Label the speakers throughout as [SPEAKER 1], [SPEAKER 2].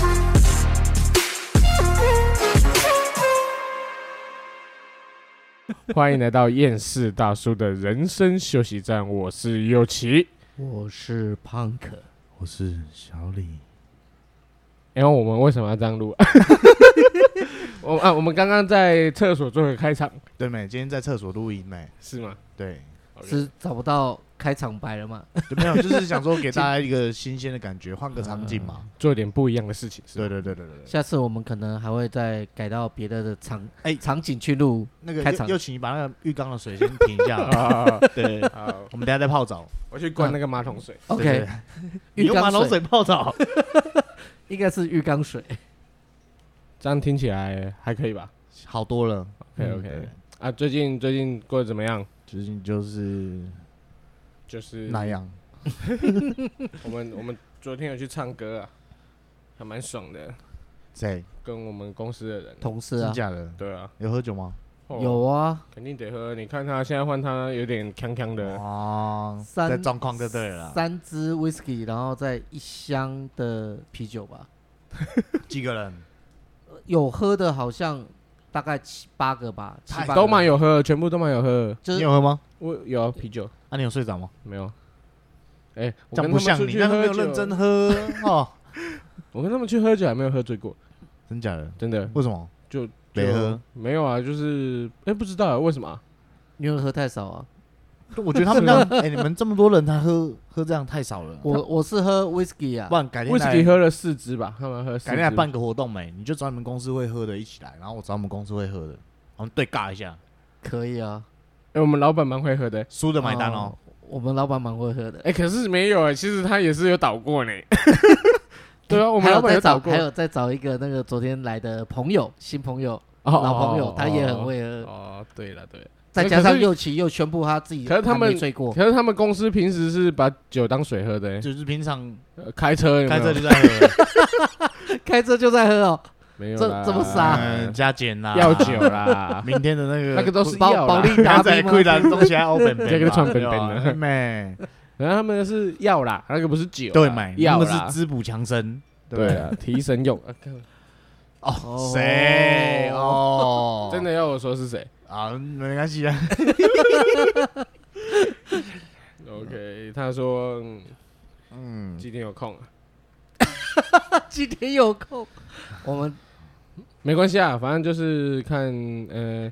[SPEAKER 1] 欢迎来到厌世大叔的人生休息站，我是右奇。
[SPEAKER 2] 我是胖可，
[SPEAKER 3] 我是小李，
[SPEAKER 1] 哎、我们为什么要这样录？ 我啊，我们刚刚在厕所做个开场，
[SPEAKER 3] 对没？今天在厕所录音没？
[SPEAKER 1] 是吗？
[SPEAKER 3] 对，
[SPEAKER 2] 是找不到开场白了吗？
[SPEAKER 3] 就没有，就是想说给大家一个新鲜的感觉，换个场景嘛。
[SPEAKER 1] 做点不一样的事情，是吧
[SPEAKER 3] 对对对对对对，
[SPEAKER 2] 下次我们可能还会再改到别的的场
[SPEAKER 3] 哎
[SPEAKER 2] 场景去录。
[SPEAKER 3] 那个
[SPEAKER 2] 开
[SPEAKER 3] 又
[SPEAKER 2] 场
[SPEAKER 3] 又请你把那个浴缸的水先停一下。
[SPEAKER 1] 啊，
[SPEAKER 3] 对，
[SPEAKER 1] 好，
[SPEAKER 3] 我们等一下再泡澡。
[SPEAKER 1] 我去灌那个马桶水。
[SPEAKER 3] 对
[SPEAKER 2] OK，
[SPEAKER 3] 对你
[SPEAKER 2] 浴
[SPEAKER 3] 用马
[SPEAKER 2] 缸
[SPEAKER 3] 桶
[SPEAKER 2] 水
[SPEAKER 3] 水泡澡，
[SPEAKER 2] 应该是浴缸水。
[SPEAKER 1] 这样听起来还可以吧
[SPEAKER 3] 好多了。
[SPEAKER 1] ？OK
[SPEAKER 3] 嗯
[SPEAKER 1] OK
[SPEAKER 3] 对。
[SPEAKER 1] 啊，最近最近过得怎么样？
[SPEAKER 3] 最近就是
[SPEAKER 1] 就是
[SPEAKER 3] 那样，
[SPEAKER 1] 我们我们昨天有去唱歌啊，还蛮爽的，
[SPEAKER 3] 谁？
[SPEAKER 1] 跟我们公司的人。
[SPEAKER 2] 同事
[SPEAKER 3] 真
[SPEAKER 2] 啊，
[SPEAKER 3] 假的？
[SPEAKER 1] 对啊，
[SPEAKER 3] 有喝酒吗？
[SPEAKER 1] 哦
[SPEAKER 2] 有啊，
[SPEAKER 1] 肯定得喝。你看他现在换他有点康康的，
[SPEAKER 3] 哦，
[SPEAKER 2] 三
[SPEAKER 3] 在状况就对了啦。
[SPEAKER 2] 三支 whisky，然后再一箱的啤酒吧。
[SPEAKER 3] 几个人？
[SPEAKER 2] 有喝的好像大概七八个吧，七
[SPEAKER 3] 太
[SPEAKER 2] 八个
[SPEAKER 1] 都蛮。有喝，全部都蛮有喝。
[SPEAKER 2] 就
[SPEAKER 3] 你
[SPEAKER 2] 是
[SPEAKER 3] 有喝吗？
[SPEAKER 1] 我有啤酒
[SPEAKER 3] 啊，你有睡着吗？
[SPEAKER 1] 没有？哎，我
[SPEAKER 3] 这
[SPEAKER 1] 跟他
[SPEAKER 3] 样不
[SPEAKER 1] 们
[SPEAKER 3] 像
[SPEAKER 1] 出
[SPEAKER 3] 你，
[SPEAKER 1] 去
[SPEAKER 3] 那没
[SPEAKER 1] 喝
[SPEAKER 3] 有
[SPEAKER 1] 酒
[SPEAKER 3] 认
[SPEAKER 2] 啊
[SPEAKER 3] 真喝哦。
[SPEAKER 1] 我跟他们去喝酒还没有喝醉过，
[SPEAKER 3] 真假的？
[SPEAKER 1] 真的
[SPEAKER 3] 为什么？
[SPEAKER 1] 就
[SPEAKER 3] 没喝
[SPEAKER 1] 就没有啊，就是哎不知道啊为什么啊
[SPEAKER 2] 你有喝太少啊。
[SPEAKER 3] 我觉得他们这 样，哎、你们这么多人，他喝喝这样太少了。
[SPEAKER 2] 我我是喝 whisky 啊
[SPEAKER 3] 不，然改天
[SPEAKER 1] 威士忌
[SPEAKER 3] 来，
[SPEAKER 1] 喝了四支吧，他们喝四
[SPEAKER 3] 改天来
[SPEAKER 1] 支
[SPEAKER 3] 办个活动没？你就找你们公司会喝的一起来，然后我找我们公司会喝的，我哦们对尬一下，
[SPEAKER 2] 可以啊。
[SPEAKER 1] 哎我们老板蛮会喝的。
[SPEAKER 3] 输的买单哦。
[SPEAKER 2] 我们老板蛮会喝的。
[SPEAKER 1] 哎，可是没有哎，其实他也是有倒过呢。 对啊，我们
[SPEAKER 2] 还
[SPEAKER 1] 老
[SPEAKER 2] 有
[SPEAKER 1] 板
[SPEAKER 2] 再
[SPEAKER 1] 有倒
[SPEAKER 2] 找，
[SPEAKER 1] 过
[SPEAKER 2] 还，有再找一个那个昨天来的朋友，新朋友，
[SPEAKER 1] 哦
[SPEAKER 2] 老朋友，他也很。
[SPEAKER 1] 哦
[SPEAKER 2] 会
[SPEAKER 1] 哦
[SPEAKER 2] 喝。
[SPEAKER 1] 哦，对了对了，
[SPEAKER 2] 再
[SPEAKER 1] 可
[SPEAKER 2] 加
[SPEAKER 1] 可
[SPEAKER 2] 上
[SPEAKER 1] 是
[SPEAKER 2] 右奇又宣布他自己
[SPEAKER 1] 可是他
[SPEAKER 2] 还没
[SPEAKER 1] 们
[SPEAKER 2] 醉过，
[SPEAKER 1] 可是他们公司平时是把酒当水喝的欸，
[SPEAKER 3] 就是平常
[SPEAKER 1] 呃开车有没
[SPEAKER 3] 开
[SPEAKER 1] 有
[SPEAKER 3] 车就在 喝，
[SPEAKER 2] 开车就在喝 哦，
[SPEAKER 1] 没有
[SPEAKER 2] 这
[SPEAKER 1] 啦
[SPEAKER 2] 这么傻
[SPEAKER 3] 嗯，加减啦，
[SPEAKER 1] 药酒，啦，
[SPEAKER 3] 明天的那个
[SPEAKER 1] 那个都是
[SPEAKER 2] 保
[SPEAKER 1] 药
[SPEAKER 2] 保
[SPEAKER 1] 啦。
[SPEAKER 2] 利达
[SPEAKER 3] 刚才
[SPEAKER 2] 比
[SPEAKER 3] 亏
[SPEAKER 2] 吗？
[SPEAKER 3] 的东西还欧本本嘛，
[SPEAKER 1] 这个就穿本本了
[SPEAKER 3] 的，妹，
[SPEAKER 1] 然后他们是药啦，那个不是酒啦，
[SPEAKER 3] 对买，那
[SPEAKER 1] 药
[SPEAKER 3] 个
[SPEAKER 1] 啦
[SPEAKER 3] 是，滋补强身，
[SPEAKER 1] 对
[SPEAKER 3] 不
[SPEAKER 1] 啊，提神用。啊看
[SPEAKER 3] 哦，谁哦，
[SPEAKER 1] 真的要我说是谁
[SPEAKER 3] 啊，没关系啊，
[SPEAKER 1] ？OK，他说嗯
[SPEAKER 3] 嗯，
[SPEAKER 1] 今天有空啊，
[SPEAKER 2] 今天有空，我们
[SPEAKER 1] 没关系啊，反正就是看呃，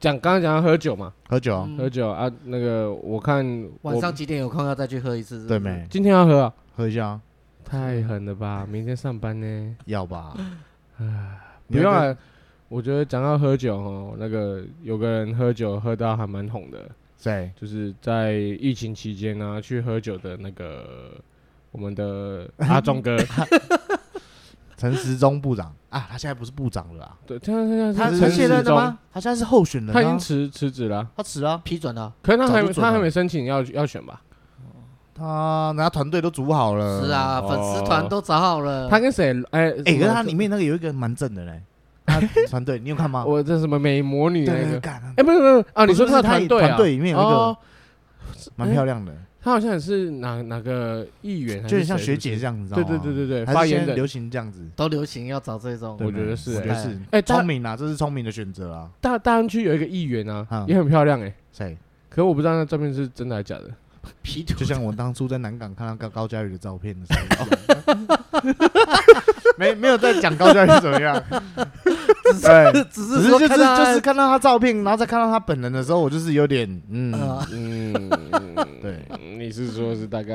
[SPEAKER 1] 讲刚刚讲到喝酒嘛，
[SPEAKER 3] 喝酒啊
[SPEAKER 2] 嗯
[SPEAKER 1] 喝酒啊，那个我看我
[SPEAKER 2] 晚上几点有空要再去喝一次？是不
[SPEAKER 3] 对
[SPEAKER 2] 是？
[SPEAKER 3] 没？
[SPEAKER 1] 今天要喝啊，
[SPEAKER 3] 喝一下啊，
[SPEAKER 1] 太狠了吧，明天上班呢。
[SPEAKER 3] 要吧？
[SPEAKER 1] 不用啊，我觉得讲到喝酒哦，那个有个人喝酒喝到还蛮红的，
[SPEAKER 3] 谁？
[SPEAKER 1] 就是在疫情期间呢、去喝酒的那个我们 的阿忠哥，
[SPEAKER 3] 陈时中部长啊，他现在不是部长了啊，
[SPEAKER 1] 对，他他
[SPEAKER 3] 他
[SPEAKER 1] 是
[SPEAKER 3] 他
[SPEAKER 1] 陈
[SPEAKER 3] 现在
[SPEAKER 1] 时
[SPEAKER 3] 的
[SPEAKER 1] 中，
[SPEAKER 3] 吗？他现在是候选人、
[SPEAKER 1] 他已经
[SPEAKER 3] 啊，
[SPEAKER 1] 辞辞职了啊，
[SPEAKER 3] 他辞了，
[SPEAKER 2] 批准了，
[SPEAKER 1] 可是他还
[SPEAKER 3] 早
[SPEAKER 1] 没
[SPEAKER 3] 就准
[SPEAKER 1] 他还
[SPEAKER 3] 了
[SPEAKER 1] 没申请要要选吧？
[SPEAKER 3] 他人家团队都组好了。
[SPEAKER 2] 是，啊，粉丝团都找好了。
[SPEAKER 1] 哦他跟谁？哎、
[SPEAKER 3] 呃哎、
[SPEAKER 1] 什么
[SPEAKER 3] 可是他里面那个有一个蛮正的嘞，他团队你有看吗？
[SPEAKER 1] 我这什么美魔女
[SPEAKER 3] 对
[SPEAKER 1] 那
[SPEAKER 3] 对对
[SPEAKER 1] 个？
[SPEAKER 3] 干啊
[SPEAKER 1] 哎、不是不是啊，
[SPEAKER 3] 不
[SPEAKER 1] 你说
[SPEAKER 3] 是
[SPEAKER 1] 他的
[SPEAKER 3] 他
[SPEAKER 1] 团队啊？
[SPEAKER 3] 团队里面有一个
[SPEAKER 1] 哦
[SPEAKER 3] 蛮漂亮的，
[SPEAKER 1] 他好像也是哪哪个议员还
[SPEAKER 3] 就是
[SPEAKER 1] 谁，
[SPEAKER 3] 很像学姐
[SPEAKER 1] 样。
[SPEAKER 3] 这样子，
[SPEAKER 1] 对对对对对，
[SPEAKER 3] 发
[SPEAKER 1] 发
[SPEAKER 3] 言
[SPEAKER 1] 言
[SPEAKER 3] 的
[SPEAKER 1] 的
[SPEAKER 3] 流行这样子。
[SPEAKER 2] 都流行要找这种
[SPEAKER 3] 对
[SPEAKER 1] 我觉得是
[SPEAKER 3] 我觉得
[SPEAKER 2] 哎
[SPEAKER 3] 是，
[SPEAKER 1] 哎他
[SPEAKER 3] 聪明啊，这是聪明的选择啊。
[SPEAKER 1] 大大安区有一个议员啊
[SPEAKER 3] 嗯，
[SPEAKER 1] 也很漂亮哎、
[SPEAKER 3] 谁？
[SPEAKER 1] 可是我不知道那照片是真的还是假的。
[SPEAKER 2] P 图
[SPEAKER 3] 就像我当初在南港看到高高佳宇的照片的时候一样， 没没有在讲高佳宇怎么样，对，
[SPEAKER 2] 只
[SPEAKER 3] 只
[SPEAKER 2] 是
[SPEAKER 3] 是
[SPEAKER 2] 说
[SPEAKER 3] 就是
[SPEAKER 2] 看到
[SPEAKER 3] 就是看到他照片，然后再看到他本人的时候，我就是有点嗯，
[SPEAKER 2] 呃
[SPEAKER 1] 嗯，
[SPEAKER 3] 对，
[SPEAKER 1] 你是说是 大概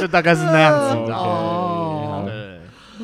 [SPEAKER 3] 就大概是那样子，你知道吗？
[SPEAKER 2] 呃哦
[SPEAKER 1] ，OK，
[SPEAKER 3] 对，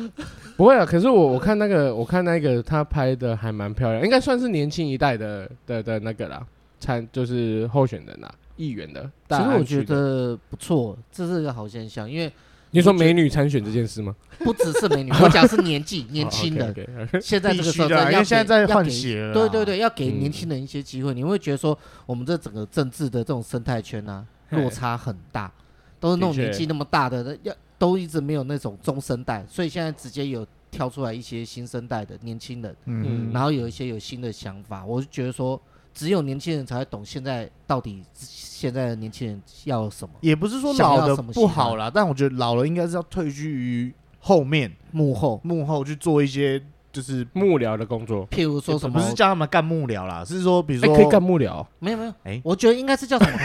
[SPEAKER 1] 不会啊。可是我我看那个我看那个他拍的还蛮漂亮，应该算是年轻一代的的的那个啦，参就是候选人啦，啊议员的。
[SPEAKER 2] 其
[SPEAKER 1] 大
[SPEAKER 2] 实
[SPEAKER 1] 安
[SPEAKER 2] 我
[SPEAKER 1] 区
[SPEAKER 2] 觉
[SPEAKER 1] 的，
[SPEAKER 2] 得不错，这是个好现象，因为
[SPEAKER 1] 你说美女参选这件事吗？
[SPEAKER 2] 不只是美女，我讲是 年
[SPEAKER 1] 哦
[SPEAKER 2] 纪年轻人，
[SPEAKER 1] 人，
[SPEAKER 2] 现在这个
[SPEAKER 3] 必
[SPEAKER 2] 时候
[SPEAKER 3] 须的啊，
[SPEAKER 2] 要
[SPEAKER 3] 因为现在
[SPEAKER 2] 给
[SPEAKER 3] 在换。血
[SPEAKER 2] 要
[SPEAKER 3] 了，
[SPEAKER 2] 给对对，对，要给
[SPEAKER 1] 嗯
[SPEAKER 2] 年轻人一些机会，你会觉得说，我们这整个政治的这种生态圈啊，
[SPEAKER 1] 嘿
[SPEAKER 2] 落差很大，都是那种
[SPEAKER 1] 的确
[SPEAKER 2] 年纪那么大的，要都一直没有那种中生代，所以现在直接有挑出来一些新生代的年轻人，
[SPEAKER 3] 嗯
[SPEAKER 1] 嗯，
[SPEAKER 2] 然后有一些有新的想法，我就觉得说，只有年轻人才会懂现在到底现在的年轻人要什么，
[SPEAKER 3] 也不是说老的不好啦，但我觉得老了应该是要退居于后面
[SPEAKER 2] 幕后
[SPEAKER 3] 幕后去做一些。就是
[SPEAKER 1] 幕僚的工作，
[SPEAKER 2] 譬如说什么
[SPEAKER 3] 不是叫他们干幕僚啦，是说比如
[SPEAKER 1] 哎，
[SPEAKER 3] 说
[SPEAKER 1] 可以干幕僚，
[SPEAKER 2] 没有没有，
[SPEAKER 3] 哎
[SPEAKER 2] 我觉得应该是叫什么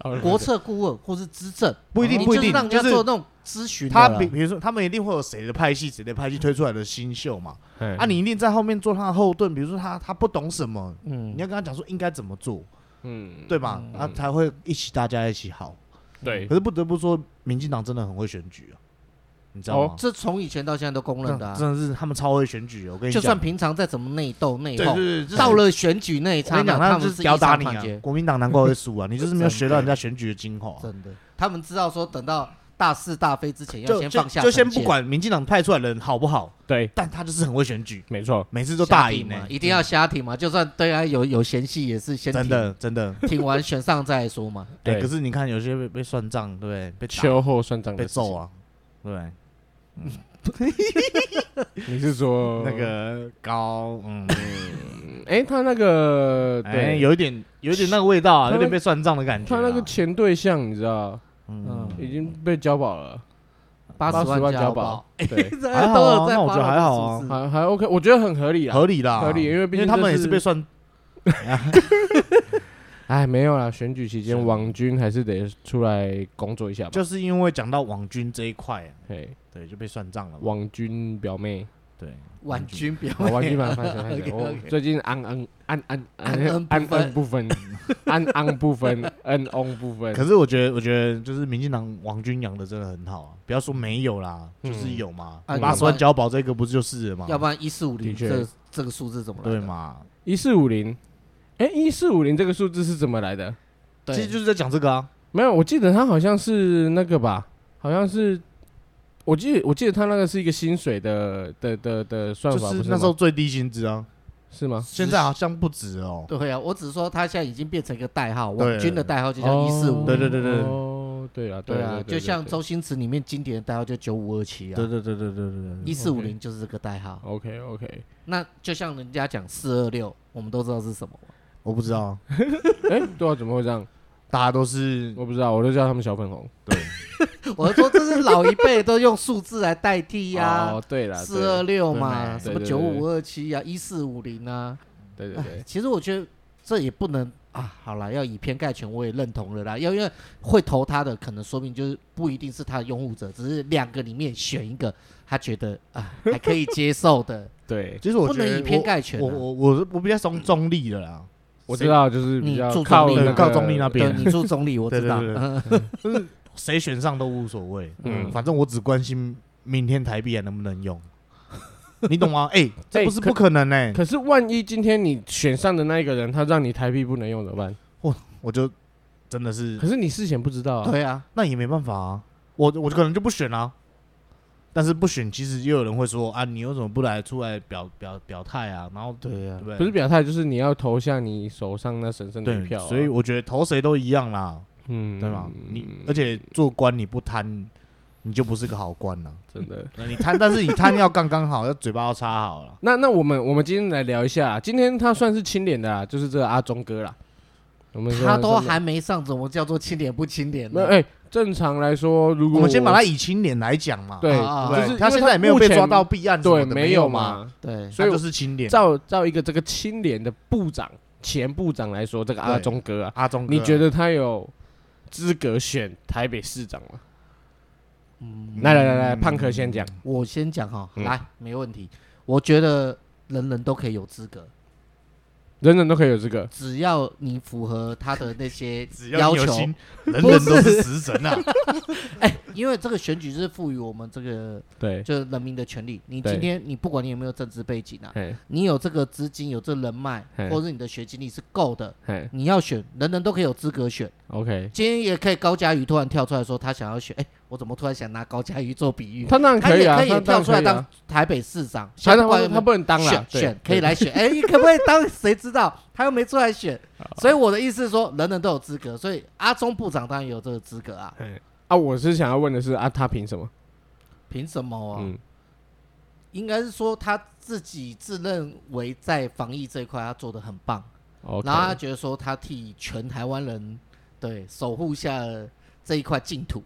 [SPEAKER 2] 国
[SPEAKER 3] 哦
[SPEAKER 1] 国
[SPEAKER 2] 策顾问或是资政，
[SPEAKER 3] 不一定
[SPEAKER 2] 你
[SPEAKER 3] 不一
[SPEAKER 2] 就是
[SPEAKER 3] 定
[SPEAKER 2] 让人家
[SPEAKER 3] 就是
[SPEAKER 2] 做那种咨询的
[SPEAKER 3] 他
[SPEAKER 2] 啦。
[SPEAKER 3] 比比如说他们一定会有谁的派系谁的派系推出来的新秀嘛，啊，
[SPEAKER 1] 啊，
[SPEAKER 3] 你一定在后面做他的后盾，比如说他他不懂什么，
[SPEAKER 2] 嗯
[SPEAKER 3] 你要跟他讲说应该怎么做，
[SPEAKER 1] 嗯，
[SPEAKER 3] 对吧？
[SPEAKER 1] 嗯
[SPEAKER 3] 啊，才会一起大家一起好。
[SPEAKER 1] 对
[SPEAKER 3] 可，是不得不说，民进党真的很会选举啊，你知道吗？
[SPEAKER 2] 哦这从以前到现在都公认的、
[SPEAKER 3] 真
[SPEAKER 2] 啊，
[SPEAKER 3] 真的是他们超会选举，啊我跟你
[SPEAKER 2] 就
[SPEAKER 3] 讲，
[SPEAKER 2] 算平常再怎么内斗内
[SPEAKER 3] 对
[SPEAKER 2] 讧，
[SPEAKER 3] 对对，
[SPEAKER 2] 到
[SPEAKER 3] 了
[SPEAKER 2] 了选举那一
[SPEAKER 3] 我跟
[SPEAKER 2] 刹
[SPEAKER 3] 你
[SPEAKER 2] 那，
[SPEAKER 3] 讲，
[SPEAKER 2] 他
[SPEAKER 3] 他
[SPEAKER 2] 们
[SPEAKER 3] 就是是
[SPEAKER 2] 一
[SPEAKER 3] 吊打
[SPEAKER 2] 场
[SPEAKER 3] 你啊
[SPEAKER 2] 团结！，
[SPEAKER 3] 国民党难怪会输啊，你就是 没有学到人家选举的精华啊。
[SPEAKER 2] 真的，他们知道说等到大是大非之前要
[SPEAKER 3] 就
[SPEAKER 2] 先
[SPEAKER 3] 就
[SPEAKER 2] 放下
[SPEAKER 3] 就先不
[SPEAKER 2] 成见，
[SPEAKER 3] 管民进党派出来的人好不好，
[SPEAKER 1] 对，
[SPEAKER 3] 但他就是很会选举，
[SPEAKER 1] 没错，
[SPEAKER 3] 每次都
[SPEAKER 2] 瞎
[SPEAKER 3] 大
[SPEAKER 2] 挺
[SPEAKER 3] 赢
[SPEAKER 2] 嘛
[SPEAKER 3] 呢，，
[SPEAKER 2] 一定要瞎挺嘛，就算对啊有有嫌隙也是先
[SPEAKER 3] 真的真的。
[SPEAKER 2] 挺 挺完选上再说 嘛，
[SPEAKER 3] 哎、
[SPEAKER 1] 对
[SPEAKER 3] 可是你看有些被被算账，对不对？被打
[SPEAKER 1] 秋后算账的
[SPEAKER 3] 被揍
[SPEAKER 1] 啊，
[SPEAKER 3] 啊，对不对。
[SPEAKER 1] 你是说
[SPEAKER 3] 那？个高， 嗯，
[SPEAKER 1] 哎，他那个
[SPEAKER 3] 哎，
[SPEAKER 1] 对，
[SPEAKER 3] 有一点有一点那个味道
[SPEAKER 1] 他
[SPEAKER 3] 啊，
[SPEAKER 1] 那
[SPEAKER 3] 有点被算账的感觉啊。
[SPEAKER 1] 他那个前对象你知道
[SPEAKER 3] 嗯，
[SPEAKER 1] 已经被交保了，
[SPEAKER 2] 八十
[SPEAKER 1] 万
[SPEAKER 2] 交，
[SPEAKER 1] 保，对，
[SPEAKER 2] 哎都
[SPEAKER 3] 还好啊
[SPEAKER 2] 有在
[SPEAKER 3] 那我
[SPEAKER 2] 发
[SPEAKER 3] 觉得
[SPEAKER 2] 牢
[SPEAKER 3] 还好啊
[SPEAKER 2] 这种事
[SPEAKER 1] 还还 OK，我觉得很合理啊。
[SPEAKER 3] 合理啦，
[SPEAKER 1] 合理因为毕竟
[SPEAKER 3] 因为他们
[SPEAKER 1] 这
[SPEAKER 3] 也
[SPEAKER 1] 是
[SPEAKER 3] 是被算
[SPEAKER 1] 哎，没有啦，选举期间
[SPEAKER 3] 是
[SPEAKER 1] 王军还是得出来工作一下吧。
[SPEAKER 3] 就是因为讲到网军这一块，啊
[SPEAKER 1] 哎，
[SPEAKER 3] 对，就被算账了嘛。
[SPEAKER 1] 王军表 妹，
[SPEAKER 3] 对，
[SPEAKER 2] 婉君表
[SPEAKER 1] 好
[SPEAKER 3] 啊
[SPEAKER 1] 王军
[SPEAKER 2] 妹
[SPEAKER 1] 吧，反正反
[SPEAKER 2] OK，OK
[SPEAKER 1] 正我最近安安安安
[SPEAKER 2] 安
[SPEAKER 1] 安
[SPEAKER 2] 安
[SPEAKER 1] 安不分，安安不分，安安不分。
[SPEAKER 3] 可是我觉得，我觉得就是民进党王军养的真的很好啊，不要说没有啦，
[SPEAKER 1] 嗯
[SPEAKER 3] 就是有嘛
[SPEAKER 2] 啊，
[SPEAKER 3] 八十万交保这个不是就是了嘛，
[SPEAKER 2] 要不然一四五
[SPEAKER 1] 的
[SPEAKER 2] 零
[SPEAKER 1] 确
[SPEAKER 2] 这这个数字怎么来
[SPEAKER 3] 对
[SPEAKER 2] 的？
[SPEAKER 3] 嘛？
[SPEAKER 1] 一四五零，哎，一四五零这个数字是怎么来的？
[SPEAKER 2] 对，
[SPEAKER 3] 其实就是在讲这个啊，
[SPEAKER 1] 没有，我记得他好像是那个吧，好像是，我记得我记得他那个是一个薪水的的的的算
[SPEAKER 3] 就
[SPEAKER 1] 法，不
[SPEAKER 3] 是
[SPEAKER 1] 是
[SPEAKER 3] 那时候
[SPEAKER 1] 吗
[SPEAKER 3] 最低薪资啊，
[SPEAKER 1] 是吗？
[SPEAKER 3] 现在好像不止哦。
[SPEAKER 2] 对啊，我只是说他现在已经变成一个代号，
[SPEAKER 3] 对
[SPEAKER 2] 网军的代号就叫一四五，
[SPEAKER 3] 哦对对对对
[SPEAKER 1] 哦，对了，
[SPEAKER 2] 对啊，就像
[SPEAKER 1] 对
[SPEAKER 2] 周星驰里面经典的代号就九五二七啊
[SPEAKER 3] 对，对对对对对对
[SPEAKER 2] 一
[SPEAKER 3] 对，
[SPEAKER 2] 四五零就是这个代号。
[SPEAKER 1] OK OK，
[SPEAKER 2] 那就像人家讲四二六，我们都知道是什么嘛。
[SPEAKER 3] 我不知道，
[SPEAKER 1] 哎，对啊，怎么会这样？
[SPEAKER 3] 大家都是
[SPEAKER 1] 我不知道，我都叫他们小粉红。
[SPEAKER 2] 我是说这是老一辈都用数字来代替呀
[SPEAKER 1] 哦，，对了，
[SPEAKER 2] 四二六嘛，什
[SPEAKER 1] 对
[SPEAKER 2] 么
[SPEAKER 1] 对
[SPEAKER 2] 九五二七啊，一四五零啊。
[SPEAKER 1] 对对
[SPEAKER 2] 哎
[SPEAKER 1] 对，
[SPEAKER 2] 其实我觉得这也不能啊，好啦，要以偏概全，我也认同了啦。要因为会投他的，可能说明就是不一定是他的拥护者，只是两个里面选一个，他觉得啊还可以接受 的，
[SPEAKER 1] 对，
[SPEAKER 3] 其实我
[SPEAKER 2] 不
[SPEAKER 3] 觉
[SPEAKER 2] 能
[SPEAKER 3] 得
[SPEAKER 2] 以偏概全啊。
[SPEAKER 3] 我我我我我比较中中立的啦，
[SPEAKER 1] 我知道，就是
[SPEAKER 2] 你
[SPEAKER 1] 比较
[SPEAKER 2] 注重
[SPEAKER 1] 靠
[SPEAKER 2] 力
[SPEAKER 1] 那
[SPEAKER 2] 对
[SPEAKER 1] 个
[SPEAKER 3] 靠中立那边
[SPEAKER 2] 对你住中立，我知道。
[SPEAKER 3] 对对对
[SPEAKER 2] 嗯
[SPEAKER 3] 谁选上都无所谓，
[SPEAKER 1] 嗯
[SPEAKER 3] 嗯，反正我只关心明天台币还能不能用，你懂吗？哎，这
[SPEAKER 1] 哎
[SPEAKER 3] 不是
[SPEAKER 1] 可
[SPEAKER 3] 不可能呢，
[SPEAKER 1] 可是万一今天你选上的那一个人，他让你台币不能用怎么办？
[SPEAKER 3] 我就真的是
[SPEAKER 1] 可是你事前不知道啊。
[SPEAKER 2] 对啊，
[SPEAKER 3] 那也没办法啊，我我可能就不选啦、但是不选，其实也有人会说啊，你为什么不来出来表表表态啊？然后
[SPEAKER 2] 对啊
[SPEAKER 3] 对，不对？
[SPEAKER 1] 不是表态，就是你要投下你手上那神圣的一
[SPEAKER 3] 对，
[SPEAKER 1] 票啊。
[SPEAKER 3] 所以我觉得投谁都一样啦，
[SPEAKER 1] 嗯
[SPEAKER 3] 对吧？你而且做官你不贪，你就不是个好官啦。
[SPEAKER 1] 真的。
[SPEAKER 3] 那你贪，但是你贪要刚刚好，要嘴巴要插好了。
[SPEAKER 1] 那那我们我们今天来聊一下啊，今天他算是清廉的啦，就是这个阿忠哥啦。我们
[SPEAKER 2] 他
[SPEAKER 1] 算
[SPEAKER 2] 都
[SPEAKER 1] 算是
[SPEAKER 2] 还没上，怎么叫做清廉不清廉
[SPEAKER 1] 没
[SPEAKER 2] 呢
[SPEAKER 1] 有？哎，正常来说，如果
[SPEAKER 3] 我们先把他以清廉来讲嘛，
[SPEAKER 1] 对，
[SPEAKER 2] 啊
[SPEAKER 3] 对
[SPEAKER 1] 就是因为
[SPEAKER 3] 他现在也没有
[SPEAKER 1] 目
[SPEAKER 3] 被
[SPEAKER 1] 前
[SPEAKER 3] 抓到弊案什么
[SPEAKER 1] 对
[SPEAKER 3] 的，
[SPEAKER 1] 没
[SPEAKER 3] 有
[SPEAKER 1] 有
[SPEAKER 3] 嘛，哎
[SPEAKER 1] 嘛。
[SPEAKER 2] 对，
[SPEAKER 1] 所以
[SPEAKER 3] 他就是清廉。
[SPEAKER 1] 照照一个这个清廉的部长前部长来说，这个阿
[SPEAKER 3] 对
[SPEAKER 1] 忠哥啊，
[SPEAKER 3] 阿忠哥，
[SPEAKER 1] 你觉得他有资格选台北市长吗？
[SPEAKER 2] 嗯，
[SPEAKER 1] 来来来来，胖哥先讲。
[SPEAKER 2] 我先讲哈，
[SPEAKER 1] 嗯
[SPEAKER 2] 来，没问题。我觉得人人都可以有资格，
[SPEAKER 1] 人人都可以有这个。
[SPEAKER 2] 只要你符合他的那些
[SPEAKER 3] 只要
[SPEAKER 2] 要
[SPEAKER 3] 你有
[SPEAKER 2] 求，
[SPEAKER 3] 心，人
[SPEAKER 2] 不
[SPEAKER 3] 人都
[SPEAKER 2] 是
[SPEAKER 3] 是食神啊！
[SPEAKER 2] 因为这个选举是赋予我们这个
[SPEAKER 1] 对，
[SPEAKER 2] 就是人民的权利。你
[SPEAKER 1] 对
[SPEAKER 2] 今天你不管你有没有政治背景啊，
[SPEAKER 1] 嘿，
[SPEAKER 2] 你有这个资金，有这人脉
[SPEAKER 1] 嘿，
[SPEAKER 2] 或者是你的学经历是够的，
[SPEAKER 1] 嘿
[SPEAKER 2] 你要选，人人都可以有资格选。
[SPEAKER 1] ，OK。
[SPEAKER 2] 今天也可以高佳瑜突然跳出来说他想要选，哎、我怎么突然想拿高佳瑜做比喻？
[SPEAKER 1] 他当然可以
[SPEAKER 2] 嗯也
[SPEAKER 1] 啊，
[SPEAKER 2] 可
[SPEAKER 1] 他
[SPEAKER 2] 以跳出来当
[SPEAKER 1] 啊，
[SPEAKER 2] 台北市长，
[SPEAKER 1] 他
[SPEAKER 2] 先不管
[SPEAKER 1] 他
[SPEAKER 2] 有
[SPEAKER 1] 他
[SPEAKER 2] 没有
[SPEAKER 1] 不能当啦
[SPEAKER 2] 选，
[SPEAKER 1] 对
[SPEAKER 2] 选可以来选，哎、可不可以当？谁知道他又没出来选，所以我的意思是说，人人都有资格，所以阿中部长当然有这个资格啊，
[SPEAKER 1] 啊。我是想要问的是啊，他凭什么？
[SPEAKER 2] 凭什么啊？
[SPEAKER 1] 嗯，
[SPEAKER 2] 应该是说他自己自认为在防疫这一块他做的很棒
[SPEAKER 1] 哦，
[SPEAKER 2] 然后他觉得说他替全台湾人对守护下了这一块净土，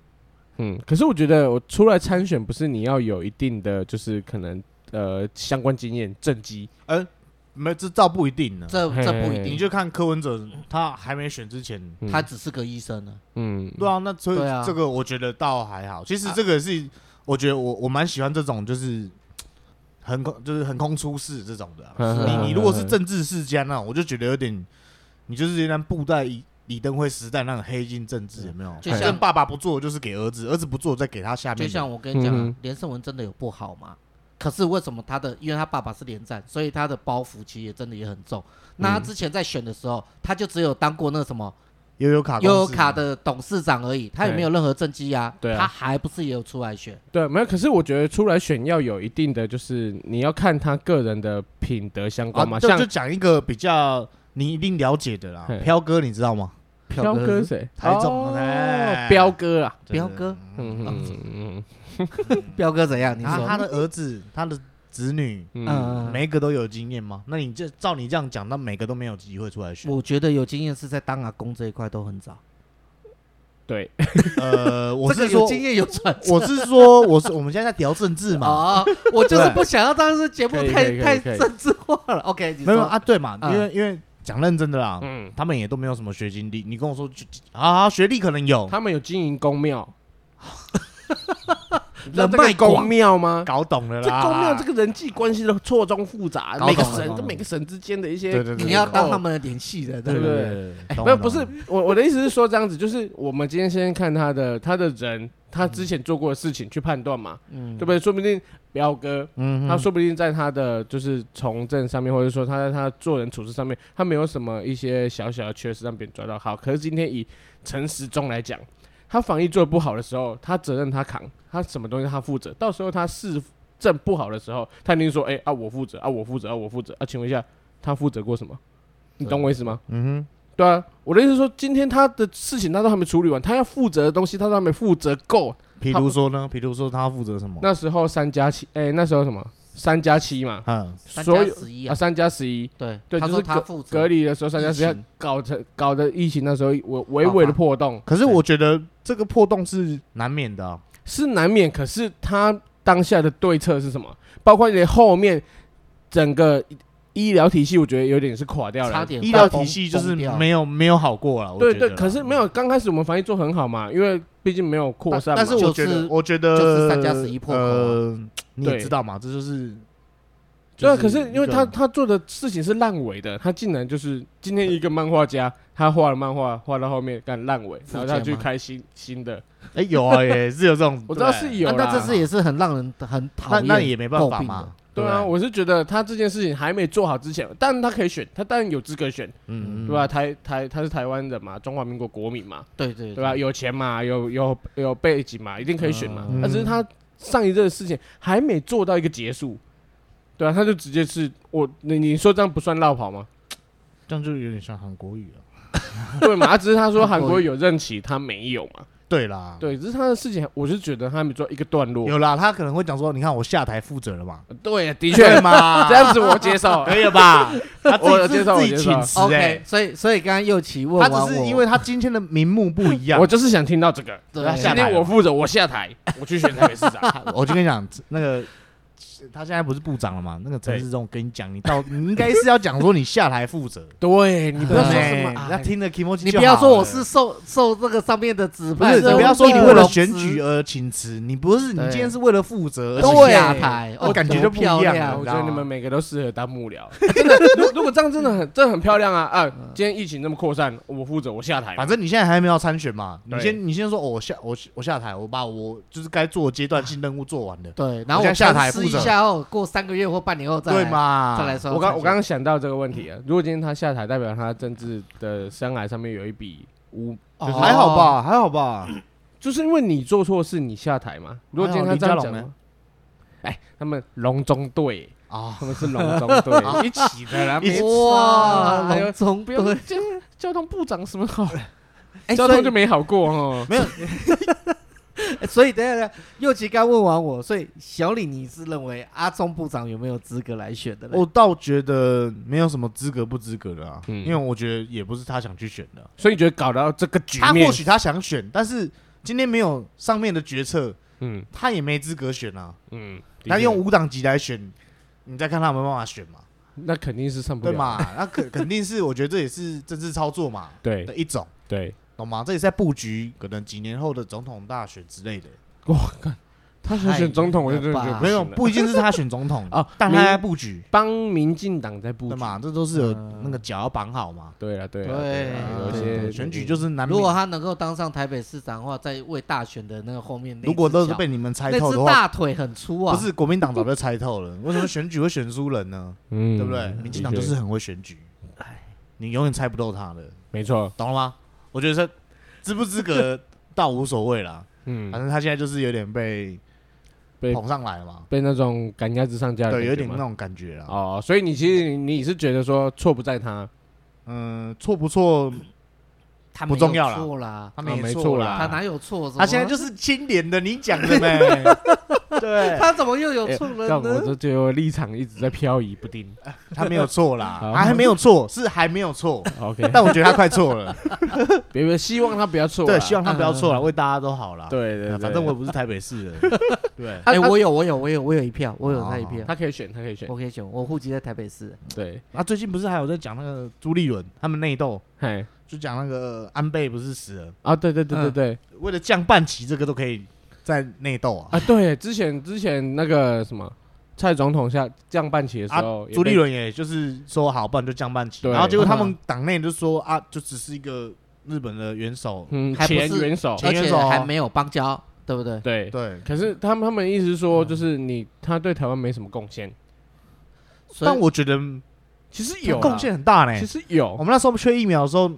[SPEAKER 1] 嗯，可是我觉得我出来参选，不是你要有一定的，就是可能呃相关经验政绩，
[SPEAKER 3] 呃，没这倒不一定呢。
[SPEAKER 2] 这
[SPEAKER 1] 嘿
[SPEAKER 2] 这不一
[SPEAKER 1] 嘿
[SPEAKER 3] 你
[SPEAKER 2] 定，
[SPEAKER 3] 就看柯文哲他还没选之前，
[SPEAKER 1] 嗯
[SPEAKER 2] 他只是个医生呢。
[SPEAKER 1] 嗯啊
[SPEAKER 3] 对啊，那所以
[SPEAKER 2] 对啊
[SPEAKER 3] 这个我觉得倒还好。其实这个是我觉得我我蛮喜欢这种就是横空就是横空出世这种的啊、
[SPEAKER 1] 呵呵
[SPEAKER 3] 你你如果是
[SPEAKER 1] 呵
[SPEAKER 3] 政治世家那种，我就觉得有点，你就是有点布袋李李登辉时代那种黑金政
[SPEAKER 1] 嗯
[SPEAKER 3] 治，有没有？
[SPEAKER 2] 就
[SPEAKER 1] 像
[SPEAKER 3] 像爸爸不做就是给儿子，儿子不做再给他下面
[SPEAKER 2] 就
[SPEAKER 3] 的。
[SPEAKER 2] 像我跟你
[SPEAKER 1] 嗯
[SPEAKER 2] 讲啊
[SPEAKER 1] 哼，
[SPEAKER 2] 连胜文真的有不好吗？可是为什么他的，因为他爸爸是连战，所以他的包袱其实也真的也很重。那他之前在选的时候，他就只有当过那什么
[SPEAKER 3] 悠悠卡公司
[SPEAKER 2] 悠游卡的董事长而已，他也没有任何政绩啊。
[SPEAKER 1] 对啊
[SPEAKER 2] 他还不是也有出来选？
[SPEAKER 1] 对，没有。可是我觉得出来选要有一定的，就是你要看他个人的品德相关嘛，
[SPEAKER 3] 啊，就
[SPEAKER 1] 像
[SPEAKER 3] 就讲一个比较你一定了解的啦
[SPEAKER 1] 嘿，
[SPEAKER 3] 飘哥你知道吗？
[SPEAKER 1] 彪哥是谁？
[SPEAKER 3] 台中
[SPEAKER 1] 哦
[SPEAKER 3] 哎
[SPEAKER 1] 彪哥啊，
[SPEAKER 2] 彪哥，
[SPEAKER 1] 嗯嗯嗯
[SPEAKER 2] 彪哥怎样？你
[SPEAKER 3] 他
[SPEAKER 2] 说
[SPEAKER 3] 啊他的儿子他的子女。
[SPEAKER 1] 嗯啊嗯，
[SPEAKER 2] 嗯，
[SPEAKER 3] 每一个都有经验吗？那你这照你这样讲，那每个都没有机会出来选。
[SPEAKER 2] 我觉得有经验是在当阿公这一块都很早。
[SPEAKER 1] 对，
[SPEAKER 3] 呃，我
[SPEAKER 2] 这个
[SPEAKER 3] 是
[SPEAKER 2] 有
[SPEAKER 3] 说，
[SPEAKER 2] 经验有传承。
[SPEAKER 3] 我是说，我是我们现在在聊政治 嘛，
[SPEAKER 2] 哦，我就是不想要当时节目
[SPEAKER 1] 可以可
[SPEAKER 2] 太
[SPEAKER 1] 以
[SPEAKER 2] 太
[SPEAKER 1] 可以
[SPEAKER 2] 政治化了。OK，你
[SPEAKER 3] 没有
[SPEAKER 2] 说
[SPEAKER 3] 啊？对嘛，
[SPEAKER 2] 嗯
[SPEAKER 3] 因为因为讲认真的啦，
[SPEAKER 1] 嗯，
[SPEAKER 3] 他们也都没有什么学经历。你跟我说啊，学历可能有，
[SPEAKER 1] 他们有经营公庙， 你知道
[SPEAKER 2] 人
[SPEAKER 1] 这
[SPEAKER 2] 脉
[SPEAKER 1] 个
[SPEAKER 2] 广
[SPEAKER 1] 公，庙吗？
[SPEAKER 3] 搞懂了
[SPEAKER 1] 这
[SPEAKER 3] 啦。
[SPEAKER 1] 公庙这个人际关系都错综复杂，
[SPEAKER 3] 搞
[SPEAKER 1] 每个
[SPEAKER 3] 懂了搞
[SPEAKER 1] 省这
[SPEAKER 3] 懂
[SPEAKER 1] 每个省之间的一些
[SPEAKER 3] 对对对
[SPEAKER 2] 你要当他
[SPEAKER 1] 哦
[SPEAKER 2] 们的联系人，对
[SPEAKER 3] 对
[SPEAKER 2] 不
[SPEAKER 3] 对哎
[SPEAKER 2] 对？
[SPEAKER 3] 对，对懂
[SPEAKER 1] 没有，
[SPEAKER 3] 了
[SPEAKER 1] 不是我我的意思是说这样子，就是我们今天先看他的他的人，他
[SPEAKER 3] 嗯
[SPEAKER 1] 之前做过的事情去判断嘛，
[SPEAKER 2] 嗯
[SPEAKER 1] 对不对？说不定彪哥
[SPEAKER 3] 嗯
[SPEAKER 1] 他说不定在他的就是从政上面，或者说他在他做人处事上面，他没有什么一些小小的缺失让别人抓到。好，可是今天以陈时中来讲，他防疫做得不好的时候，他责任他扛，他什么东西他负责。到时候他市政不好的时候，他一定说：“哎、啊我负责啊我负责啊我负责啊。”请问一下，他负责过什么？你懂我意思吗？
[SPEAKER 3] 嗯
[SPEAKER 1] 对啊，我的意思是说，今天他的事情他都还没处理完，他要负责的东西他都还没负责够。
[SPEAKER 3] 哼，比如说呢，比如说他负责什么？
[SPEAKER 1] 那时候三加七，哎，那时候什么三加七嘛，
[SPEAKER 3] 嗯，
[SPEAKER 2] 三
[SPEAKER 1] 所
[SPEAKER 2] 加
[SPEAKER 1] 有
[SPEAKER 2] 十一
[SPEAKER 1] 啊
[SPEAKER 2] 啊，
[SPEAKER 1] 三加十一，
[SPEAKER 2] 对，
[SPEAKER 1] 对
[SPEAKER 2] 他
[SPEAKER 1] 就
[SPEAKER 2] 说
[SPEAKER 1] 是
[SPEAKER 2] 他负责
[SPEAKER 1] 隔离的时候三加
[SPEAKER 2] 疫
[SPEAKER 1] 十一
[SPEAKER 2] 情
[SPEAKER 1] 搞成搞的疫情那时候我微微的破洞
[SPEAKER 3] 可是我觉得这个破洞是难免的啊。
[SPEAKER 1] 是难免，可是他当下的对策是什么？包括连后面整个医疗体系，我觉得有点是垮掉了，
[SPEAKER 2] 差点
[SPEAKER 3] 医疗
[SPEAKER 2] 快
[SPEAKER 3] 体
[SPEAKER 2] 崩
[SPEAKER 3] 系就是
[SPEAKER 2] 崩掉
[SPEAKER 3] 没有没有好过了。我
[SPEAKER 1] 对
[SPEAKER 3] 觉得
[SPEAKER 1] 对，
[SPEAKER 3] 啦
[SPEAKER 1] 可是没有刚开始我们防疫做很好嘛，因为毕竟没有扩散
[SPEAKER 3] 但
[SPEAKER 1] 嘛。
[SPEAKER 3] 但是我觉
[SPEAKER 2] 就
[SPEAKER 3] 得，
[SPEAKER 2] 是
[SPEAKER 3] 我觉得
[SPEAKER 2] 就是三加11破口啊
[SPEAKER 3] 呃，你也
[SPEAKER 1] 对
[SPEAKER 3] 知道嘛，这就是。
[SPEAKER 1] 对啊，
[SPEAKER 3] 就
[SPEAKER 1] 可是因为
[SPEAKER 3] 一个
[SPEAKER 1] 他他做的事情是烂尾的，他竟然就是今天一个漫画家，他画了漫画，画到后面干烂尾，
[SPEAKER 2] 复
[SPEAKER 1] 然后他
[SPEAKER 2] 健
[SPEAKER 1] 去
[SPEAKER 2] 吗
[SPEAKER 1] 开新新的，
[SPEAKER 3] 哎有啊，也是有这种，
[SPEAKER 1] 我知道
[SPEAKER 3] 对
[SPEAKER 1] 是有
[SPEAKER 2] 啊
[SPEAKER 1] 啦。
[SPEAKER 2] 那这次也是很让人很讨
[SPEAKER 3] 那
[SPEAKER 2] 厌，
[SPEAKER 3] 那也没办
[SPEAKER 2] 诟
[SPEAKER 3] 法
[SPEAKER 2] 病
[SPEAKER 3] 嘛
[SPEAKER 2] 的。
[SPEAKER 1] 对啊，我是觉得他这件事情还没做好之前，当然他可以选，他当然有资格选，
[SPEAKER 3] 嗯，嗯
[SPEAKER 1] 对吧？？啊台台他是台湾人嘛，中华民国国民嘛，
[SPEAKER 2] 对对
[SPEAKER 1] 对吧？有钱嘛，有有有背景嘛，一定可以选嘛。
[SPEAKER 2] 嗯
[SPEAKER 1] 那只是他上一任的事情还没做到一个结束，对啊，他就直接是我你你说这样不算绕跑吗？
[SPEAKER 3] 这样就有点像韩国语了。
[SPEAKER 1] 对嘛？啊只是他说韩
[SPEAKER 2] 韩
[SPEAKER 1] 国
[SPEAKER 2] 国
[SPEAKER 1] 有任期，他没有嘛？
[SPEAKER 3] 对啦，，
[SPEAKER 1] 对，只是他的事情，我是觉得他还没做一个段落。
[SPEAKER 3] 有啦，他可能会讲说，你看我下台负责了嘛，
[SPEAKER 1] 对啊，的确
[SPEAKER 3] 对嘛，
[SPEAKER 1] 这样子我接受。
[SPEAKER 3] 可以 了吧？他自己
[SPEAKER 1] 我有接受
[SPEAKER 3] 自己
[SPEAKER 1] 我接受
[SPEAKER 3] 请辞哎
[SPEAKER 2] OK，，所以所以刚刚右奇问
[SPEAKER 3] 他
[SPEAKER 2] 完我，
[SPEAKER 3] 只是因为他今天的名目不一样
[SPEAKER 1] 啊我。就是想听到这个。
[SPEAKER 2] 对
[SPEAKER 3] 他
[SPEAKER 1] 今
[SPEAKER 3] 啊下台
[SPEAKER 1] 天
[SPEAKER 3] 了
[SPEAKER 1] 我负责，我下台，我去选台北市长。
[SPEAKER 3] 我我就跟你讲，那个他现在不是部长了嘛？那个陈世忠跟你讲，你到你应该是要讲说你下台负责。
[SPEAKER 1] 对啊你
[SPEAKER 2] 不要说
[SPEAKER 3] 对
[SPEAKER 2] 什么哎
[SPEAKER 3] 他啊听了 k i m o
[SPEAKER 2] 你不要说我是受受这个上面的指
[SPEAKER 3] 不
[SPEAKER 2] 派，
[SPEAKER 3] 是，
[SPEAKER 2] 所以
[SPEAKER 3] 你不要
[SPEAKER 2] 我
[SPEAKER 3] 说你
[SPEAKER 2] 不
[SPEAKER 3] 为了
[SPEAKER 2] 容
[SPEAKER 3] 选
[SPEAKER 2] 辞
[SPEAKER 3] 举而请辞，你不是你
[SPEAKER 2] 对
[SPEAKER 3] 今天是为了负责而
[SPEAKER 1] 对
[SPEAKER 3] 请辞
[SPEAKER 2] 下台，
[SPEAKER 3] 那
[SPEAKER 2] 哦
[SPEAKER 3] 感觉
[SPEAKER 2] 多
[SPEAKER 3] 就不一样
[SPEAKER 2] 漂
[SPEAKER 3] 了
[SPEAKER 2] 亮
[SPEAKER 1] 哎我
[SPEAKER 3] 你知
[SPEAKER 1] 觉
[SPEAKER 3] 道
[SPEAKER 1] 得
[SPEAKER 3] 吗
[SPEAKER 1] 你们每个都适合当幕僚，真的。如如果这样真的很，真的很漂亮啊啊！今天疫情那么扩散，我负责，我下台嘛。
[SPEAKER 3] 反正你现在还没有参选嘛，你
[SPEAKER 1] 对
[SPEAKER 3] 先你先说，哦我下我我下台，我把我就是该做的阶段性任务做完了，
[SPEAKER 2] 对，然后
[SPEAKER 3] 我现在
[SPEAKER 2] 我
[SPEAKER 3] 下台
[SPEAKER 2] 试
[SPEAKER 3] 负
[SPEAKER 2] 一
[SPEAKER 3] 责
[SPEAKER 2] 下后，过三个月或半年后 再
[SPEAKER 3] 对
[SPEAKER 2] 来
[SPEAKER 3] 嘛？
[SPEAKER 2] 再来说。
[SPEAKER 1] 我刚我刚刚想到这个问题啊，如果今天他下台，代表他政治的生涯上面有一笔污，
[SPEAKER 2] 哦
[SPEAKER 3] 还好吧，还好吧，
[SPEAKER 1] 就是因为你做错事，你下台嘛。如果今天他这样讲
[SPEAKER 3] 还好林佳龙
[SPEAKER 1] 呢
[SPEAKER 3] 呢，
[SPEAKER 1] 哎，他们隆中队，
[SPEAKER 3] 啊，
[SPEAKER 1] 他们是隆中 队，一起的啦，
[SPEAKER 3] 一起
[SPEAKER 2] 哇，
[SPEAKER 1] 哎呦
[SPEAKER 2] 龙中
[SPEAKER 1] 不
[SPEAKER 2] 对
[SPEAKER 1] 要，交交通部长什么好，
[SPEAKER 2] 哎
[SPEAKER 1] 交
[SPEAKER 2] 所以
[SPEAKER 1] 通就没好过哦。
[SPEAKER 3] 没有，
[SPEAKER 2] 欸 所以等一下等一下，右奇刚问完我，所以小李你是认为阿中部长有没有资格来选的嘞？
[SPEAKER 3] 我倒觉得没有什么资格不资格的啊，
[SPEAKER 1] 嗯
[SPEAKER 3] 因为我觉得也不是他想去选的，
[SPEAKER 1] 所以你觉得搞到这个局
[SPEAKER 3] 他
[SPEAKER 1] 面
[SPEAKER 3] 或，许他想选，但是今天没有上面的决策，
[SPEAKER 1] 嗯
[SPEAKER 3] 他也没资格选啊。
[SPEAKER 1] 嗯，的
[SPEAKER 3] 他
[SPEAKER 1] 确
[SPEAKER 3] 用五档级来选，你再看他有没有办法选嘛？
[SPEAKER 1] 那肯定是上不
[SPEAKER 3] 对
[SPEAKER 1] 了，
[SPEAKER 3] 嘛？那肯肯定是，我觉得这也是政治操作嘛
[SPEAKER 1] 对
[SPEAKER 3] 的一种，
[SPEAKER 1] 对，
[SPEAKER 3] 懂吗？这也是在布局可能几年后的总统大选之类的。
[SPEAKER 1] 哇，看他想选总统，我就真的觉得
[SPEAKER 2] 啊
[SPEAKER 1] 不
[SPEAKER 3] 没
[SPEAKER 1] 行
[SPEAKER 3] 有，
[SPEAKER 1] 了
[SPEAKER 3] 不一定是他选 总统
[SPEAKER 1] 哦
[SPEAKER 3] 但他
[SPEAKER 1] 民
[SPEAKER 3] 在布局，
[SPEAKER 1] 帮民进党在布
[SPEAKER 3] 对
[SPEAKER 1] 局
[SPEAKER 3] 嘛？这都是有
[SPEAKER 2] 嗯
[SPEAKER 3] 那个脚要绑好嘛。呃
[SPEAKER 1] 对了，对了，
[SPEAKER 2] 对
[SPEAKER 1] 啦有
[SPEAKER 2] 对
[SPEAKER 1] 一些
[SPEAKER 2] 对
[SPEAKER 3] 选举就是难免。
[SPEAKER 2] 如果他能够当上台北市长的话，在为大选的那个后面那只脚，
[SPEAKER 3] 如果都是被你们猜
[SPEAKER 2] 那
[SPEAKER 3] 透
[SPEAKER 2] 只
[SPEAKER 3] 的话，
[SPEAKER 2] 大腿很粗啊，
[SPEAKER 3] 不是国民党早就猜透了，为什么选举会选输人呢？
[SPEAKER 1] 嗯
[SPEAKER 3] 对不对？民进党
[SPEAKER 1] 的
[SPEAKER 3] 就
[SPEAKER 1] 确
[SPEAKER 3] 是很会选举，你永远猜不透他的，
[SPEAKER 1] 没错，
[SPEAKER 3] 懂了吗？我觉得这资不资格 倒无所谓啦，
[SPEAKER 1] 嗯
[SPEAKER 3] 反，正他现在就是有点被
[SPEAKER 1] 被
[SPEAKER 3] 捧上来嘛，
[SPEAKER 1] 被那种赶鸭子上架的感
[SPEAKER 3] 对，
[SPEAKER 1] 觉
[SPEAKER 3] 有点
[SPEAKER 1] 吗
[SPEAKER 3] 那种感觉啦。
[SPEAKER 1] 哦，所以你其实你是觉得说错不在他，
[SPEAKER 3] 嗯，错不错，
[SPEAKER 2] 他
[SPEAKER 3] 不
[SPEAKER 2] 没
[SPEAKER 3] 重
[SPEAKER 2] 有
[SPEAKER 3] 要啦
[SPEAKER 2] 错啦，
[SPEAKER 3] 他
[SPEAKER 1] 啊没
[SPEAKER 3] 错
[SPEAKER 1] 错
[SPEAKER 3] 啦
[SPEAKER 1] 啦
[SPEAKER 2] 他哪有错？怎么
[SPEAKER 3] 他现在就是清廉的，你讲 的呗。对，
[SPEAKER 2] 他怎么又有
[SPEAKER 1] 哎
[SPEAKER 2] 错了
[SPEAKER 1] 让我
[SPEAKER 2] 呢？
[SPEAKER 1] 这就立场一直在漂 移不定。
[SPEAKER 3] 他没有错啦，啊
[SPEAKER 1] 好
[SPEAKER 3] 他还没有错，是还没 有错，
[SPEAKER 1] OK，
[SPEAKER 3] 但我觉得他快错 了。
[SPEAKER 1] 别别，希望他不要错啦。嗯
[SPEAKER 3] 对，希望他不要错了，为大家都好啦。，哎
[SPEAKER 1] 对对，对
[SPEAKER 3] 反正我也不是台北市 的。对，
[SPEAKER 2] 哎，
[SPEAKER 1] 他
[SPEAKER 2] 我有，我有，我有，我有一票，我有那一
[SPEAKER 3] 哦
[SPEAKER 2] 票，
[SPEAKER 1] 他可以选，他可以选
[SPEAKER 2] 我。可以选，我户籍在台北市。
[SPEAKER 1] 对，
[SPEAKER 3] 啊，最近不是还有在讲那个朱立伦他们内斗，
[SPEAKER 1] 嘿
[SPEAKER 3] 就讲那个安倍不是死了，
[SPEAKER 1] 啊，对对对对
[SPEAKER 2] 嗯
[SPEAKER 1] 对
[SPEAKER 3] 为了降半旗这个都可以在内斗啊。
[SPEAKER 1] 啊，对，之前之前那个什么蔡总统下降半旗的时
[SPEAKER 3] 啊
[SPEAKER 1] 候，也
[SPEAKER 3] 朱
[SPEAKER 1] 被
[SPEAKER 3] 立伦也就是说好，不然就降半旗。
[SPEAKER 1] 对
[SPEAKER 3] 然后结果他们党内就说啊，就只是一个日本的元首，
[SPEAKER 1] 嗯
[SPEAKER 2] 还不
[SPEAKER 1] 前
[SPEAKER 2] 是
[SPEAKER 1] 元首，
[SPEAKER 3] 前
[SPEAKER 2] 而
[SPEAKER 3] 元
[SPEAKER 2] 且
[SPEAKER 3] 首哦
[SPEAKER 2] 还没有邦交，对不对？
[SPEAKER 1] 对。
[SPEAKER 3] 对。嗯
[SPEAKER 1] 可是他们他们意思是说，就是你他对台湾没什么贡献，
[SPEAKER 2] 所以
[SPEAKER 3] 但我觉得
[SPEAKER 1] 其实
[SPEAKER 3] 有
[SPEAKER 1] 有啦
[SPEAKER 3] 贡，献很大呢
[SPEAKER 1] 其。实有
[SPEAKER 3] 我，们那时候缺疫苗的时候，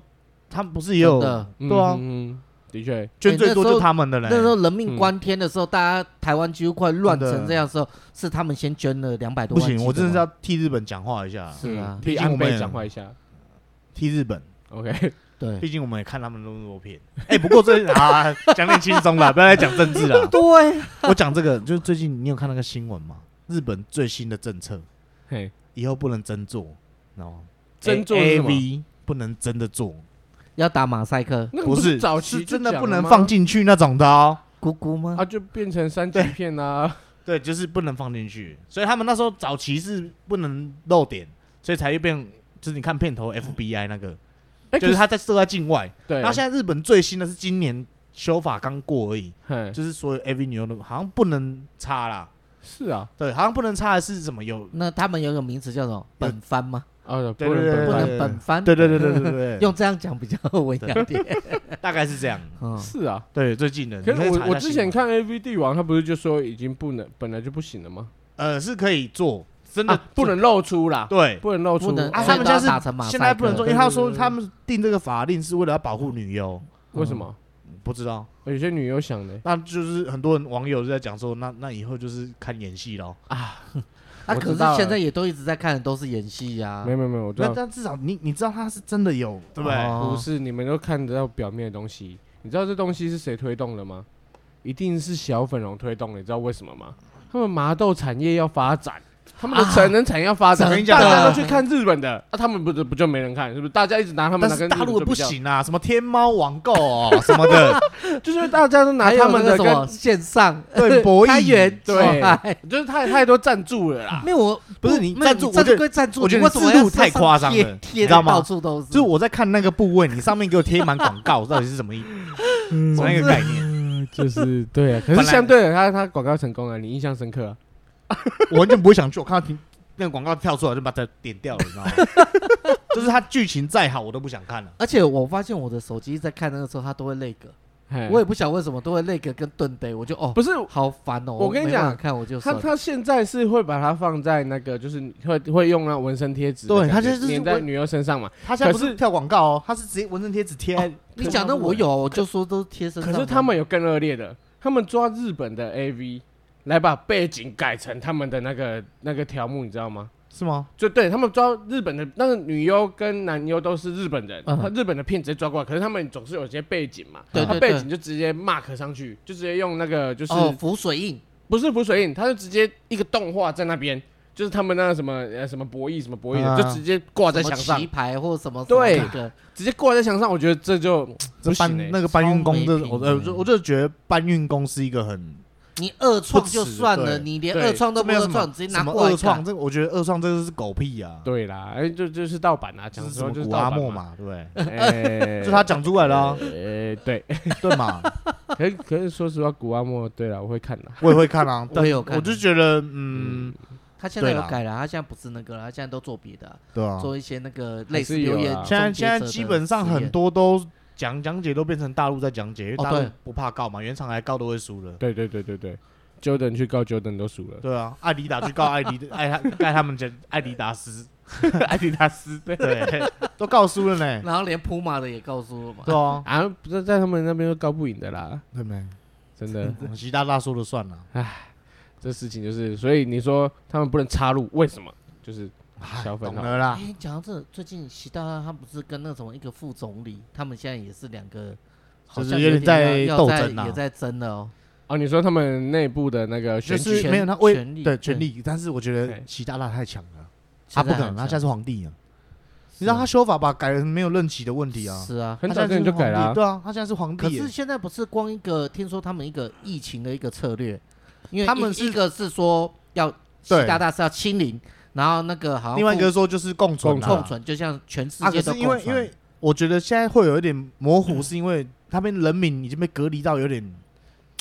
[SPEAKER 3] 他们不是也
[SPEAKER 2] 真
[SPEAKER 3] 有
[SPEAKER 2] 的
[SPEAKER 3] 对啊
[SPEAKER 1] 嗯，嗯的确，
[SPEAKER 3] 捐最多
[SPEAKER 2] 那时
[SPEAKER 3] 就
[SPEAKER 2] 候
[SPEAKER 3] 他们的嘞
[SPEAKER 2] 那。时候人命
[SPEAKER 1] 嗯
[SPEAKER 2] 关天的时候，大家台湾几乎快乱成这样的时候，是他们先捐了两百多
[SPEAKER 3] 不
[SPEAKER 2] 万剂
[SPEAKER 3] 行，
[SPEAKER 2] 吗。
[SPEAKER 3] 我真的是要替日本讲话一下，
[SPEAKER 2] 是啊
[SPEAKER 1] 嗯
[SPEAKER 3] 毕
[SPEAKER 1] 替
[SPEAKER 3] 竟我
[SPEAKER 1] 安
[SPEAKER 3] 们
[SPEAKER 1] 倍
[SPEAKER 3] 也
[SPEAKER 1] 讲话一下
[SPEAKER 3] 替日本。
[SPEAKER 1] ，OK，
[SPEAKER 2] 对。
[SPEAKER 3] 毕竟我们也看他们那么多片。哎，不过最 啊，讲点轻松啦，不要再讲政治啦
[SPEAKER 2] 对，
[SPEAKER 3] 我讲这个，就是最近你有看那个新闻吗？日本最新的政策，
[SPEAKER 1] 嘿，
[SPEAKER 3] 以后不能真做，你知道吗？
[SPEAKER 1] 真做是
[SPEAKER 3] A
[SPEAKER 1] 什么
[SPEAKER 3] V 不能真的做，
[SPEAKER 2] 要打马赛克，
[SPEAKER 1] 那个
[SPEAKER 3] 不
[SPEAKER 1] 是
[SPEAKER 3] 是
[SPEAKER 1] 早期
[SPEAKER 3] 是
[SPEAKER 1] 就
[SPEAKER 3] 真的
[SPEAKER 1] 讲
[SPEAKER 3] 不
[SPEAKER 1] 了
[SPEAKER 3] 能
[SPEAKER 1] 吗
[SPEAKER 3] 放进去那种的哦。
[SPEAKER 2] 姑姑吗
[SPEAKER 1] 啊，？就变成三级
[SPEAKER 3] 对
[SPEAKER 1] 片啊，
[SPEAKER 3] 对，就是不能放进去，所以他们那时候早期是不能露点，所以才会变。就是你看片头 FBI 那个，
[SPEAKER 1] 哎
[SPEAKER 3] 嗯就是啊他在设在境外。
[SPEAKER 1] 对，
[SPEAKER 3] 然后现在日本最新的是今年修法刚过而已，
[SPEAKER 1] 嘿
[SPEAKER 3] 就是所有 AV 女优的好像不能插啦，
[SPEAKER 1] 是啊，
[SPEAKER 3] 对，好像不能插的是什么有，
[SPEAKER 2] 那他们有个名词叫什么？本番吗？
[SPEAKER 1] 啊，
[SPEAKER 3] 对
[SPEAKER 1] 不能
[SPEAKER 3] 对
[SPEAKER 1] 不
[SPEAKER 3] 对
[SPEAKER 2] 不
[SPEAKER 1] 能
[SPEAKER 2] 能本番。
[SPEAKER 3] 对对对对对 对，
[SPEAKER 2] 用这样讲比较 文雅点。
[SPEAKER 3] 大概是这样。
[SPEAKER 2] 嗯，
[SPEAKER 1] 是啊。
[SPEAKER 3] 对，最近的，
[SPEAKER 1] 可
[SPEAKER 3] 你
[SPEAKER 1] 是
[SPEAKER 3] 以查
[SPEAKER 1] 我
[SPEAKER 3] 一下
[SPEAKER 1] 我之前
[SPEAKER 3] 新闻
[SPEAKER 1] 看 A V 帝王，他不是就说已经不能本来就不行了吗？
[SPEAKER 3] 呃是可以做，真的
[SPEAKER 1] 啊，不能露出啦，
[SPEAKER 3] 对。
[SPEAKER 1] 不能露出
[SPEAKER 2] 不能
[SPEAKER 3] 啊，
[SPEAKER 2] 哦所
[SPEAKER 3] 他们
[SPEAKER 2] 以都
[SPEAKER 3] 现
[SPEAKER 2] 要
[SPEAKER 3] 在
[SPEAKER 2] 打成马
[SPEAKER 3] 是
[SPEAKER 2] 赛克
[SPEAKER 3] 现在不能做，因为他说
[SPEAKER 1] 对对对
[SPEAKER 3] 他们定这个法令是为了要保护女优，
[SPEAKER 1] 为什么？
[SPEAKER 3] 不知道。
[SPEAKER 1] 有些女优想的
[SPEAKER 3] 那就是很多人网友就在讲说，那那以后就是看演戏咯。
[SPEAKER 1] 啊，我
[SPEAKER 2] 啊，
[SPEAKER 1] 知
[SPEAKER 2] 可是
[SPEAKER 1] 道了
[SPEAKER 2] 现在也都一直在看的都是演戏啊呀
[SPEAKER 1] 没。有没有没有，我知
[SPEAKER 3] 那
[SPEAKER 1] 道
[SPEAKER 3] 但至少你你知道他是真的有，对不对？
[SPEAKER 2] 哦
[SPEAKER 1] 不是，你们都看得到表面的东西。你知道这东西是谁推动的吗？一定是小粉红推动的，你知道为什么吗？他们麻豆产业要发展，他们的成人产业要发展，
[SPEAKER 2] 啊
[SPEAKER 3] 真的
[SPEAKER 1] 大家都去看日本的，啊，他们不是不就没人看，是不是？大家一直拿他们
[SPEAKER 3] 但
[SPEAKER 1] 来
[SPEAKER 3] 是
[SPEAKER 1] 跟
[SPEAKER 3] 大
[SPEAKER 1] 日本
[SPEAKER 3] 陆
[SPEAKER 1] 做
[SPEAKER 3] 的不
[SPEAKER 1] 比较，
[SPEAKER 3] 行啊，什么天猫网购哦什么 的，
[SPEAKER 1] 就是大家都拿
[SPEAKER 2] 还有
[SPEAKER 1] 他们
[SPEAKER 2] 那
[SPEAKER 1] 的
[SPEAKER 2] 个什么
[SPEAKER 1] 跟，
[SPEAKER 2] 线上
[SPEAKER 3] 对博弈
[SPEAKER 2] 开源
[SPEAKER 1] 对
[SPEAKER 2] 哎
[SPEAKER 1] 就是太太多赞助 了啦。
[SPEAKER 2] 没有我
[SPEAKER 3] 不是你
[SPEAKER 2] 没有
[SPEAKER 3] 赞助
[SPEAKER 2] 你赞
[SPEAKER 3] 我觉得
[SPEAKER 2] 助归赞助，
[SPEAKER 3] 我觉得
[SPEAKER 2] 你为什么
[SPEAKER 3] 你制
[SPEAKER 2] 要
[SPEAKER 3] 度太夸张了
[SPEAKER 2] 贴
[SPEAKER 3] 你
[SPEAKER 2] 贴
[SPEAKER 3] 知道吗
[SPEAKER 2] 到处都是，
[SPEAKER 3] 就是我在看那个部位，你上面给我贴满广告，到底是什么意什么一个概念？
[SPEAKER 1] 嗯就是对啊，可是
[SPEAKER 3] 本来
[SPEAKER 1] 相对的，他他广告成功了，你印象深刻啊？
[SPEAKER 3] 我完全不会想去，我看到停那个广告跳出来就把它点掉了，你知 道吗？就是它剧情再好，我都不想看了。
[SPEAKER 2] 而且我发现我的手机在看那个时候，它都会那个，
[SPEAKER 1] 嘿
[SPEAKER 2] 我也不晓得为什么都会那个跟顿杯，我就哦，
[SPEAKER 1] 嗯不是
[SPEAKER 2] 好烦哦。
[SPEAKER 1] 我跟你
[SPEAKER 2] 没办法
[SPEAKER 1] 讲
[SPEAKER 2] 看我就
[SPEAKER 1] 他
[SPEAKER 2] 算了
[SPEAKER 1] 他现在是会把它放在那个，就是会会用那纹身贴纸的
[SPEAKER 3] 对
[SPEAKER 1] 感觉，
[SPEAKER 3] 他就是
[SPEAKER 1] 粘在女优身上嘛。
[SPEAKER 3] 它现在不
[SPEAKER 1] 可
[SPEAKER 3] 是哦
[SPEAKER 1] 是
[SPEAKER 3] 跳广告哦，它是直接纹身贴纸贴在。
[SPEAKER 2] 你讲的我有，我就说都贴身
[SPEAKER 1] 哦可
[SPEAKER 2] 上。
[SPEAKER 1] 是他们有更恶劣的，他们抓日本的 AV 来把背景改成他们的那个那个条目，你知道吗？
[SPEAKER 3] 是吗？
[SPEAKER 1] 就对他们抓日本的那个女优跟男优都是日本人，
[SPEAKER 2] 嗯
[SPEAKER 1] 他日本的片直接抓过来，可是他们总是有些背景嘛，
[SPEAKER 2] 对
[SPEAKER 1] 他
[SPEAKER 2] 对
[SPEAKER 1] 背
[SPEAKER 2] 对
[SPEAKER 1] 景就直接 mark 上去，就直接用那个就是
[SPEAKER 2] 哦浮水印，
[SPEAKER 1] 不是浮水印，他就直接一个动画在那边，就是他们那个什么呃什么博弈什么博弈
[SPEAKER 3] 啊
[SPEAKER 1] 的，就直接挂在
[SPEAKER 2] 什么
[SPEAKER 1] 墙上
[SPEAKER 2] 棋，牌或什么
[SPEAKER 1] 对
[SPEAKER 2] 什么那个
[SPEAKER 1] 直接挂在墙上，我觉得这就
[SPEAKER 3] 这
[SPEAKER 1] 不
[SPEAKER 3] 搬
[SPEAKER 1] 行欸
[SPEAKER 3] 那个搬运工，
[SPEAKER 2] 超
[SPEAKER 3] 这
[SPEAKER 2] 没品
[SPEAKER 3] 我呃我就我就觉得搬运工是一个很
[SPEAKER 2] 你二创
[SPEAKER 3] 不耻
[SPEAKER 2] 就算了，
[SPEAKER 3] 对
[SPEAKER 2] 你连
[SPEAKER 1] 对
[SPEAKER 2] 二创都
[SPEAKER 3] 这
[SPEAKER 2] 不
[SPEAKER 3] 没有
[SPEAKER 2] 二
[SPEAKER 3] 什么
[SPEAKER 2] 创，你直接拿
[SPEAKER 3] 什么
[SPEAKER 2] 过来
[SPEAKER 3] 二创，
[SPEAKER 2] 看
[SPEAKER 3] 这个我觉得二创这个是狗屁啊，，
[SPEAKER 1] 对啦，哎，就就是盗版啊，
[SPEAKER 3] 这
[SPEAKER 1] 讲实
[SPEAKER 3] 是什
[SPEAKER 1] 话
[SPEAKER 3] 么
[SPEAKER 1] 就是
[SPEAKER 3] 古
[SPEAKER 1] 盗
[SPEAKER 3] 阿
[SPEAKER 1] 版
[SPEAKER 3] 莫
[SPEAKER 1] 嘛，
[SPEAKER 3] 嘛，对不对？
[SPEAKER 1] 哎，
[SPEAKER 3] 就他讲出来了 啊，
[SPEAKER 1] 呃，对，
[SPEAKER 3] 对嘛？
[SPEAKER 1] 可是可是说实话，古阿莫，对了，我会看的，
[SPEAKER 3] 我也会看 啊，
[SPEAKER 2] 我也有看
[SPEAKER 3] 我就觉得嗯，
[SPEAKER 2] 他现在
[SPEAKER 3] 对
[SPEAKER 2] 有
[SPEAKER 3] 啦
[SPEAKER 2] 改了，他现在不是那个了，他现在都做别的啊，
[SPEAKER 3] 对啊，
[SPEAKER 2] 做一些那个类似
[SPEAKER 1] 哦还是有啦
[SPEAKER 2] 留言终结者的
[SPEAKER 3] 现在
[SPEAKER 2] 实验。
[SPEAKER 3] 现在基本上很多都讲讲解都变成大陆在讲解，因为
[SPEAKER 2] 哦
[SPEAKER 3] 大陆
[SPEAKER 2] 对
[SPEAKER 3] 不怕告嘛，原厂来告都会输的。
[SPEAKER 1] 对对对对对，Jordan 去告 Jordan 都输了，
[SPEAKER 3] 对啊，艾迪达去告艾迪，艾他盖他们家艾迪达斯，
[SPEAKER 1] 艾迪达斯对
[SPEAKER 3] 对，都告输 了呢。
[SPEAKER 2] 然后连普马的也告诉我嘛，
[SPEAKER 3] 对啊，
[SPEAKER 1] 啊，不是在他们那边都告不赢的啦，
[SPEAKER 3] 对没？
[SPEAKER 1] 真 的，
[SPEAKER 3] 嗯习大大说了算了。
[SPEAKER 1] 这事情就是，所以你说他们不能插入，为什么？就是
[SPEAKER 3] 哎
[SPEAKER 1] 小粉
[SPEAKER 3] 懂
[SPEAKER 1] 红
[SPEAKER 3] 了啦
[SPEAKER 2] 哎、，讲到这，最近习大大他不是跟那什么一个副总理，他们现在也是两个，好
[SPEAKER 3] 就是
[SPEAKER 2] 像
[SPEAKER 3] 有点在
[SPEAKER 2] 要要
[SPEAKER 3] 斗
[SPEAKER 2] 在
[SPEAKER 3] 争啊
[SPEAKER 2] 也在争了哦。
[SPEAKER 1] 哦，你说他们内部的那个选
[SPEAKER 3] 就
[SPEAKER 1] 举
[SPEAKER 3] 是
[SPEAKER 2] 权
[SPEAKER 3] 没有他为
[SPEAKER 2] 权力
[SPEAKER 3] 对
[SPEAKER 2] 对
[SPEAKER 3] 权力，但是我觉得
[SPEAKER 1] 对
[SPEAKER 3] 习大大太强了，他
[SPEAKER 2] 现
[SPEAKER 3] 不
[SPEAKER 2] 在
[SPEAKER 3] 可能，
[SPEAKER 2] 很
[SPEAKER 3] 他现在
[SPEAKER 2] 强
[SPEAKER 3] 是皇帝啊。你让他修法吧，改成没有任期的问题啊。
[SPEAKER 2] 是啊。
[SPEAKER 1] 很
[SPEAKER 3] 他
[SPEAKER 1] 早之前
[SPEAKER 3] 现在是
[SPEAKER 1] 就
[SPEAKER 3] 皇
[SPEAKER 1] 改
[SPEAKER 3] 帝
[SPEAKER 1] 啦、
[SPEAKER 3] 对啊，他现在是皇帝
[SPEAKER 2] 可
[SPEAKER 3] 耶。
[SPEAKER 2] 是现在不是光一个，听说他们一个疫情的一个策略，因为
[SPEAKER 3] 他们
[SPEAKER 2] 一
[SPEAKER 3] 是
[SPEAKER 2] 一个是说要习
[SPEAKER 3] 对
[SPEAKER 2] 大大是要清零，然后那个好像
[SPEAKER 3] 另外一
[SPEAKER 2] 不
[SPEAKER 3] 个说就是共存啊，
[SPEAKER 2] 共存，就像全世
[SPEAKER 3] 啊，
[SPEAKER 2] 界
[SPEAKER 3] 可
[SPEAKER 2] 都嗯
[SPEAKER 3] 是
[SPEAKER 2] 共存。
[SPEAKER 3] 因为因为我觉得现在会有一点模糊，是因为他们人民已经被隔离到有点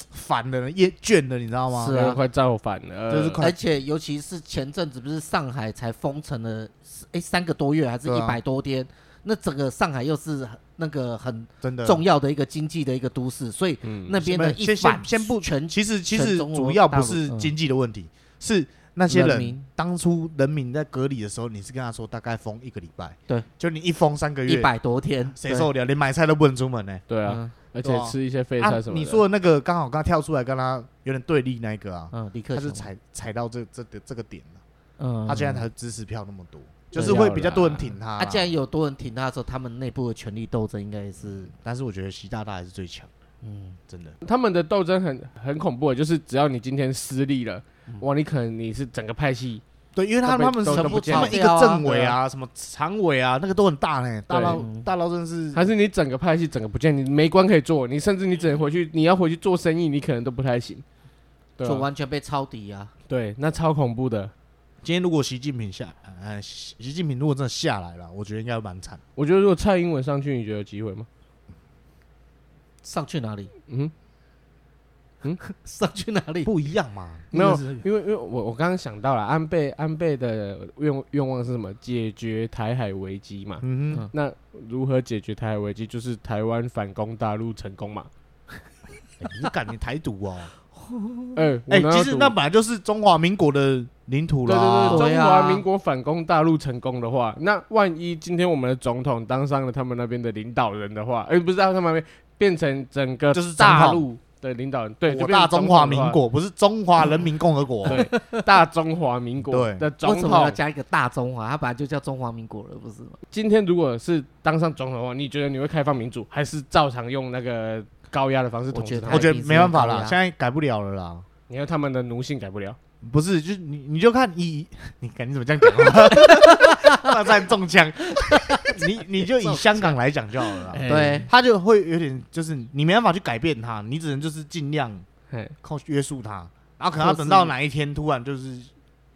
[SPEAKER 3] 烦了，厌倦了，你知道吗？
[SPEAKER 2] 是啊哎
[SPEAKER 1] 那个快造反了，
[SPEAKER 3] 就是快
[SPEAKER 2] 而且尤其是前阵子不是上海才封城了，哎三个多月还是
[SPEAKER 3] 对
[SPEAKER 2] 一
[SPEAKER 3] 啊
[SPEAKER 2] 百多天，那整个上海又是很那个很
[SPEAKER 3] 真的
[SPEAKER 2] 重要的一个经济的一个都市，所以
[SPEAKER 1] 嗯，
[SPEAKER 2] 那边的一
[SPEAKER 3] 先
[SPEAKER 2] 反
[SPEAKER 3] 先先不
[SPEAKER 2] 全
[SPEAKER 3] 其实其实
[SPEAKER 2] 全中国
[SPEAKER 3] 主要不
[SPEAKER 2] 大
[SPEAKER 3] 是
[SPEAKER 2] 陆嗯
[SPEAKER 3] 经济的问题，是那些
[SPEAKER 2] 人
[SPEAKER 3] 人
[SPEAKER 2] 民
[SPEAKER 3] 当初人民在隔离的时候，你是跟他说大概封一个礼拜，
[SPEAKER 2] 对，
[SPEAKER 3] 就你一封三个
[SPEAKER 2] 一
[SPEAKER 3] 月，
[SPEAKER 2] 百多天，
[SPEAKER 3] 谁受得了？连买菜都不能出门呢、
[SPEAKER 1] 对
[SPEAKER 2] 对
[SPEAKER 1] 啊，
[SPEAKER 2] 嗯
[SPEAKER 1] 而
[SPEAKER 3] 对
[SPEAKER 1] 且
[SPEAKER 3] 啊
[SPEAKER 1] 吃一些废
[SPEAKER 3] 啊
[SPEAKER 1] 菜什，么的。
[SPEAKER 3] 你说的那个刚好刚跳出来跟他有点对立那一个啊，
[SPEAKER 2] 嗯，李克
[SPEAKER 3] 他
[SPEAKER 2] 强
[SPEAKER 3] 是踩踩到这这这个点了。
[SPEAKER 2] 嗯
[SPEAKER 3] 他竟然才支持票那么多，就
[SPEAKER 2] 对
[SPEAKER 3] 是会
[SPEAKER 1] 要
[SPEAKER 3] 比较多人
[SPEAKER 1] 啦
[SPEAKER 3] 挺他啦。
[SPEAKER 2] 啊，既然有多人挺他的时候，他们内部的权力斗争应该也是
[SPEAKER 3] 但是我觉得习大大还是最强，
[SPEAKER 2] 嗯，
[SPEAKER 3] 真的。
[SPEAKER 1] 他们的斗争很很恐怖，欸就是只要你今天失利了，
[SPEAKER 3] 嗯
[SPEAKER 1] 哇，你可能你是整个派系，
[SPEAKER 3] 对，因为他
[SPEAKER 1] 都被
[SPEAKER 3] 他们
[SPEAKER 1] 都都
[SPEAKER 3] 什么
[SPEAKER 1] 不见
[SPEAKER 3] 他们
[SPEAKER 2] 了
[SPEAKER 3] 一个政委
[SPEAKER 2] 对
[SPEAKER 3] 啊，什么常委啊，那个都很大呢，大
[SPEAKER 1] 对
[SPEAKER 3] 到
[SPEAKER 2] 嗯
[SPEAKER 3] 大到真的是
[SPEAKER 1] 还是你整个派系整个不见，你没官可以做，你甚至你只能回
[SPEAKER 3] 嗯
[SPEAKER 1] 去，你要回去做生意，你可能都不太行。对
[SPEAKER 2] 就
[SPEAKER 1] 啊、
[SPEAKER 2] 完全被抄底啊，
[SPEAKER 1] 对，那超恐怖的。
[SPEAKER 3] 今天如果习近平下，呃，习习近平如果真的下来了，我觉得应该会蛮惨。
[SPEAKER 1] 我觉得如果蔡英文上去，你觉得有机会吗？
[SPEAKER 2] 上去哪里？
[SPEAKER 1] 嗯，
[SPEAKER 2] 上去哪里？
[SPEAKER 3] 不一样嘛，
[SPEAKER 1] 没有
[SPEAKER 3] 一个是
[SPEAKER 1] 因为因为我我刚刚想到了安倍安倍的愿愿望是什么？解决台海危机嘛。
[SPEAKER 3] 嗯
[SPEAKER 2] 嗯
[SPEAKER 3] 哼，
[SPEAKER 1] 那如何解决台海危机？就是台湾反攻大陆成功嘛。
[SPEAKER 3] 哎你敢你台独哦？
[SPEAKER 1] 哎、我哪
[SPEAKER 3] 哎，
[SPEAKER 1] 有
[SPEAKER 3] 其实
[SPEAKER 1] 赌
[SPEAKER 3] 那本来就是中华民国的领土
[SPEAKER 1] 对对
[SPEAKER 3] 啦。
[SPEAKER 1] 对，
[SPEAKER 2] 对
[SPEAKER 1] 中
[SPEAKER 2] 啊
[SPEAKER 1] 华民国反攻大陆成功的话，那万一今天我们的总统当上了他们那边的领导人的话，哎、不是啊他们那边变成整个
[SPEAKER 3] 就是总统
[SPEAKER 1] 大陆的领导人，对，就
[SPEAKER 3] 我
[SPEAKER 1] 变
[SPEAKER 3] 大
[SPEAKER 1] 成
[SPEAKER 3] 中
[SPEAKER 1] 总
[SPEAKER 3] 华
[SPEAKER 1] 统
[SPEAKER 3] 民
[SPEAKER 1] 的话，
[SPEAKER 3] 国不是中华人民共和国。
[SPEAKER 1] 对，大中华民国
[SPEAKER 3] 对
[SPEAKER 1] 的
[SPEAKER 2] 为
[SPEAKER 1] 总
[SPEAKER 2] 什么要
[SPEAKER 1] 统，
[SPEAKER 2] 加一个大中华？他本来就叫中华民国了，不是吗？
[SPEAKER 1] 今天如果是当上总统的话，你觉得你会开放民主，还是照常用那个高压的方式统治
[SPEAKER 2] 我觉
[SPEAKER 1] 他
[SPEAKER 2] 得
[SPEAKER 1] 们？
[SPEAKER 3] 我觉得没办法
[SPEAKER 2] 台币是用
[SPEAKER 3] 啦，
[SPEAKER 2] 高压
[SPEAKER 3] 现在改不了了啦。
[SPEAKER 1] 你看他们的奴性改不了，
[SPEAKER 3] 不是，就是你，你就看以 你，看你怎么这样讲话，大战中枪，你你就以香港来讲就好了啦。
[SPEAKER 1] 哎
[SPEAKER 2] 对，
[SPEAKER 3] 他就会有点，就是你没办法去改变他，你只能就是尽量
[SPEAKER 1] 嘿，
[SPEAKER 3] 靠约束他，然后可能要等到哪一天突然就是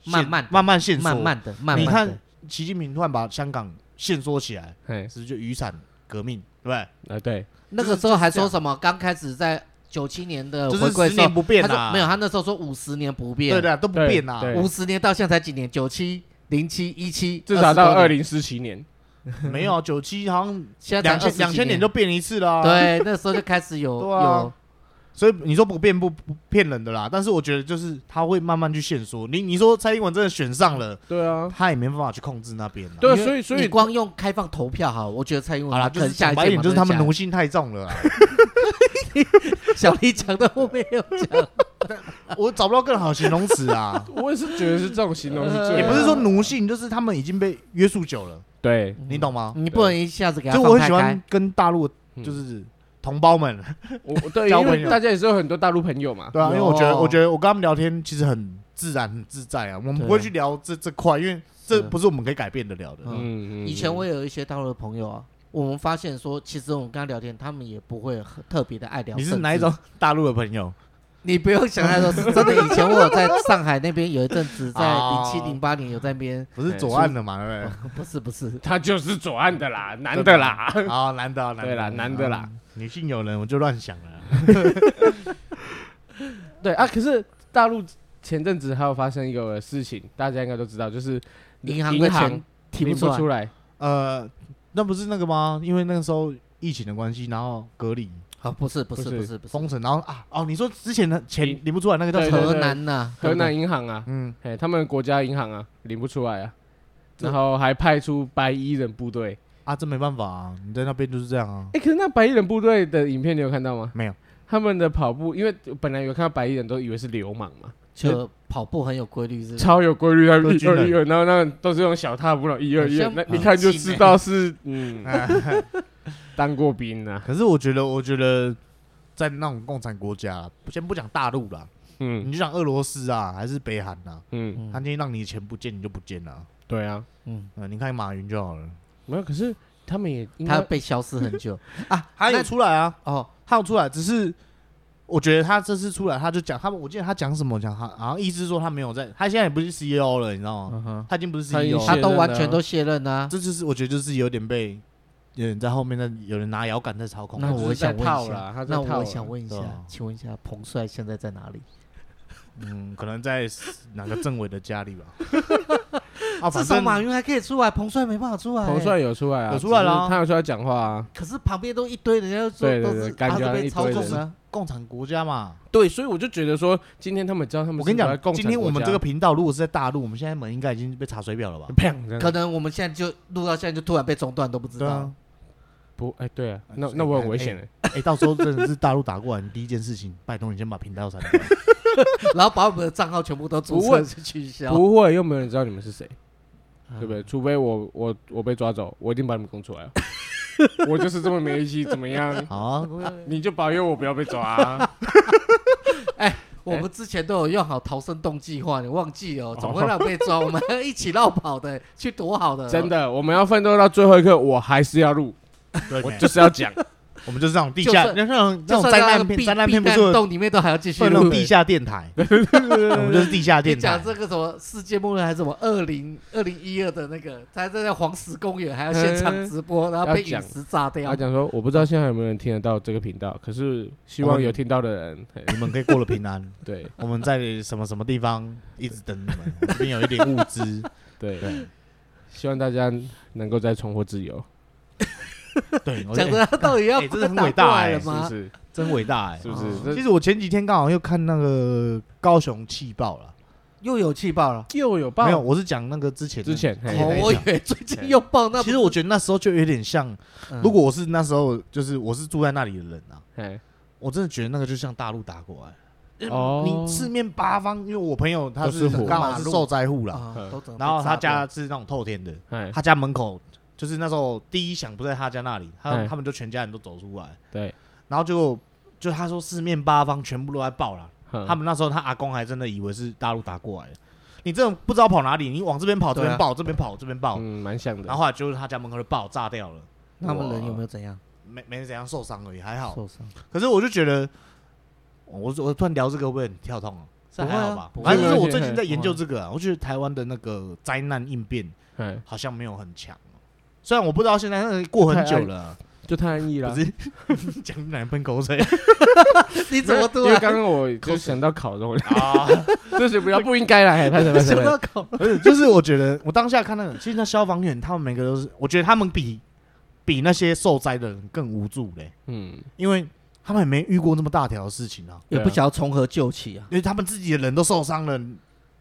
[SPEAKER 3] 限
[SPEAKER 2] 慢慢
[SPEAKER 3] 慢慢限缩，
[SPEAKER 2] 慢慢的，慢慢
[SPEAKER 3] 你
[SPEAKER 2] 地
[SPEAKER 3] 看习近平突然把香港限缩起来，
[SPEAKER 1] 嘿，
[SPEAKER 3] 是不是就雨伞革命，对不对？
[SPEAKER 1] 呃，对，
[SPEAKER 2] 那个时候还说什么？刚开始在九七年的
[SPEAKER 3] 就是
[SPEAKER 2] 呃回归
[SPEAKER 3] 十
[SPEAKER 2] 的时候
[SPEAKER 3] 年，不变
[SPEAKER 2] 他
[SPEAKER 3] 啦，
[SPEAKER 2] 说没有，他那时候说五十年不
[SPEAKER 3] 对
[SPEAKER 2] 变，
[SPEAKER 3] 对啊都不
[SPEAKER 1] 对
[SPEAKER 3] 变啦，
[SPEAKER 1] 对
[SPEAKER 2] 五十年到现在才几年？九七、零七、一七，
[SPEAKER 1] 至少到二
[SPEAKER 2] 20多年，
[SPEAKER 1] 零四七年，
[SPEAKER 3] 没有九七好像
[SPEAKER 2] 现在
[SPEAKER 3] 两
[SPEAKER 2] 才
[SPEAKER 3] 千两千
[SPEAKER 2] 年
[SPEAKER 3] 年就变一次啊啦，。
[SPEAKER 2] 对，那时候就开始有
[SPEAKER 3] 对啊
[SPEAKER 2] 有
[SPEAKER 3] 所以你说不变不不骗人的啦，但是我觉得就是他会慢慢去限缩。你你说蔡英文真的选上了，
[SPEAKER 1] 对啊，
[SPEAKER 3] 他也没办法去控制那边啦。
[SPEAKER 1] 对啊，
[SPEAKER 2] 因为
[SPEAKER 1] 所以所以，
[SPEAKER 2] 你光用开放投票哈，我觉得蔡英文
[SPEAKER 3] 好啦，
[SPEAKER 2] 可
[SPEAKER 3] 就
[SPEAKER 2] 能
[SPEAKER 3] 是
[SPEAKER 2] 下
[SPEAKER 3] 讲
[SPEAKER 2] 一
[SPEAKER 3] 白一
[SPEAKER 2] 届
[SPEAKER 3] 点，
[SPEAKER 2] 马
[SPEAKER 3] 就是
[SPEAKER 2] 上
[SPEAKER 3] 他们
[SPEAKER 2] 下
[SPEAKER 3] 奴性太重了啦。啊
[SPEAKER 2] 小丽讲的我没有 讲，
[SPEAKER 3] 我找不到更好的形容词啊
[SPEAKER 1] 我也是觉得是这种形容是最，
[SPEAKER 3] 也不是说奴性，就是他们已经被约束久了，
[SPEAKER 1] 对，
[SPEAKER 3] 你懂吗？
[SPEAKER 2] 你不能一下子给他
[SPEAKER 3] 就我
[SPEAKER 2] 放
[SPEAKER 3] 很
[SPEAKER 2] 开
[SPEAKER 3] 喜欢
[SPEAKER 2] 开。
[SPEAKER 3] 跟大陆
[SPEAKER 1] 嗯
[SPEAKER 3] 就是同胞们，
[SPEAKER 1] 我我 对，
[SPEAKER 3] 交
[SPEAKER 1] 因
[SPEAKER 3] 朋
[SPEAKER 1] 为
[SPEAKER 3] 友
[SPEAKER 1] 大家也是有很多大陆朋友嘛。
[SPEAKER 3] 对啊，因为我觉
[SPEAKER 2] 有
[SPEAKER 3] 得我觉得我跟他们聊天其实很自然很自在啊，我们
[SPEAKER 2] 对
[SPEAKER 3] 不会去聊这这块，因为这
[SPEAKER 2] 是
[SPEAKER 3] 不是我们可以改变得了的。
[SPEAKER 2] 嗯
[SPEAKER 1] 嗯
[SPEAKER 2] 以前我也有一些大陆的朋友啊，我们发现说，其实我们跟他聊天，他们也不会很特别的爱聊。
[SPEAKER 3] 你是
[SPEAKER 2] 甚
[SPEAKER 3] 哪一
[SPEAKER 2] 至
[SPEAKER 3] 种大陆的朋友？
[SPEAKER 2] 你不用想太多，是真的。以前我有在上海那边有一阵子，在零
[SPEAKER 3] 哦
[SPEAKER 2] 七零八年有在那边，
[SPEAKER 3] 不是左岸的嘛，
[SPEAKER 1] 哎
[SPEAKER 3] 对 不
[SPEAKER 2] 不是不是，
[SPEAKER 1] 他就是左岸的啦，男的啦。
[SPEAKER 3] 对？好，男的，男的
[SPEAKER 1] 对啦男的啦，
[SPEAKER 3] 嗯女性友人我就乱想 了。
[SPEAKER 1] 对啊，可是大陆前阵子还有发生一个事情，大家应该都知道，就是
[SPEAKER 2] 银行的
[SPEAKER 1] 银行
[SPEAKER 2] 钱提
[SPEAKER 1] 领
[SPEAKER 2] 不
[SPEAKER 1] 不
[SPEAKER 2] 出来，
[SPEAKER 1] 来，
[SPEAKER 3] 呃，那不是那个吗？因为那个时候疫情的关系，然后隔离
[SPEAKER 2] 啊，不是不是
[SPEAKER 1] 不
[SPEAKER 2] 不
[SPEAKER 1] 是
[SPEAKER 2] 是不是，
[SPEAKER 3] 封城，然后啊，哦，你说之前的钱
[SPEAKER 1] 领
[SPEAKER 3] 领不出来那个叫
[SPEAKER 1] 对
[SPEAKER 3] 什
[SPEAKER 1] 对
[SPEAKER 3] 么？
[SPEAKER 2] 河南呐，
[SPEAKER 1] 河南银行啊，
[SPEAKER 3] 嗯，
[SPEAKER 1] 哎，他们国家银行啊，领不出来啊，
[SPEAKER 3] 这
[SPEAKER 1] 然后还派出白衣人部队。
[SPEAKER 3] 啊，这没办法啊，你在那边就是这样啊。嗯
[SPEAKER 1] 哎，可是那白衣人部队的影片你有看到吗？
[SPEAKER 3] 没有，
[SPEAKER 1] 他们的跑步，因为本来有看到白衣人都以为是流氓嘛，
[SPEAKER 2] 就跑步很有规律，是不是
[SPEAKER 1] 超有规律，他
[SPEAKER 3] 都
[SPEAKER 1] 们一
[SPEAKER 3] 军
[SPEAKER 1] 二
[SPEAKER 3] 人
[SPEAKER 1] 一二，然后那都是用小踏步了，一二一二
[SPEAKER 2] 像，
[SPEAKER 1] 那
[SPEAKER 2] 明
[SPEAKER 1] 一看就
[SPEAKER 2] 星
[SPEAKER 1] 知
[SPEAKER 2] 欸
[SPEAKER 1] 道是嗯，
[SPEAKER 3] 欸
[SPEAKER 1] 当过兵啊，
[SPEAKER 3] 可是我觉得，我觉得在那种共产国家，先不讲大陆啦，
[SPEAKER 1] 嗯
[SPEAKER 3] 你就讲俄罗斯啊，还是北韩呐，
[SPEAKER 1] 嗯，
[SPEAKER 3] 他今天让你的钱不见，你就不见了啊。
[SPEAKER 1] 对啊，
[SPEAKER 2] 嗯，
[SPEAKER 3] 呃，你看马云就好了，
[SPEAKER 1] 没有，可是他们也应
[SPEAKER 2] 他
[SPEAKER 1] 该
[SPEAKER 2] 被消失很 久啊，
[SPEAKER 3] 他
[SPEAKER 2] 那
[SPEAKER 3] 有出来啊，
[SPEAKER 2] 哦，
[SPEAKER 3] 他有出来，只是我觉得他这次出来，他就讲他们，我记得他讲什么讲他，好像意思说他没有在，他现在也不是 CEO 了，你知道吗？
[SPEAKER 2] 嗯哼，
[SPEAKER 3] 他已经不是 E
[SPEAKER 1] 他已经
[SPEAKER 3] CEO，了
[SPEAKER 2] 他
[SPEAKER 1] 卸
[SPEAKER 2] 都
[SPEAKER 1] 任
[SPEAKER 2] 完
[SPEAKER 1] 了
[SPEAKER 2] 全都卸任啊，
[SPEAKER 3] 这就是我觉得就是有点被有人在后面的有人拿摇杆在操控。
[SPEAKER 2] 那我想问一
[SPEAKER 1] 套
[SPEAKER 2] 下
[SPEAKER 1] 啦，他，在
[SPEAKER 2] 那
[SPEAKER 1] 套
[SPEAKER 2] 我
[SPEAKER 1] 啦
[SPEAKER 2] 想问一
[SPEAKER 3] 对
[SPEAKER 2] 下
[SPEAKER 3] 啊，
[SPEAKER 2] 请问一下，彭帅现在在哪里？
[SPEAKER 3] 嗯，可能在哪个政委的家里吧。啊，
[SPEAKER 2] 至
[SPEAKER 3] 反
[SPEAKER 2] 少
[SPEAKER 3] 正
[SPEAKER 2] 马云还可以出来，彭帅没办法出来。
[SPEAKER 1] 哦彭帅，有出来啊，
[SPEAKER 3] 有出来啦
[SPEAKER 1] 只是他有出来讲话啊，
[SPEAKER 2] 可是旁边都一堆人家就
[SPEAKER 1] 对
[SPEAKER 2] 说
[SPEAKER 1] 对
[SPEAKER 2] 都
[SPEAKER 1] 对
[SPEAKER 2] 是
[SPEAKER 1] 感
[SPEAKER 2] 他
[SPEAKER 1] 觉
[SPEAKER 2] 是
[SPEAKER 1] 一堆
[SPEAKER 2] 被操
[SPEAKER 1] 人
[SPEAKER 2] 纵啊
[SPEAKER 3] 就是
[SPEAKER 2] 的。
[SPEAKER 3] 共产国家嘛。
[SPEAKER 1] 对，所以我就觉得说，今天他们知道他们，
[SPEAKER 3] 我跟你讲，
[SPEAKER 1] 共
[SPEAKER 3] 今
[SPEAKER 1] 产
[SPEAKER 3] 天
[SPEAKER 1] 国
[SPEAKER 3] 我们
[SPEAKER 1] 家
[SPEAKER 3] 这 个频道如果是在大陆，我们现在门应该已经被查水表了吧？
[SPEAKER 1] 砰，这
[SPEAKER 2] 可
[SPEAKER 1] 样
[SPEAKER 2] 能我们现在就录到现在就突然被中断都不知
[SPEAKER 3] 嗯对
[SPEAKER 2] 道
[SPEAKER 3] 啊。，
[SPEAKER 1] 不，哎，对啊，那
[SPEAKER 3] 哎
[SPEAKER 1] 那我很危险的，
[SPEAKER 3] 哎，到时候真的是大陆打过来，你第一件事情，拜托你先把频道删掉。
[SPEAKER 2] 然后把我们的账号全部都注
[SPEAKER 1] 不
[SPEAKER 2] 册
[SPEAKER 1] 会
[SPEAKER 2] 取消。
[SPEAKER 1] 不会，又没有人知道你们是谁，对
[SPEAKER 2] 啊
[SPEAKER 3] 哎
[SPEAKER 1] 不对？除非我我我被抓走，我一定把你们供出来 啊，我就是这么没义气，怎么样？
[SPEAKER 3] 好啊，
[SPEAKER 1] 你就保佑我不要被抓啊，
[SPEAKER 2] 我们之前都有用好逃生洞计划，你忘记哦？总会让被抓，我们还要一起绕跑的，去躲好
[SPEAKER 3] 呃
[SPEAKER 2] 的。
[SPEAKER 1] 真，的，我们要奋斗到最后一刻，我还是要录，
[SPEAKER 3] 对
[SPEAKER 1] 我
[SPEAKER 3] 没
[SPEAKER 1] 就是要讲，
[SPEAKER 3] 我们就是那种地
[SPEAKER 2] 就
[SPEAKER 3] 下，
[SPEAKER 2] 算
[SPEAKER 3] 那种那
[SPEAKER 2] 就
[SPEAKER 3] 种
[SPEAKER 2] 算
[SPEAKER 3] 灾
[SPEAKER 2] 到那个
[SPEAKER 3] 难片，
[SPEAKER 2] 避
[SPEAKER 3] 灾难片不
[SPEAKER 2] 避
[SPEAKER 3] 是
[SPEAKER 2] 难
[SPEAKER 3] 有
[SPEAKER 2] 洞里面都还要继续
[SPEAKER 3] 会有那
[SPEAKER 2] 录
[SPEAKER 3] 种。地下 电台，我们就是地下
[SPEAKER 2] 你
[SPEAKER 3] 电台
[SPEAKER 2] 讲。这个什么世界末日还是什么二零二零一二的那个，他在那黄石公园还要现场
[SPEAKER 3] 嗯
[SPEAKER 2] 直播，然后被
[SPEAKER 1] 要
[SPEAKER 2] 陨
[SPEAKER 1] 讲
[SPEAKER 2] 石炸
[SPEAKER 3] 啊
[SPEAKER 2] 掉
[SPEAKER 1] 要。讲说，我不知道现在有没有人听得到这个频道，可是希望有听到的人， 嘿
[SPEAKER 3] 你们可以过得平安，
[SPEAKER 1] 对
[SPEAKER 3] 我们在什么什么地方一直等你们，我们这边有一点物 资，
[SPEAKER 1] 对，
[SPEAKER 3] 对
[SPEAKER 1] 希望大家能够再重获自由，
[SPEAKER 3] 对，我觉
[SPEAKER 2] 讲
[SPEAKER 3] 得
[SPEAKER 2] 的他到底要
[SPEAKER 3] 哎真的很
[SPEAKER 2] 打
[SPEAKER 3] 伟大
[SPEAKER 2] 怪
[SPEAKER 3] 哎
[SPEAKER 2] 了
[SPEAKER 1] 是不
[SPEAKER 2] 吗？
[SPEAKER 1] 是？
[SPEAKER 3] 真伟大哎
[SPEAKER 1] 是。不是？
[SPEAKER 2] 哦
[SPEAKER 1] 这
[SPEAKER 3] 其实我前几天刚好又看那个高雄气爆了，
[SPEAKER 2] 又有气爆了。
[SPEAKER 1] 又有
[SPEAKER 3] 没有，
[SPEAKER 1] 有
[SPEAKER 3] 我是讲那个之前的
[SPEAKER 1] 之。前，嘿
[SPEAKER 3] 哦
[SPEAKER 2] 哦，我以为最近又爆那不。
[SPEAKER 3] 哎其实我觉得那时候就有点像，
[SPEAKER 2] 嗯
[SPEAKER 3] 如果我是那时候就是我是住在那里的人啊，
[SPEAKER 1] 嘿
[SPEAKER 3] 我真的觉得那个就像大陆打过来，
[SPEAKER 1] 哦
[SPEAKER 3] 你四面八方，因为我朋友他
[SPEAKER 1] 都是火
[SPEAKER 3] 刚好是受灾户啦，
[SPEAKER 2] 啊，都整个被
[SPEAKER 3] 然后
[SPEAKER 2] 炸
[SPEAKER 3] 他
[SPEAKER 2] 掉
[SPEAKER 3] 家是那种透天的，
[SPEAKER 1] 嘿，
[SPEAKER 3] 他家门口就是那时候第一响不在他家那里，他
[SPEAKER 1] 嗯
[SPEAKER 3] 他们就全家人都走出来，
[SPEAKER 1] 对，
[SPEAKER 3] 然后结果就他说四面八方全部都在爆了，
[SPEAKER 2] 嗯
[SPEAKER 1] 他
[SPEAKER 3] 他们那时候他阿公还真的以为是大陆打过来的，你这种不知道跑哪里，你往这边跑这
[SPEAKER 2] 对啊
[SPEAKER 3] 边爆这边跑这边爆，
[SPEAKER 1] 嗯蛮像的
[SPEAKER 3] 哦然后，后来就是他家门口就爆炸掉了，
[SPEAKER 2] 那他们人有没有怎样
[SPEAKER 3] 没没怎样受伤而已，还好。
[SPEAKER 2] 受伤？
[SPEAKER 3] 可是我就觉得，我我突然聊这个会不会很跳痛啊？是
[SPEAKER 2] 不会
[SPEAKER 3] 还
[SPEAKER 2] 啊
[SPEAKER 3] 好吧
[SPEAKER 2] 不，会
[SPEAKER 3] 反正就是
[SPEAKER 1] 不
[SPEAKER 3] 我
[SPEAKER 1] 会
[SPEAKER 3] 最近在研究
[SPEAKER 2] 不
[SPEAKER 3] 这个啊，我觉得台湾的那个灾难应变
[SPEAKER 1] 嘿
[SPEAKER 3] 好像没有很强哦。虽然我不知道现在那个过很久了 啊，
[SPEAKER 1] 就太安逸了
[SPEAKER 3] 不。是讲哪喷口水
[SPEAKER 2] 你怎么啊突
[SPEAKER 1] 因为
[SPEAKER 2] 然
[SPEAKER 1] 刚刚我就想到烤 肉，
[SPEAKER 3] 啊？
[SPEAKER 1] 这是不要不应该来，拍什 么
[SPEAKER 2] 想
[SPEAKER 1] 什么？
[SPEAKER 2] 到搞？
[SPEAKER 3] 不是，就是我觉得我当下看那个，其实那消防员他们每个都是，我觉得他们比比那些受灾的人更无助嘞，
[SPEAKER 1] 嗯，
[SPEAKER 3] 因为他们也没遇过这么大条的事情啊，
[SPEAKER 2] 也不晓得从何救起啊！
[SPEAKER 3] 因为他们自己的人都受伤了，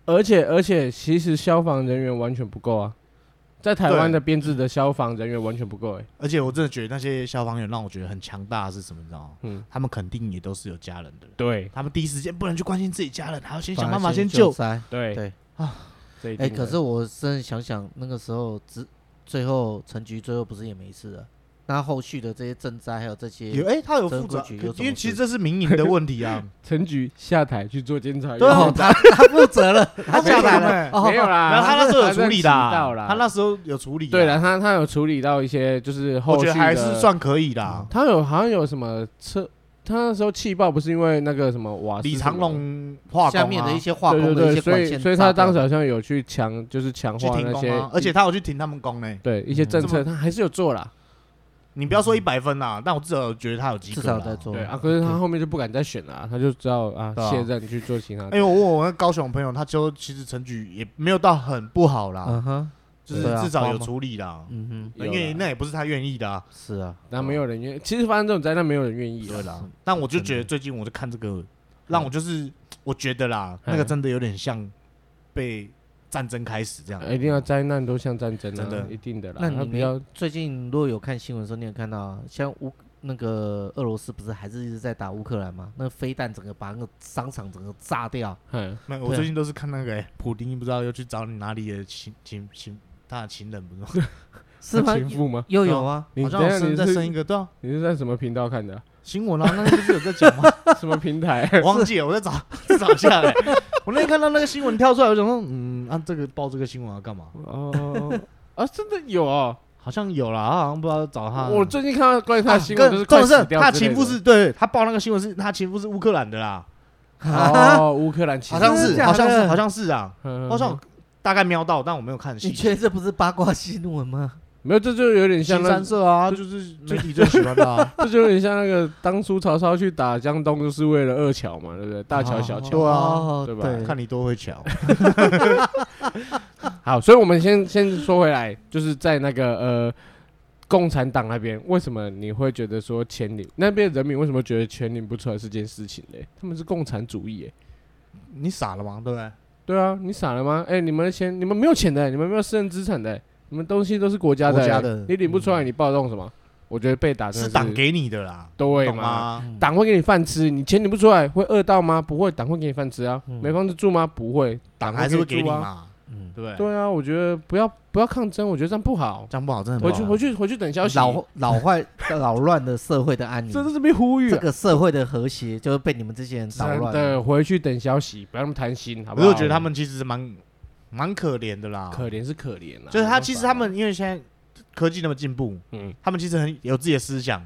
[SPEAKER 1] 而且而且，其实消防人员完全不够啊，在台湾的编制的消防人员完全不够哎。
[SPEAKER 3] 而且我真的觉得那些消防员让我觉得很强大的是什么，你知道吗？
[SPEAKER 1] 嗯，
[SPEAKER 3] 他们肯定也都是有家人的人，
[SPEAKER 1] 对
[SPEAKER 3] 他们第一时间不能去关心自己家人，还要先
[SPEAKER 2] 反
[SPEAKER 3] 想
[SPEAKER 2] 而
[SPEAKER 3] 办法先
[SPEAKER 2] 救
[SPEAKER 3] 救。
[SPEAKER 2] 灾。
[SPEAKER 1] 对
[SPEAKER 2] 对
[SPEAKER 1] 啊这一
[SPEAKER 2] 哎，
[SPEAKER 1] 定
[SPEAKER 2] 可
[SPEAKER 1] 的
[SPEAKER 2] 是我真的想想，那个时候只最后陈局最后不是也没事了？那后续的这些赈灾还有这
[SPEAKER 3] 有
[SPEAKER 2] 些，
[SPEAKER 3] 哎、他有
[SPEAKER 2] 这个
[SPEAKER 3] 负责，
[SPEAKER 2] 规矩
[SPEAKER 3] 可
[SPEAKER 2] 有什
[SPEAKER 3] 因为
[SPEAKER 2] 么
[SPEAKER 3] 其实
[SPEAKER 2] 事
[SPEAKER 3] 这是民营的问题啊。
[SPEAKER 1] 陈局下台去做监察员，
[SPEAKER 3] 对啊
[SPEAKER 2] 哦，他 他负责了，他下来了
[SPEAKER 3] 没。
[SPEAKER 2] 哦
[SPEAKER 1] 没有啦，
[SPEAKER 3] 然后他那时候有处理的
[SPEAKER 1] 他在提到啦
[SPEAKER 3] 啊，他那时候有处理啊。
[SPEAKER 1] 对了，他他有处理到一些就是后
[SPEAKER 3] 我
[SPEAKER 1] 续
[SPEAKER 3] 觉
[SPEAKER 1] 的嗯
[SPEAKER 3] 得还是算可以的啊。
[SPEAKER 1] 他有好像有什么车他那时候气爆不是因为那个什么瓦斯
[SPEAKER 3] 李
[SPEAKER 1] 什么
[SPEAKER 3] 长
[SPEAKER 1] 的
[SPEAKER 3] 龙化工、啊、
[SPEAKER 2] 下面的一些化
[SPEAKER 1] 对
[SPEAKER 2] 工的
[SPEAKER 1] 对
[SPEAKER 2] 一些
[SPEAKER 1] 对，所
[SPEAKER 2] 管
[SPEAKER 1] 以
[SPEAKER 2] 线，
[SPEAKER 1] 所以他当时好像有去强，就是强
[SPEAKER 3] 去
[SPEAKER 1] 化
[SPEAKER 3] 停
[SPEAKER 1] 那
[SPEAKER 3] 工
[SPEAKER 1] 些
[SPEAKER 3] 啊，，而且他有去停他们工呢。
[SPEAKER 1] 对一些政
[SPEAKER 3] 这
[SPEAKER 1] 策，
[SPEAKER 3] 么
[SPEAKER 1] 他还是有做啦。
[SPEAKER 3] 你不要说一百分啦，但我至少觉得他有及格。
[SPEAKER 2] 至少有在。做
[SPEAKER 1] 对啊，可是他后面就不敢再选了啊，他就知道啊
[SPEAKER 3] 对啊
[SPEAKER 1] 卸任去做其他
[SPEAKER 3] 哎、。呦，我问我那高雄朋友，他就其实成绩也没有到很不好啦，
[SPEAKER 2] 嗯哼，
[SPEAKER 3] 就是
[SPEAKER 2] 对啊
[SPEAKER 3] 至少
[SPEAKER 2] 花
[SPEAKER 3] 有
[SPEAKER 2] 吗
[SPEAKER 3] 处理啦。
[SPEAKER 2] 嗯
[SPEAKER 1] 有
[SPEAKER 3] 因为
[SPEAKER 1] 啦
[SPEAKER 3] 那也不是他愿意的、啊，
[SPEAKER 2] 哼，是啊，
[SPEAKER 1] 那没有人愿，其实发生这种灾难没有人愿意
[SPEAKER 3] 对
[SPEAKER 1] 啊的。
[SPEAKER 3] 啦。但我就觉得最近我就看这个，让我就是我觉得啦，那个
[SPEAKER 1] 嗯
[SPEAKER 3] 真的有点像被战争开始这样。
[SPEAKER 1] 一定要灾难都像战争啊，
[SPEAKER 3] 真的
[SPEAKER 1] 一定的啦。
[SPEAKER 2] 那
[SPEAKER 1] 他
[SPEAKER 2] 你
[SPEAKER 1] 比
[SPEAKER 2] 没
[SPEAKER 1] 较
[SPEAKER 2] 有最近如果有看新闻的时候，你有看到啊像乌那个俄罗斯不是还是一直在打乌克兰吗？那个飞弹整个把那个商场整个炸掉，
[SPEAKER 1] 嗯，
[SPEAKER 3] 那我
[SPEAKER 2] 对啊
[SPEAKER 3] 最近都是看那个、欸、普丁，不知道又去找你哪里的情情情他的情人，不是吗？
[SPEAKER 2] 是吗？
[SPEAKER 1] 情妇吗？
[SPEAKER 2] 又有啊，
[SPEAKER 1] 你
[SPEAKER 3] 好像
[SPEAKER 1] 等一下
[SPEAKER 3] 有生
[SPEAKER 1] 你
[SPEAKER 3] 再
[SPEAKER 1] 是
[SPEAKER 3] 生一个，对啊，
[SPEAKER 1] 你是在什么频道看的啊？
[SPEAKER 3] 新闻啊，那个不是有在讲吗？
[SPEAKER 1] 什么平 台？
[SPEAKER 3] 我忘记了，我在找找一下来。哎我那天看到那个新闻跳出来，我想说，嗯，按、这个报这个新闻要干嘛？
[SPEAKER 1] 哦啊，真的有哦！
[SPEAKER 3] 好像有啦，好像不知道找他。
[SPEAKER 1] 我最近看到关于他的新闻，就是
[SPEAKER 3] 啊重
[SPEAKER 1] 快
[SPEAKER 3] 点是
[SPEAKER 1] 死掉
[SPEAKER 3] 他
[SPEAKER 1] 之类
[SPEAKER 3] 情妇
[SPEAKER 1] 的
[SPEAKER 3] 是对他报那个新闻是他情妇是乌克兰的啦，
[SPEAKER 1] 哦， 乌克兰情
[SPEAKER 3] 好
[SPEAKER 1] 妇，
[SPEAKER 3] 像
[SPEAKER 2] 真的
[SPEAKER 3] 是
[SPEAKER 2] 假
[SPEAKER 3] 好像是
[SPEAKER 2] 的
[SPEAKER 3] 好像是啊，
[SPEAKER 1] 嗯
[SPEAKER 3] 好像我大概瞄到，但我没有看
[SPEAKER 2] 你
[SPEAKER 3] 细。
[SPEAKER 2] 觉得这不是八卦新闻吗？
[SPEAKER 1] 没有，这就有点像
[SPEAKER 3] 新
[SPEAKER 1] 那
[SPEAKER 3] 三社啊，就是媒体最喜欢的啊，
[SPEAKER 1] 这就有点像那个当初曹操去打江东，就是为了二乔嘛，对不对？大乔、小
[SPEAKER 3] 哦
[SPEAKER 1] 乔。
[SPEAKER 3] 对啊
[SPEAKER 2] 哦
[SPEAKER 1] 对吧
[SPEAKER 3] 看你多会巧。
[SPEAKER 1] 好，所以我们先先说回来，就是在那个呃共产党那边，为什么你会觉得说钱领那边人民为什么觉得钱领不出来是件事情嘞？他们是共产主义耶。
[SPEAKER 3] 你傻了吗？对不对？
[SPEAKER 1] 对啊，你傻了吗？哎、你们的钱，你们没有钱的，你们没有私人资产的，你们东西都是国家的，
[SPEAKER 3] 国家的
[SPEAKER 1] 你领不出来，你暴动什么？我觉得被啊打真的
[SPEAKER 3] 是党给你的啦，
[SPEAKER 1] 对
[SPEAKER 3] 懂
[SPEAKER 1] 嘛？
[SPEAKER 3] 吗？
[SPEAKER 2] 嗯
[SPEAKER 1] 党会给你饭吃，你钱领不出来会饿到吗？不会，党会给你饭吃啊。
[SPEAKER 2] 嗯
[SPEAKER 1] 没房子住吗？不会，
[SPEAKER 3] 党还是会给你
[SPEAKER 1] 党住啊。
[SPEAKER 3] 嘛，
[SPEAKER 2] 嗯
[SPEAKER 3] 对不对？
[SPEAKER 1] 对啊，我觉得不要不要抗争，我觉得这样不好。啊
[SPEAKER 3] 这样不好，真的不
[SPEAKER 1] 回
[SPEAKER 3] 好
[SPEAKER 1] 去回去回去等消息。
[SPEAKER 2] 老老坏老乱的社会 的安宁
[SPEAKER 1] 这，是这边呼吁
[SPEAKER 2] 这
[SPEAKER 1] 啊，
[SPEAKER 2] 个社会的和谐就会被你们这些人捣
[SPEAKER 1] 真
[SPEAKER 2] 乱。
[SPEAKER 1] 的回去等消息，不要那么贪心，好
[SPEAKER 3] 我
[SPEAKER 1] 不好？
[SPEAKER 3] 就觉得他们其实蛮蛮可怜的啦，
[SPEAKER 1] 可怜是可怜啊，
[SPEAKER 3] 就是
[SPEAKER 1] 没
[SPEAKER 3] 他
[SPEAKER 1] 办法
[SPEAKER 3] 其实他们因为现在科技那么进步，
[SPEAKER 1] 嗯，
[SPEAKER 3] 他们其实很有自己的思想，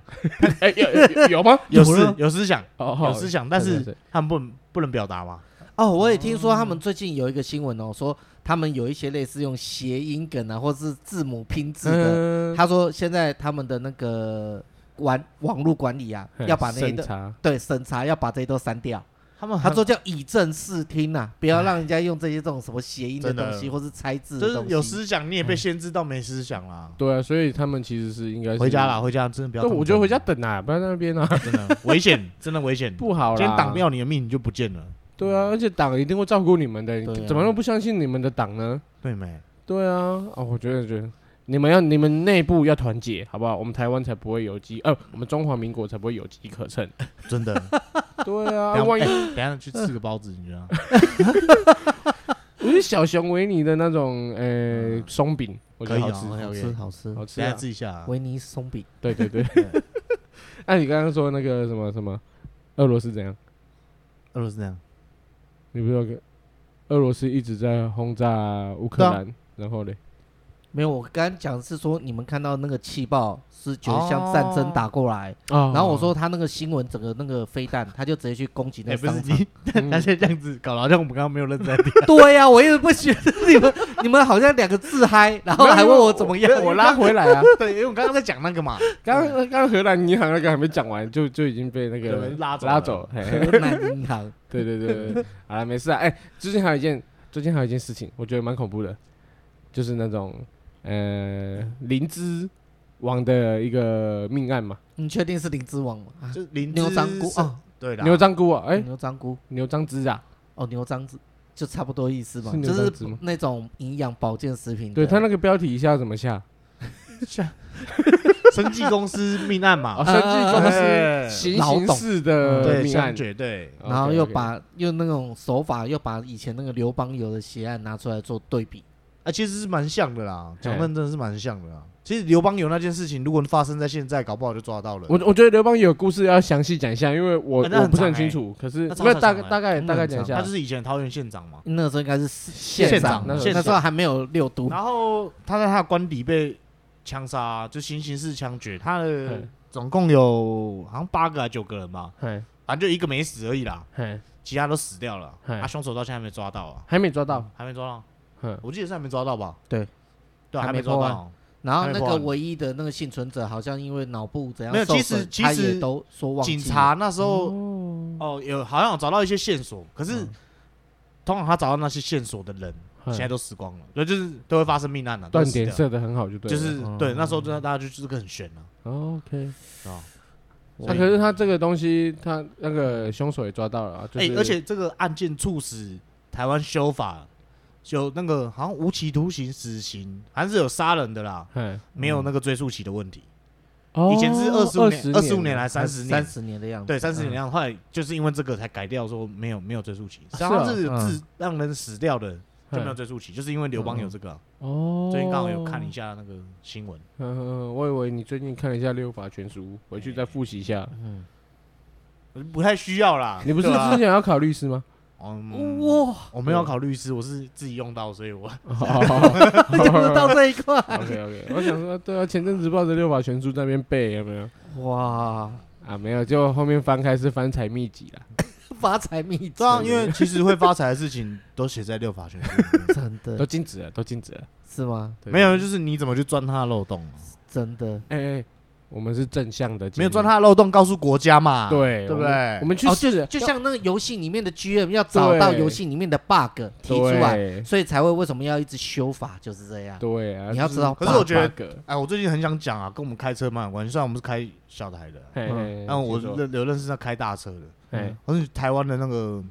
[SPEAKER 1] 哎有有 有吗？
[SPEAKER 3] 有
[SPEAKER 2] 有
[SPEAKER 3] 思
[SPEAKER 2] 了
[SPEAKER 3] 有思想
[SPEAKER 1] 哦，好
[SPEAKER 3] 有思想，但
[SPEAKER 1] 是
[SPEAKER 3] 是
[SPEAKER 1] 是
[SPEAKER 3] 他们不能不能表达嘛，
[SPEAKER 2] 哦，我也听说他
[SPEAKER 1] 嗯
[SPEAKER 2] 们最近有一个新闻哦，说他们有一些类似用谐音梗啊，或是字母拼字的。
[SPEAKER 1] 嗯
[SPEAKER 2] 他说现在他们的那个玩网络管理啊，要把那一
[SPEAKER 1] 审
[SPEAKER 2] 段
[SPEAKER 1] 查
[SPEAKER 2] 对审查要把这些都删掉。
[SPEAKER 3] 他们
[SPEAKER 2] 他
[SPEAKER 3] 很
[SPEAKER 2] 说叫以正视听呐、不要让人家用这些这种什么谐音的
[SPEAKER 3] 真的
[SPEAKER 2] 东西，或是猜字
[SPEAKER 3] 就
[SPEAKER 2] 的东
[SPEAKER 3] 是
[SPEAKER 2] 西。
[SPEAKER 3] 有思想，你也被限制到没思想啦。
[SPEAKER 1] 对啊，所以他们其实是应该是
[SPEAKER 3] 回家啦，。回家真的不
[SPEAKER 1] 嗯
[SPEAKER 3] 要
[SPEAKER 1] 对，
[SPEAKER 3] 这么做。
[SPEAKER 1] 我觉得回家等啊，不要在那边啊，
[SPEAKER 3] 真的危 险，真的危险。
[SPEAKER 1] 不好啦。
[SPEAKER 3] 今天挡不。了你的命，你就不见了，
[SPEAKER 1] 对啊，而且党一定会照顾你们的，
[SPEAKER 2] 对
[SPEAKER 1] 你
[SPEAKER 2] 啊
[SPEAKER 1] 怎么能不相信你们的党呢？
[SPEAKER 3] 对没？
[SPEAKER 1] 对啊，啊，我觉得觉得你们要你们内部要团结，好不好？我们台湾才不会有机，呃，我们中华民国才不会有机可乘。
[SPEAKER 3] 真的。
[SPEAKER 1] 对啊，
[SPEAKER 3] 等一下
[SPEAKER 1] 万一
[SPEAKER 3] 哎等一下去吃个包子，你觉得？
[SPEAKER 1] 我觉得小熊维尼的那种呃松饼，我觉得好
[SPEAKER 3] 嗯可以啊
[SPEAKER 1] 吃，
[SPEAKER 3] 哎
[SPEAKER 2] 好
[SPEAKER 3] OK
[SPEAKER 2] 吃好吃，
[SPEAKER 1] 好吃
[SPEAKER 3] 等一下
[SPEAKER 1] 啊。
[SPEAKER 3] 吃一下啊。
[SPEAKER 2] 维尼松饼
[SPEAKER 1] 对对对。 那你刚刚说那个什么什么俄罗斯怎样？
[SPEAKER 3] 俄
[SPEAKER 1] 哦
[SPEAKER 3] 罗斯那样，
[SPEAKER 1] 你不知道跟俄罗斯一直在轰炸乌克
[SPEAKER 3] 啊
[SPEAKER 1] 兰，然后嘞，
[SPEAKER 2] 没有，我刚刚讲的是说你们看到那个气爆是觉得像战争打过来，
[SPEAKER 1] 啊
[SPEAKER 3] 哦
[SPEAKER 2] 然后我说他那个新闻整个那个飞弹，他就直接去攻击那
[SPEAKER 3] 哎，
[SPEAKER 2] 个
[SPEAKER 3] 不
[SPEAKER 2] 商
[SPEAKER 3] 是
[SPEAKER 2] 场。
[SPEAKER 3] 你，
[SPEAKER 1] 嗯
[SPEAKER 3] 他现在这样子搞得好像我们刚刚没有认真 听。
[SPEAKER 2] 对呀、我一直不觉得你们你们好像两个自嗨，然后还问我怎么 样，
[SPEAKER 1] 我 拉回来啊，
[SPEAKER 3] 对，因为我刚刚在讲那个嘛，
[SPEAKER 1] 刚刚刚刚荷兰银行那个还没讲完，就就已经被那个
[SPEAKER 3] 对拉走了
[SPEAKER 1] 拉走。嘿嘿
[SPEAKER 2] 河南银行
[SPEAKER 1] 对对对 对，对好了，没事啊。哎，最近还有一件，最近还有一件事情，我觉得蛮恐怖的，就是那种呃灵芝王的一个命案嘛，
[SPEAKER 2] 你确定是灵之王吗？啊
[SPEAKER 3] 就灵
[SPEAKER 2] 牛掌菇
[SPEAKER 3] 啊，
[SPEAKER 2] 哦，
[SPEAKER 3] 对啦，嗯
[SPEAKER 1] 牛张菇啊，哎，
[SPEAKER 2] 牛掌菇
[SPEAKER 1] 牛张芝啊，
[SPEAKER 2] 哦，牛掌子就差不多意思嘛，
[SPEAKER 1] 是牛
[SPEAKER 2] 就
[SPEAKER 1] 掌
[SPEAKER 2] 是
[SPEAKER 1] 子吗
[SPEAKER 2] 那种营养保健食
[SPEAKER 3] 嗯
[SPEAKER 2] 品的。
[SPEAKER 1] 对他那个标题一下怎么下？
[SPEAKER 3] 生技公司命案嘛
[SPEAKER 1] 哦，，生技公
[SPEAKER 3] 哎
[SPEAKER 1] 司行
[SPEAKER 2] 老
[SPEAKER 1] 刑
[SPEAKER 2] 董
[SPEAKER 1] 事
[SPEAKER 2] 嗯
[SPEAKER 1] 的
[SPEAKER 3] 对，
[SPEAKER 1] 命案
[SPEAKER 3] 相，决对，
[SPEAKER 2] 然后又
[SPEAKER 1] OK，OK
[SPEAKER 2] 把用那种手法，又把以前那个刘邦有的血案拿出来做对比。
[SPEAKER 3] 啊，其实是蛮像的啦，讲
[SPEAKER 1] 嘿
[SPEAKER 3] 认真的是蛮像的啦。其实刘邦友那件事情，如果发生在现在，搞不好就抓到了。
[SPEAKER 1] 我我觉得刘邦有故事要详细讲一下，因为我、
[SPEAKER 3] 哎那很
[SPEAKER 1] 我不是很
[SPEAKER 3] 长
[SPEAKER 1] 清楚，可是
[SPEAKER 3] 那超
[SPEAKER 1] 没有
[SPEAKER 3] 超
[SPEAKER 1] 大
[SPEAKER 3] 长哎
[SPEAKER 1] 大概
[SPEAKER 2] 嗯
[SPEAKER 1] 大概
[SPEAKER 2] 很
[SPEAKER 1] 讲一
[SPEAKER 2] 对
[SPEAKER 1] 下
[SPEAKER 3] 他就，是以前桃园县长嘛，
[SPEAKER 2] 那个时候应该是
[SPEAKER 1] 县
[SPEAKER 2] 县
[SPEAKER 1] 长
[SPEAKER 2] 长，
[SPEAKER 1] 那
[SPEAKER 2] 那
[SPEAKER 1] 时候
[SPEAKER 2] 时候还没有六都。
[SPEAKER 3] 然后他在他的官邸被枪杀，就行刑事枪决，他的
[SPEAKER 1] 嗯
[SPEAKER 3] 总共有好像八个还九个人吧，
[SPEAKER 1] 嘿，
[SPEAKER 3] 反正就一个没死而已啦，
[SPEAKER 1] 嘿，
[SPEAKER 3] 其他都死掉了。
[SPEAKER 1] 嘿
[SPEAKER 3] 啊，凶手到现在还没抓到啊，
[SPEAKER 1] 还没抓到，
[SPEAKER 3] 还没抓到，
[SPEAKER 1] 哼，
[SPEAKER 3] 我记得是还没抓到吧？
[SPEAKER 2] 哦对，
[SPEAKER 3] 对啊，
[SPEAKER 2] 还
[SPEAKER 3] 还
[SPEAKER 2] 没
[SPEAKER 3] 没抓
[SPEAKER 2] 破案
[SPEAKER 3] 到。
[SPEAKER 2] 然后那
[SPEAKER 3] 太
[SPEAKER 2] 个
[SPEAKER 3] 乱了
[SPEAKER 2] 唯一的那个幸存者，好像因为脑部怎样
[SPEAKER 3] 没有
[SPEAKER 2] 受
[SPEAKER 3] 其实
[SPEAKER 2] 损
[SPEAKER 3] 其
[SPEAKER 2] 他
[SPEAKER 3] 实
[SPEAKER 2] 也都说忘记
[SPEAKER 3] 警
[SPEAKER 2] 了
[SPEAKER 3] 察那时候
[SPEAKER 1] 哦，
[SPEAKER 3] 哦，有好像有找到一些线索，可是
[SPEAKER 2] 嗯
[SPEAKER 3] 通常他找到那些线索的人，
[SPEAKER 1] 嗯
[SPEAKER 3] 现在都死光了，所以就是都会发生命案了，啊
[SPEAKER 1] 断
[SPEAKER 3] 都死
[SPEAKER 1] 点
[SPEAKER 3] 掉
[SPEAKER 1] 设的很好，就对哦
[SPEAKER 3] 就
[SPEAKER 1] 了，哦
[SPEAKER 3] 是
[SPEAKER 2] 嗯
[SPEAKER 3] 对那时候真的大家就就是个很悬啊了，
[SPEAKER 1] OK。
[SPEAKER 3] 是吧？
[SPEAKER 1] 那、
[SPEAKER 3] 所以
[SPEAKER 1] 可是他这个东西，他那个凶手也抓到了啊，就
[SPEAKER 3] 哎
[SPEAKER 1] 是、，
[SPEAKER 3] 而且这个案件促使台湾修法，有那个好像无期徒刑、死刑，还是有杀人的啦，
[SPEAKER 1] 嘿，
[SPEAKER 3] 没有那个追溯期的问题。
[SPEAKER 1] 哦
[SPEAKER 3] 以前是25年
[SPEAKER 1] 20
[SPEAKER 3] 25年来30年
[SPEAKER 2] 三十年的样子，
[SPEAKER 3] 对，三十年
[SPEAKER 2] 嗯
[SPEAKER 3] 然后后来就是因为这个才改掉说没有没有追溯期，
[SPEAKER 1] 啊
[SPEAKER 3] 像他
[SPEAKER 1] 是
[SPEAKER 3] 是
[SPEAKER 2] 啊
[SPEAKER 3] 自让人死掉的就没有
[SPEAKER 1] 嘿嗯
[SPEAKER 3] 追溯期，就是因为刘邦有这个啊。
[SPEAKER 1] 哦。
[SPEAKER 3] 最近刚好有看一，下那个新闻，
[SPEAKER 1] 嗯嗯嗯，我以为你最近看了一下《六法全书》，回去再复习一下。
[SPEAKER 2] 嗯，
[SPEAKER 3] 我呃就不太需要啦。
[SPEAKER 1] 你不是
[SPEAKER 3] 对
[SPEAKER 1] 之
[SPEAKER 3] 啊
[SPEAKER 1] 前要考律师 吗？
[SPEAKER 3] 嗯，
[SPEAKER 2] 哇，
[SPEAKER 3] 我没有考律师，我是自己用到，所以我啊
[SPEAKER 2] 你怎么到这一块？
[SPEAKER 1] OK OK，我哦想说，对啊，前阵子抱着《六法全书》在那边背，有没有？
[SPEAKER 2] 哇，
[SPEAKER 1] 啊，没有，就后面翻开是翻财秘籍啦。
[SPEAKER 2] 发财秘籍，
[SPEAKER 3] 这啊样，因为其实会发财的事情都写在六法全书里面
[SPEAKER 2] 真
[SPEAKER 1] 都
[SPEAKER 2] 的
[SPEAKER 1] 禁止了，都禁止了。
[SPEAKER 2] 是吗？
[SPEAKER 1] 对
[SPEAKER 3] 没有，，就是你怎么去钻它的漏洞啊，
[SPEAKER 2] 真的
[SPEAKER 1] 哎、哎我们是正向的，
[SPEAKER 3] 没有钻，它的漏洞，告诉国家嘛，
[SPEAKER 1] 对
[SPEAKER 3] 啊对不
[SPEAKER 1] 我们
[SPEAKER 3] 对
[SPEAKER 1] 我？们去
[SPEAKER 2] 哦
[SPEAKER 1] 试、
[SPEAKER 2] 就像那个游戏里面的 GM 要找到
[SPEAKER 1] 对
[SPEAKER 2] 游戏里面的 bug 提出来，
[SPEAKER 1] 对
[SPEAKER 2] 所以才会为什么要一直修法，就是这样。
[SPEAKER 1] 对啊，
[SPEAKER 2] 你要知道
[SPEAKER 1] 就
[SPEAKER 3] 可是我觉得
[SPEAKER 1] bug
[SPEAKER 3] 哎，我最近很想讲啊，跟我们开车蛮有关系，虽然我们是开小台的，啊
[SPEAKER 1] 嘿嘿，
[SPEAKER 3] 但我
[SPEAKER 1] 请说
[SPEAKER 3] 认有认识那开大车的，
[SPEAKER 1] 嘿
[SPEAKER 3] 而且台湾的那个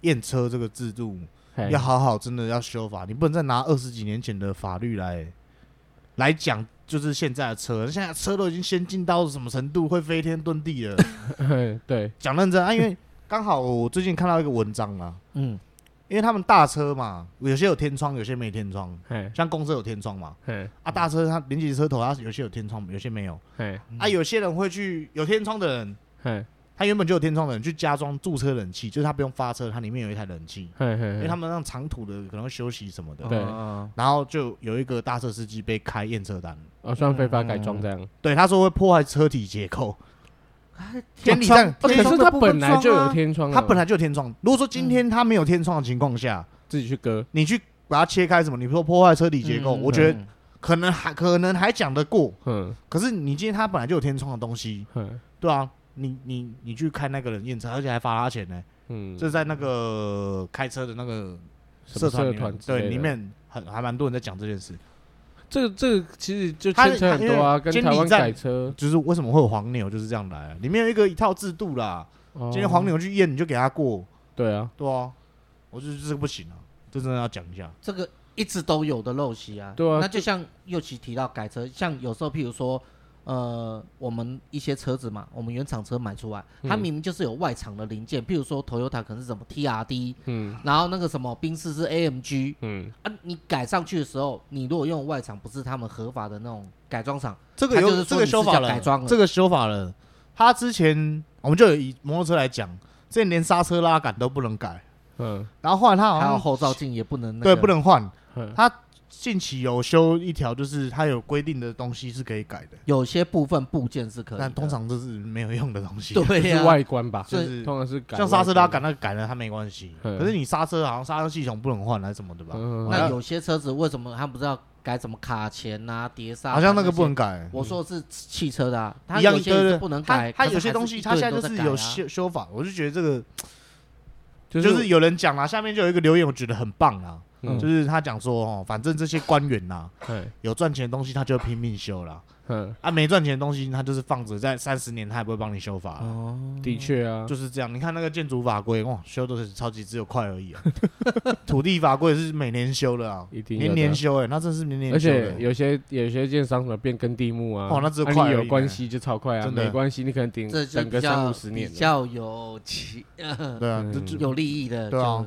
[SPEAKER 3] 验车这个制度，
[SPEAKER 1] 嘿
[SPEAKER 3] 嗯要好好真的要修法，你不能再拿二十几年前的法律来来讲，就是现在的车，现在的车都已经先进到什么程度，会飞天遁地了。
[SPEAKER 1] 嘿 对，
[SPEAKER 3] 讲认真啊，因为刚好我最近看到一个文章嘛，
[SPEAKER 2] 嗯，
[SPEAKER 3] 因为他们大车嘛，有些有天窗，有些没天窗，
[SPEAKER 1] 嘿
[SPEAKER 3] 像公车有天窗嘛，
[SPEAKER 1] 嘿
[SPEAKER 3] 啊大车它连接车头它有些有天窗，有些没有，
[SPEAKER 1] 嘿
[SPEAKER 3] 啊有些人会去有天窗的人。
[SPEAKER 1] 嘿
[SPEAKER 3] 他原本就有天窗的人去加装驻车冷气，就是他不用发车，他里面有一台冷气，
[SPEAKER 1] 嘿
[SPEAKER 3] 因
[SPEAKER 1] 嘿，
[SPEAKER 3] 为他们让长途的可能会休息什么的。
[SPEAKER 1] 对
[SPEAKER 2] 嗯哦
[SPEAKER 3] 然后就有一个大车司机被开验车单，
[SPEAKER 1] 哦算非法改装这样，
[SPEAKER 3] 对他说会破坏车体结构，天
[SPEAKER 2] 天
[SPEAKER 3] 理上
[SPEAKER 1] 哦哦可
[SPEAKER 2] 天
[SPEAKER 1] 是
[SPEAKER 2] 窗
[SPEAKER 1] 他
[SPEAKER 2] 的部
[SPEAKER 1] 本
[SPEAKER 2] 分
[SPEAKER 1] 来就
[SPEAKER 2] 装
[SPEAKER 1] 有
[SPEAKER 2] 啊
[SPEAKER 1] 天窗了，嗯
[SPEAKER 3] 他本来就有天窗。如果说今天他没有天窗的情况下，
[SPEAKER 1] 自己去割，
[SPEAKER 3] 你去把它切开什么，你说破坏车体结构，
[SPEAKER 2] 嗯
[SPEAKER 3] 我觉得
[SPEAKER 2] 嗯
[SPEAKER 3] 可能还可能还讲得过。
[SPEAKER 1] 嗯
[SPEAKER 3] 可是你今天他本来就有天窗的东西，
[SPEAKER 1] 哼
[SPEAKER 3] 对啊，你你你去开那个人验车，而且还罚他钱呢，
[SPEAKER 1] 嗯，
[SPEAKER 3] 这在那个开车的那个
[SPEAKER 1] 什么
[SPEAKER 3] 团
[SPEAKER 1] 社
[SPEAKER 3] 里面
[SPEAKER 1] 团，之类
[SPEAKER 3] 对
[SPEAKER 1] 的
[SPEAKER 3] 里面很还蛮多人在讲这件事，
[SPEAKER 1] 这个这个其实就
[SPEAKER 3] 他
[SPEAKER 1] 牵扯很多
[SPEAKER 3] 他因
[SPEAKER 1] 啊，
[SPEAKER 3] 为
[SPEAKER 1] 跟
[SPEAKER 3] 监
[SPEAKER 1] 台
[SPEAKER 3] 理
[SPEAKER 1] 湾
[SPEAKER 3] 站
[SPEAKER 1] 改车，
[SPEAKER 3] 就是为什么会有黄牛就是这样来，里面有一个一套制度啦。
[SPEAKER 1] 今
[SPEAKER 3] 今天黄牛去验，你就给他过，
[SPEAKER 1] 哦对啊，
[SPEAKER 3] 对啊，我就是这个不行啊，这真的要讲一下。
[SPEAKER 2] 这个一直都有的陋习啊。
[SPEAKER 1] 对啊
[SPEAKER 2] 那就像右奇提到改车，像有时候譬如说，呃，我们一些车子嘛，我们原厂车买出来，它
[SPEAKER 1] 嗯
[SPEAKER 2] 明明就是有外厂的零件，譬如说 Toyota 可能是什么 TRD，
[SPEAKER 1] 嗯
[SPEAKER 2] 然后那个什么宾士是 AMG
[SPEAKER 1] 嗯，
[SPEAKER 2] 啊，你改上去的时候，你如果用外厂，不是他们合法的那种改装厂，
[SPEAKER 3] 这
[SPEAKER 2] 他
[SPEAKER 3] 个
[SPEAKER 2] 就是说
[SPEAKER 3] 有这个修
[SPEAKER 2] 你
[SPEAKER 3] 法
[SPEAKER 2] 是叫
[SPEAKER 3] 了，
[SPEAKER 2] 改装了
[SPEAKER 3] 这个修法了。他之前我们就有以摩托车来讲，之前连刹车拉杆都不能改，
[SPEAKER 1] 嗯
[SPEAKER 3] 然后后来他好
[SPEAKER 2] 还有
[SPEAKER 3] 像
[SPEAKER 2] 后照镜也不能那
[SPEAKER 3] 哦对
[SPEAKER 2] 个，
[SPEAKER 3] 不能换，
[SPEAKER 1] 嗯
[SPEAKER 3] 近期有修一条，就是他有规定的东西是可以改的，
[SPEAKER 2] 有些部分部件是可以的，
[SPEAKER 3] 但通常都是没有用的东西，
[SPEAKER 1] 就
[SPEAKER 2] 对
[SPEAKER 1] 是
[SPEAKER 2] 呀、
[SPEAKER 1] 外观吧，
[SPEAKER 3] 就
[SPEAKER 2] 对
[SPEAKER 3] 啊是
[SPEAKER 1] 通常是改
[SPEAKER 3] 像刹车拉
[SPEAKER 1] 外
[SPEAKER 3] 杆那个改了它没关系，
[SPEAKER 1] 嗯
[SPEAKER 3] 可是你刹车好像刹车系统不能换还是什么的吧
[SPEAKER 1] 观，？嗯，
[SPEAKER 2] 那有些车子为什么他不知道改什么卡钳啊、碟刹？
[SPEAKER 3] 好像那
[SPEAKER 2] 那
[SPEAKER 3] 个不
[SPEAKER 2] 些
[SPEAKER 3] 能改，
[SPEAKER 2] 我说的是汽车的、啊，它
[SPEAKER 3] 一样
[SPEAKER 2] 有些
[SPEAKER 3] 对
[SPEAKER 2] 也
[SPEAKER 3] 对
[SPEAKER 2] 是不能改，
[SPEAKER 3] 他
[SPEAKER 2] 可是
[SPEAKER 3] 有些
[SPEAKER 2] 还
[SPEAKER 3] 东
[SPEAKER 2] 是
[SPEAKER 3] 西
[SPEAKER 2] 一
[SPEAKER 3] 他
[SPEAKER 2] 堆
[SPEAKER 3] 现
[SPEAKER 2] 人都
[SPEAKER 3] 在就是
[SPEAKER 2] 改
[SPEAKER 3] 有
[SPEAKER 2] 啊
[SPEAKER 3] 修修法，我就觉得这个
[SPEAKER 1] 就
[SPEAKER 3] 就是有人讲啦，啊下面就有一个留言，我觉得很棒啊，
[SPEAKER 1] 嗯
[SPEAKER 3] 就是他讲说哦，反正这些官员呐、
[SPEAKER 1] 嘿
[SPEAKER 3] 有赚钱的东西他就拼命修啦，
[SPEAKER 1] 嗯，
[SPEAKER 3] 啊没赚钱的东西他就是放着，在三十年他也不会帮你修法啊、
[SPEAKER 1] 哦的确啊，
[SPEAKER 3] 就是这样。你看那个建筑法规，哇，修的是超级只有快而已啊， 土地法规也是每年修的啊，
[SPEAKER 1] 一定要
[SPEAKER 3] 年
[SPEAKER 1] 的
[SPEAKER 3] 年修哎、那真是年年
[SPEAKER 1] 而
[SPEAKER 3] 修
[SPEAKER 1] 且
[SPEAKER 3] 的。
[SPEAKER 1] 有些有些建商什么变更地目啊，
[SPEAKER 3] 哦那只有
[SPEAKER 1] 啊
[SPEAKER 3] 快
[SPEAKER 1] 你
[SPEAKER 3] 而
[SPEAKER 1] 有
[SPEAKER 3] 已
[SPEAKER 1] 关
[SPEAKER 3] 呢
[SPEAKER 1] 系就超快啊，
[SPEAKER 3] 真
[SPEAKER 1] 没
[SPEAKER 3] 的
[SPEAKER 1] 关系，你可能顶
[SPEAKER 2] 这就
[SPEAKER 1] 等
[SPEAKER 2] 比
[SPEAKER 1] 个三
[SPEAKER 2] 较
[SPEAKER 1] 五十年
[SPEAKER 2] 比
[SPEAKER 1] 了，
[SPEAKER 2] 较有 其呃
[SPEAKER 3] 对啊，
[SPEAKER 1] 嗯
[SPEAKER 3] 这就
[SPEAKER 2] 有利益的，
[SPEAKER 3] 对啊
[SPEAKER 2] 就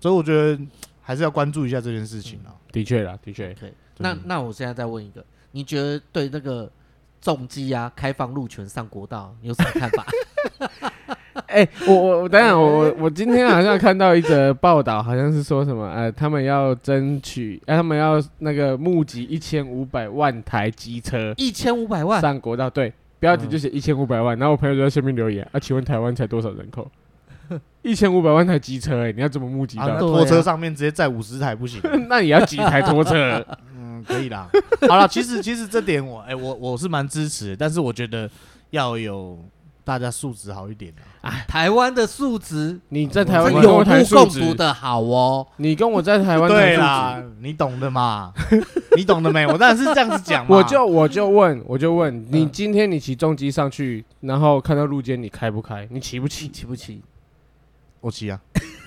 [SPEAKER 3] 所以我觉得还是要关注一下这件事情啊。
[SPEAKER 1] 的确啦，的确，
[SPEAKER 2] OK。那那我现在再问一个，你觉得对那个重机啊开放路权上国道有什么看法？
[SPEAKER 1] 哎、我我我等一下，我我我今天好像看到一则报道，好像是说什么呃，他们要争取，呃、他们要那个募集一千五百万台机车
[SPEAKER 2] 一千五百万，
[SPEAKER 1] 上国道，对，标题就
[SPEAKER 2] 嗯
[SPEAKER 1] 写一千五百万，然后我朋友就在下面留言啊，请问台湾才多少人口？一千五百万台机车哎、你要怎么募集
[SPEAKER 3] 啊，
[SPEAKER 1] 到？
[SPEAKER 3] 那
[SPEAKER 2] 对
[SPEAKER 3] 拖车
[SPEAKER 2] 啊
[SPEAKER 3] 上面直接载五十台不行。啊
[SPEAKER 1] 那也要几台拖 车？
[SPEAKER 3] 嗯，可以啦。好了，其实其实这点我哎、我我是蛮支持的，但是我觉得要有大家素质好一点啊。
[SPEAKER 2] 哎台湾的素质
[SPEAKER 1] 你在台
[SPEAKER 2] 是
[SPEAKER 1] 湾
[SPEAKER 3] 我
[SPEAKER 1] 跟
[SPEAKER 2] 有
[SPEAKER 1] 我
[SPEAKER 2] 目
[SPEAKER 1] 谈素
[SPEAKER 2] 共
[SPEAKER 1] 质，
[SPEAKER 2] 睹的好哦。
[SPEAKER 1] 你跟我在台湾谈
[SPEAKER 3] 对
[SPEAKER 1] 素
[SPEAKER 3] 啦，你懂的嘛， 你懂的没？我当然是这样子讲
[SPEAKER 1] 质，
[SPEAKER 3] 嘛。
[SPEAKER 1] 我就我就问，我就问你，
[SPEAKER 3] 嗯
[SPEAKER 1] 今天你骑重机上去，然后看到路肩，你开不开？你骑不 骑？
[SPEAKER 2] 起不起？
[SPEAKER 3] 我骑啊，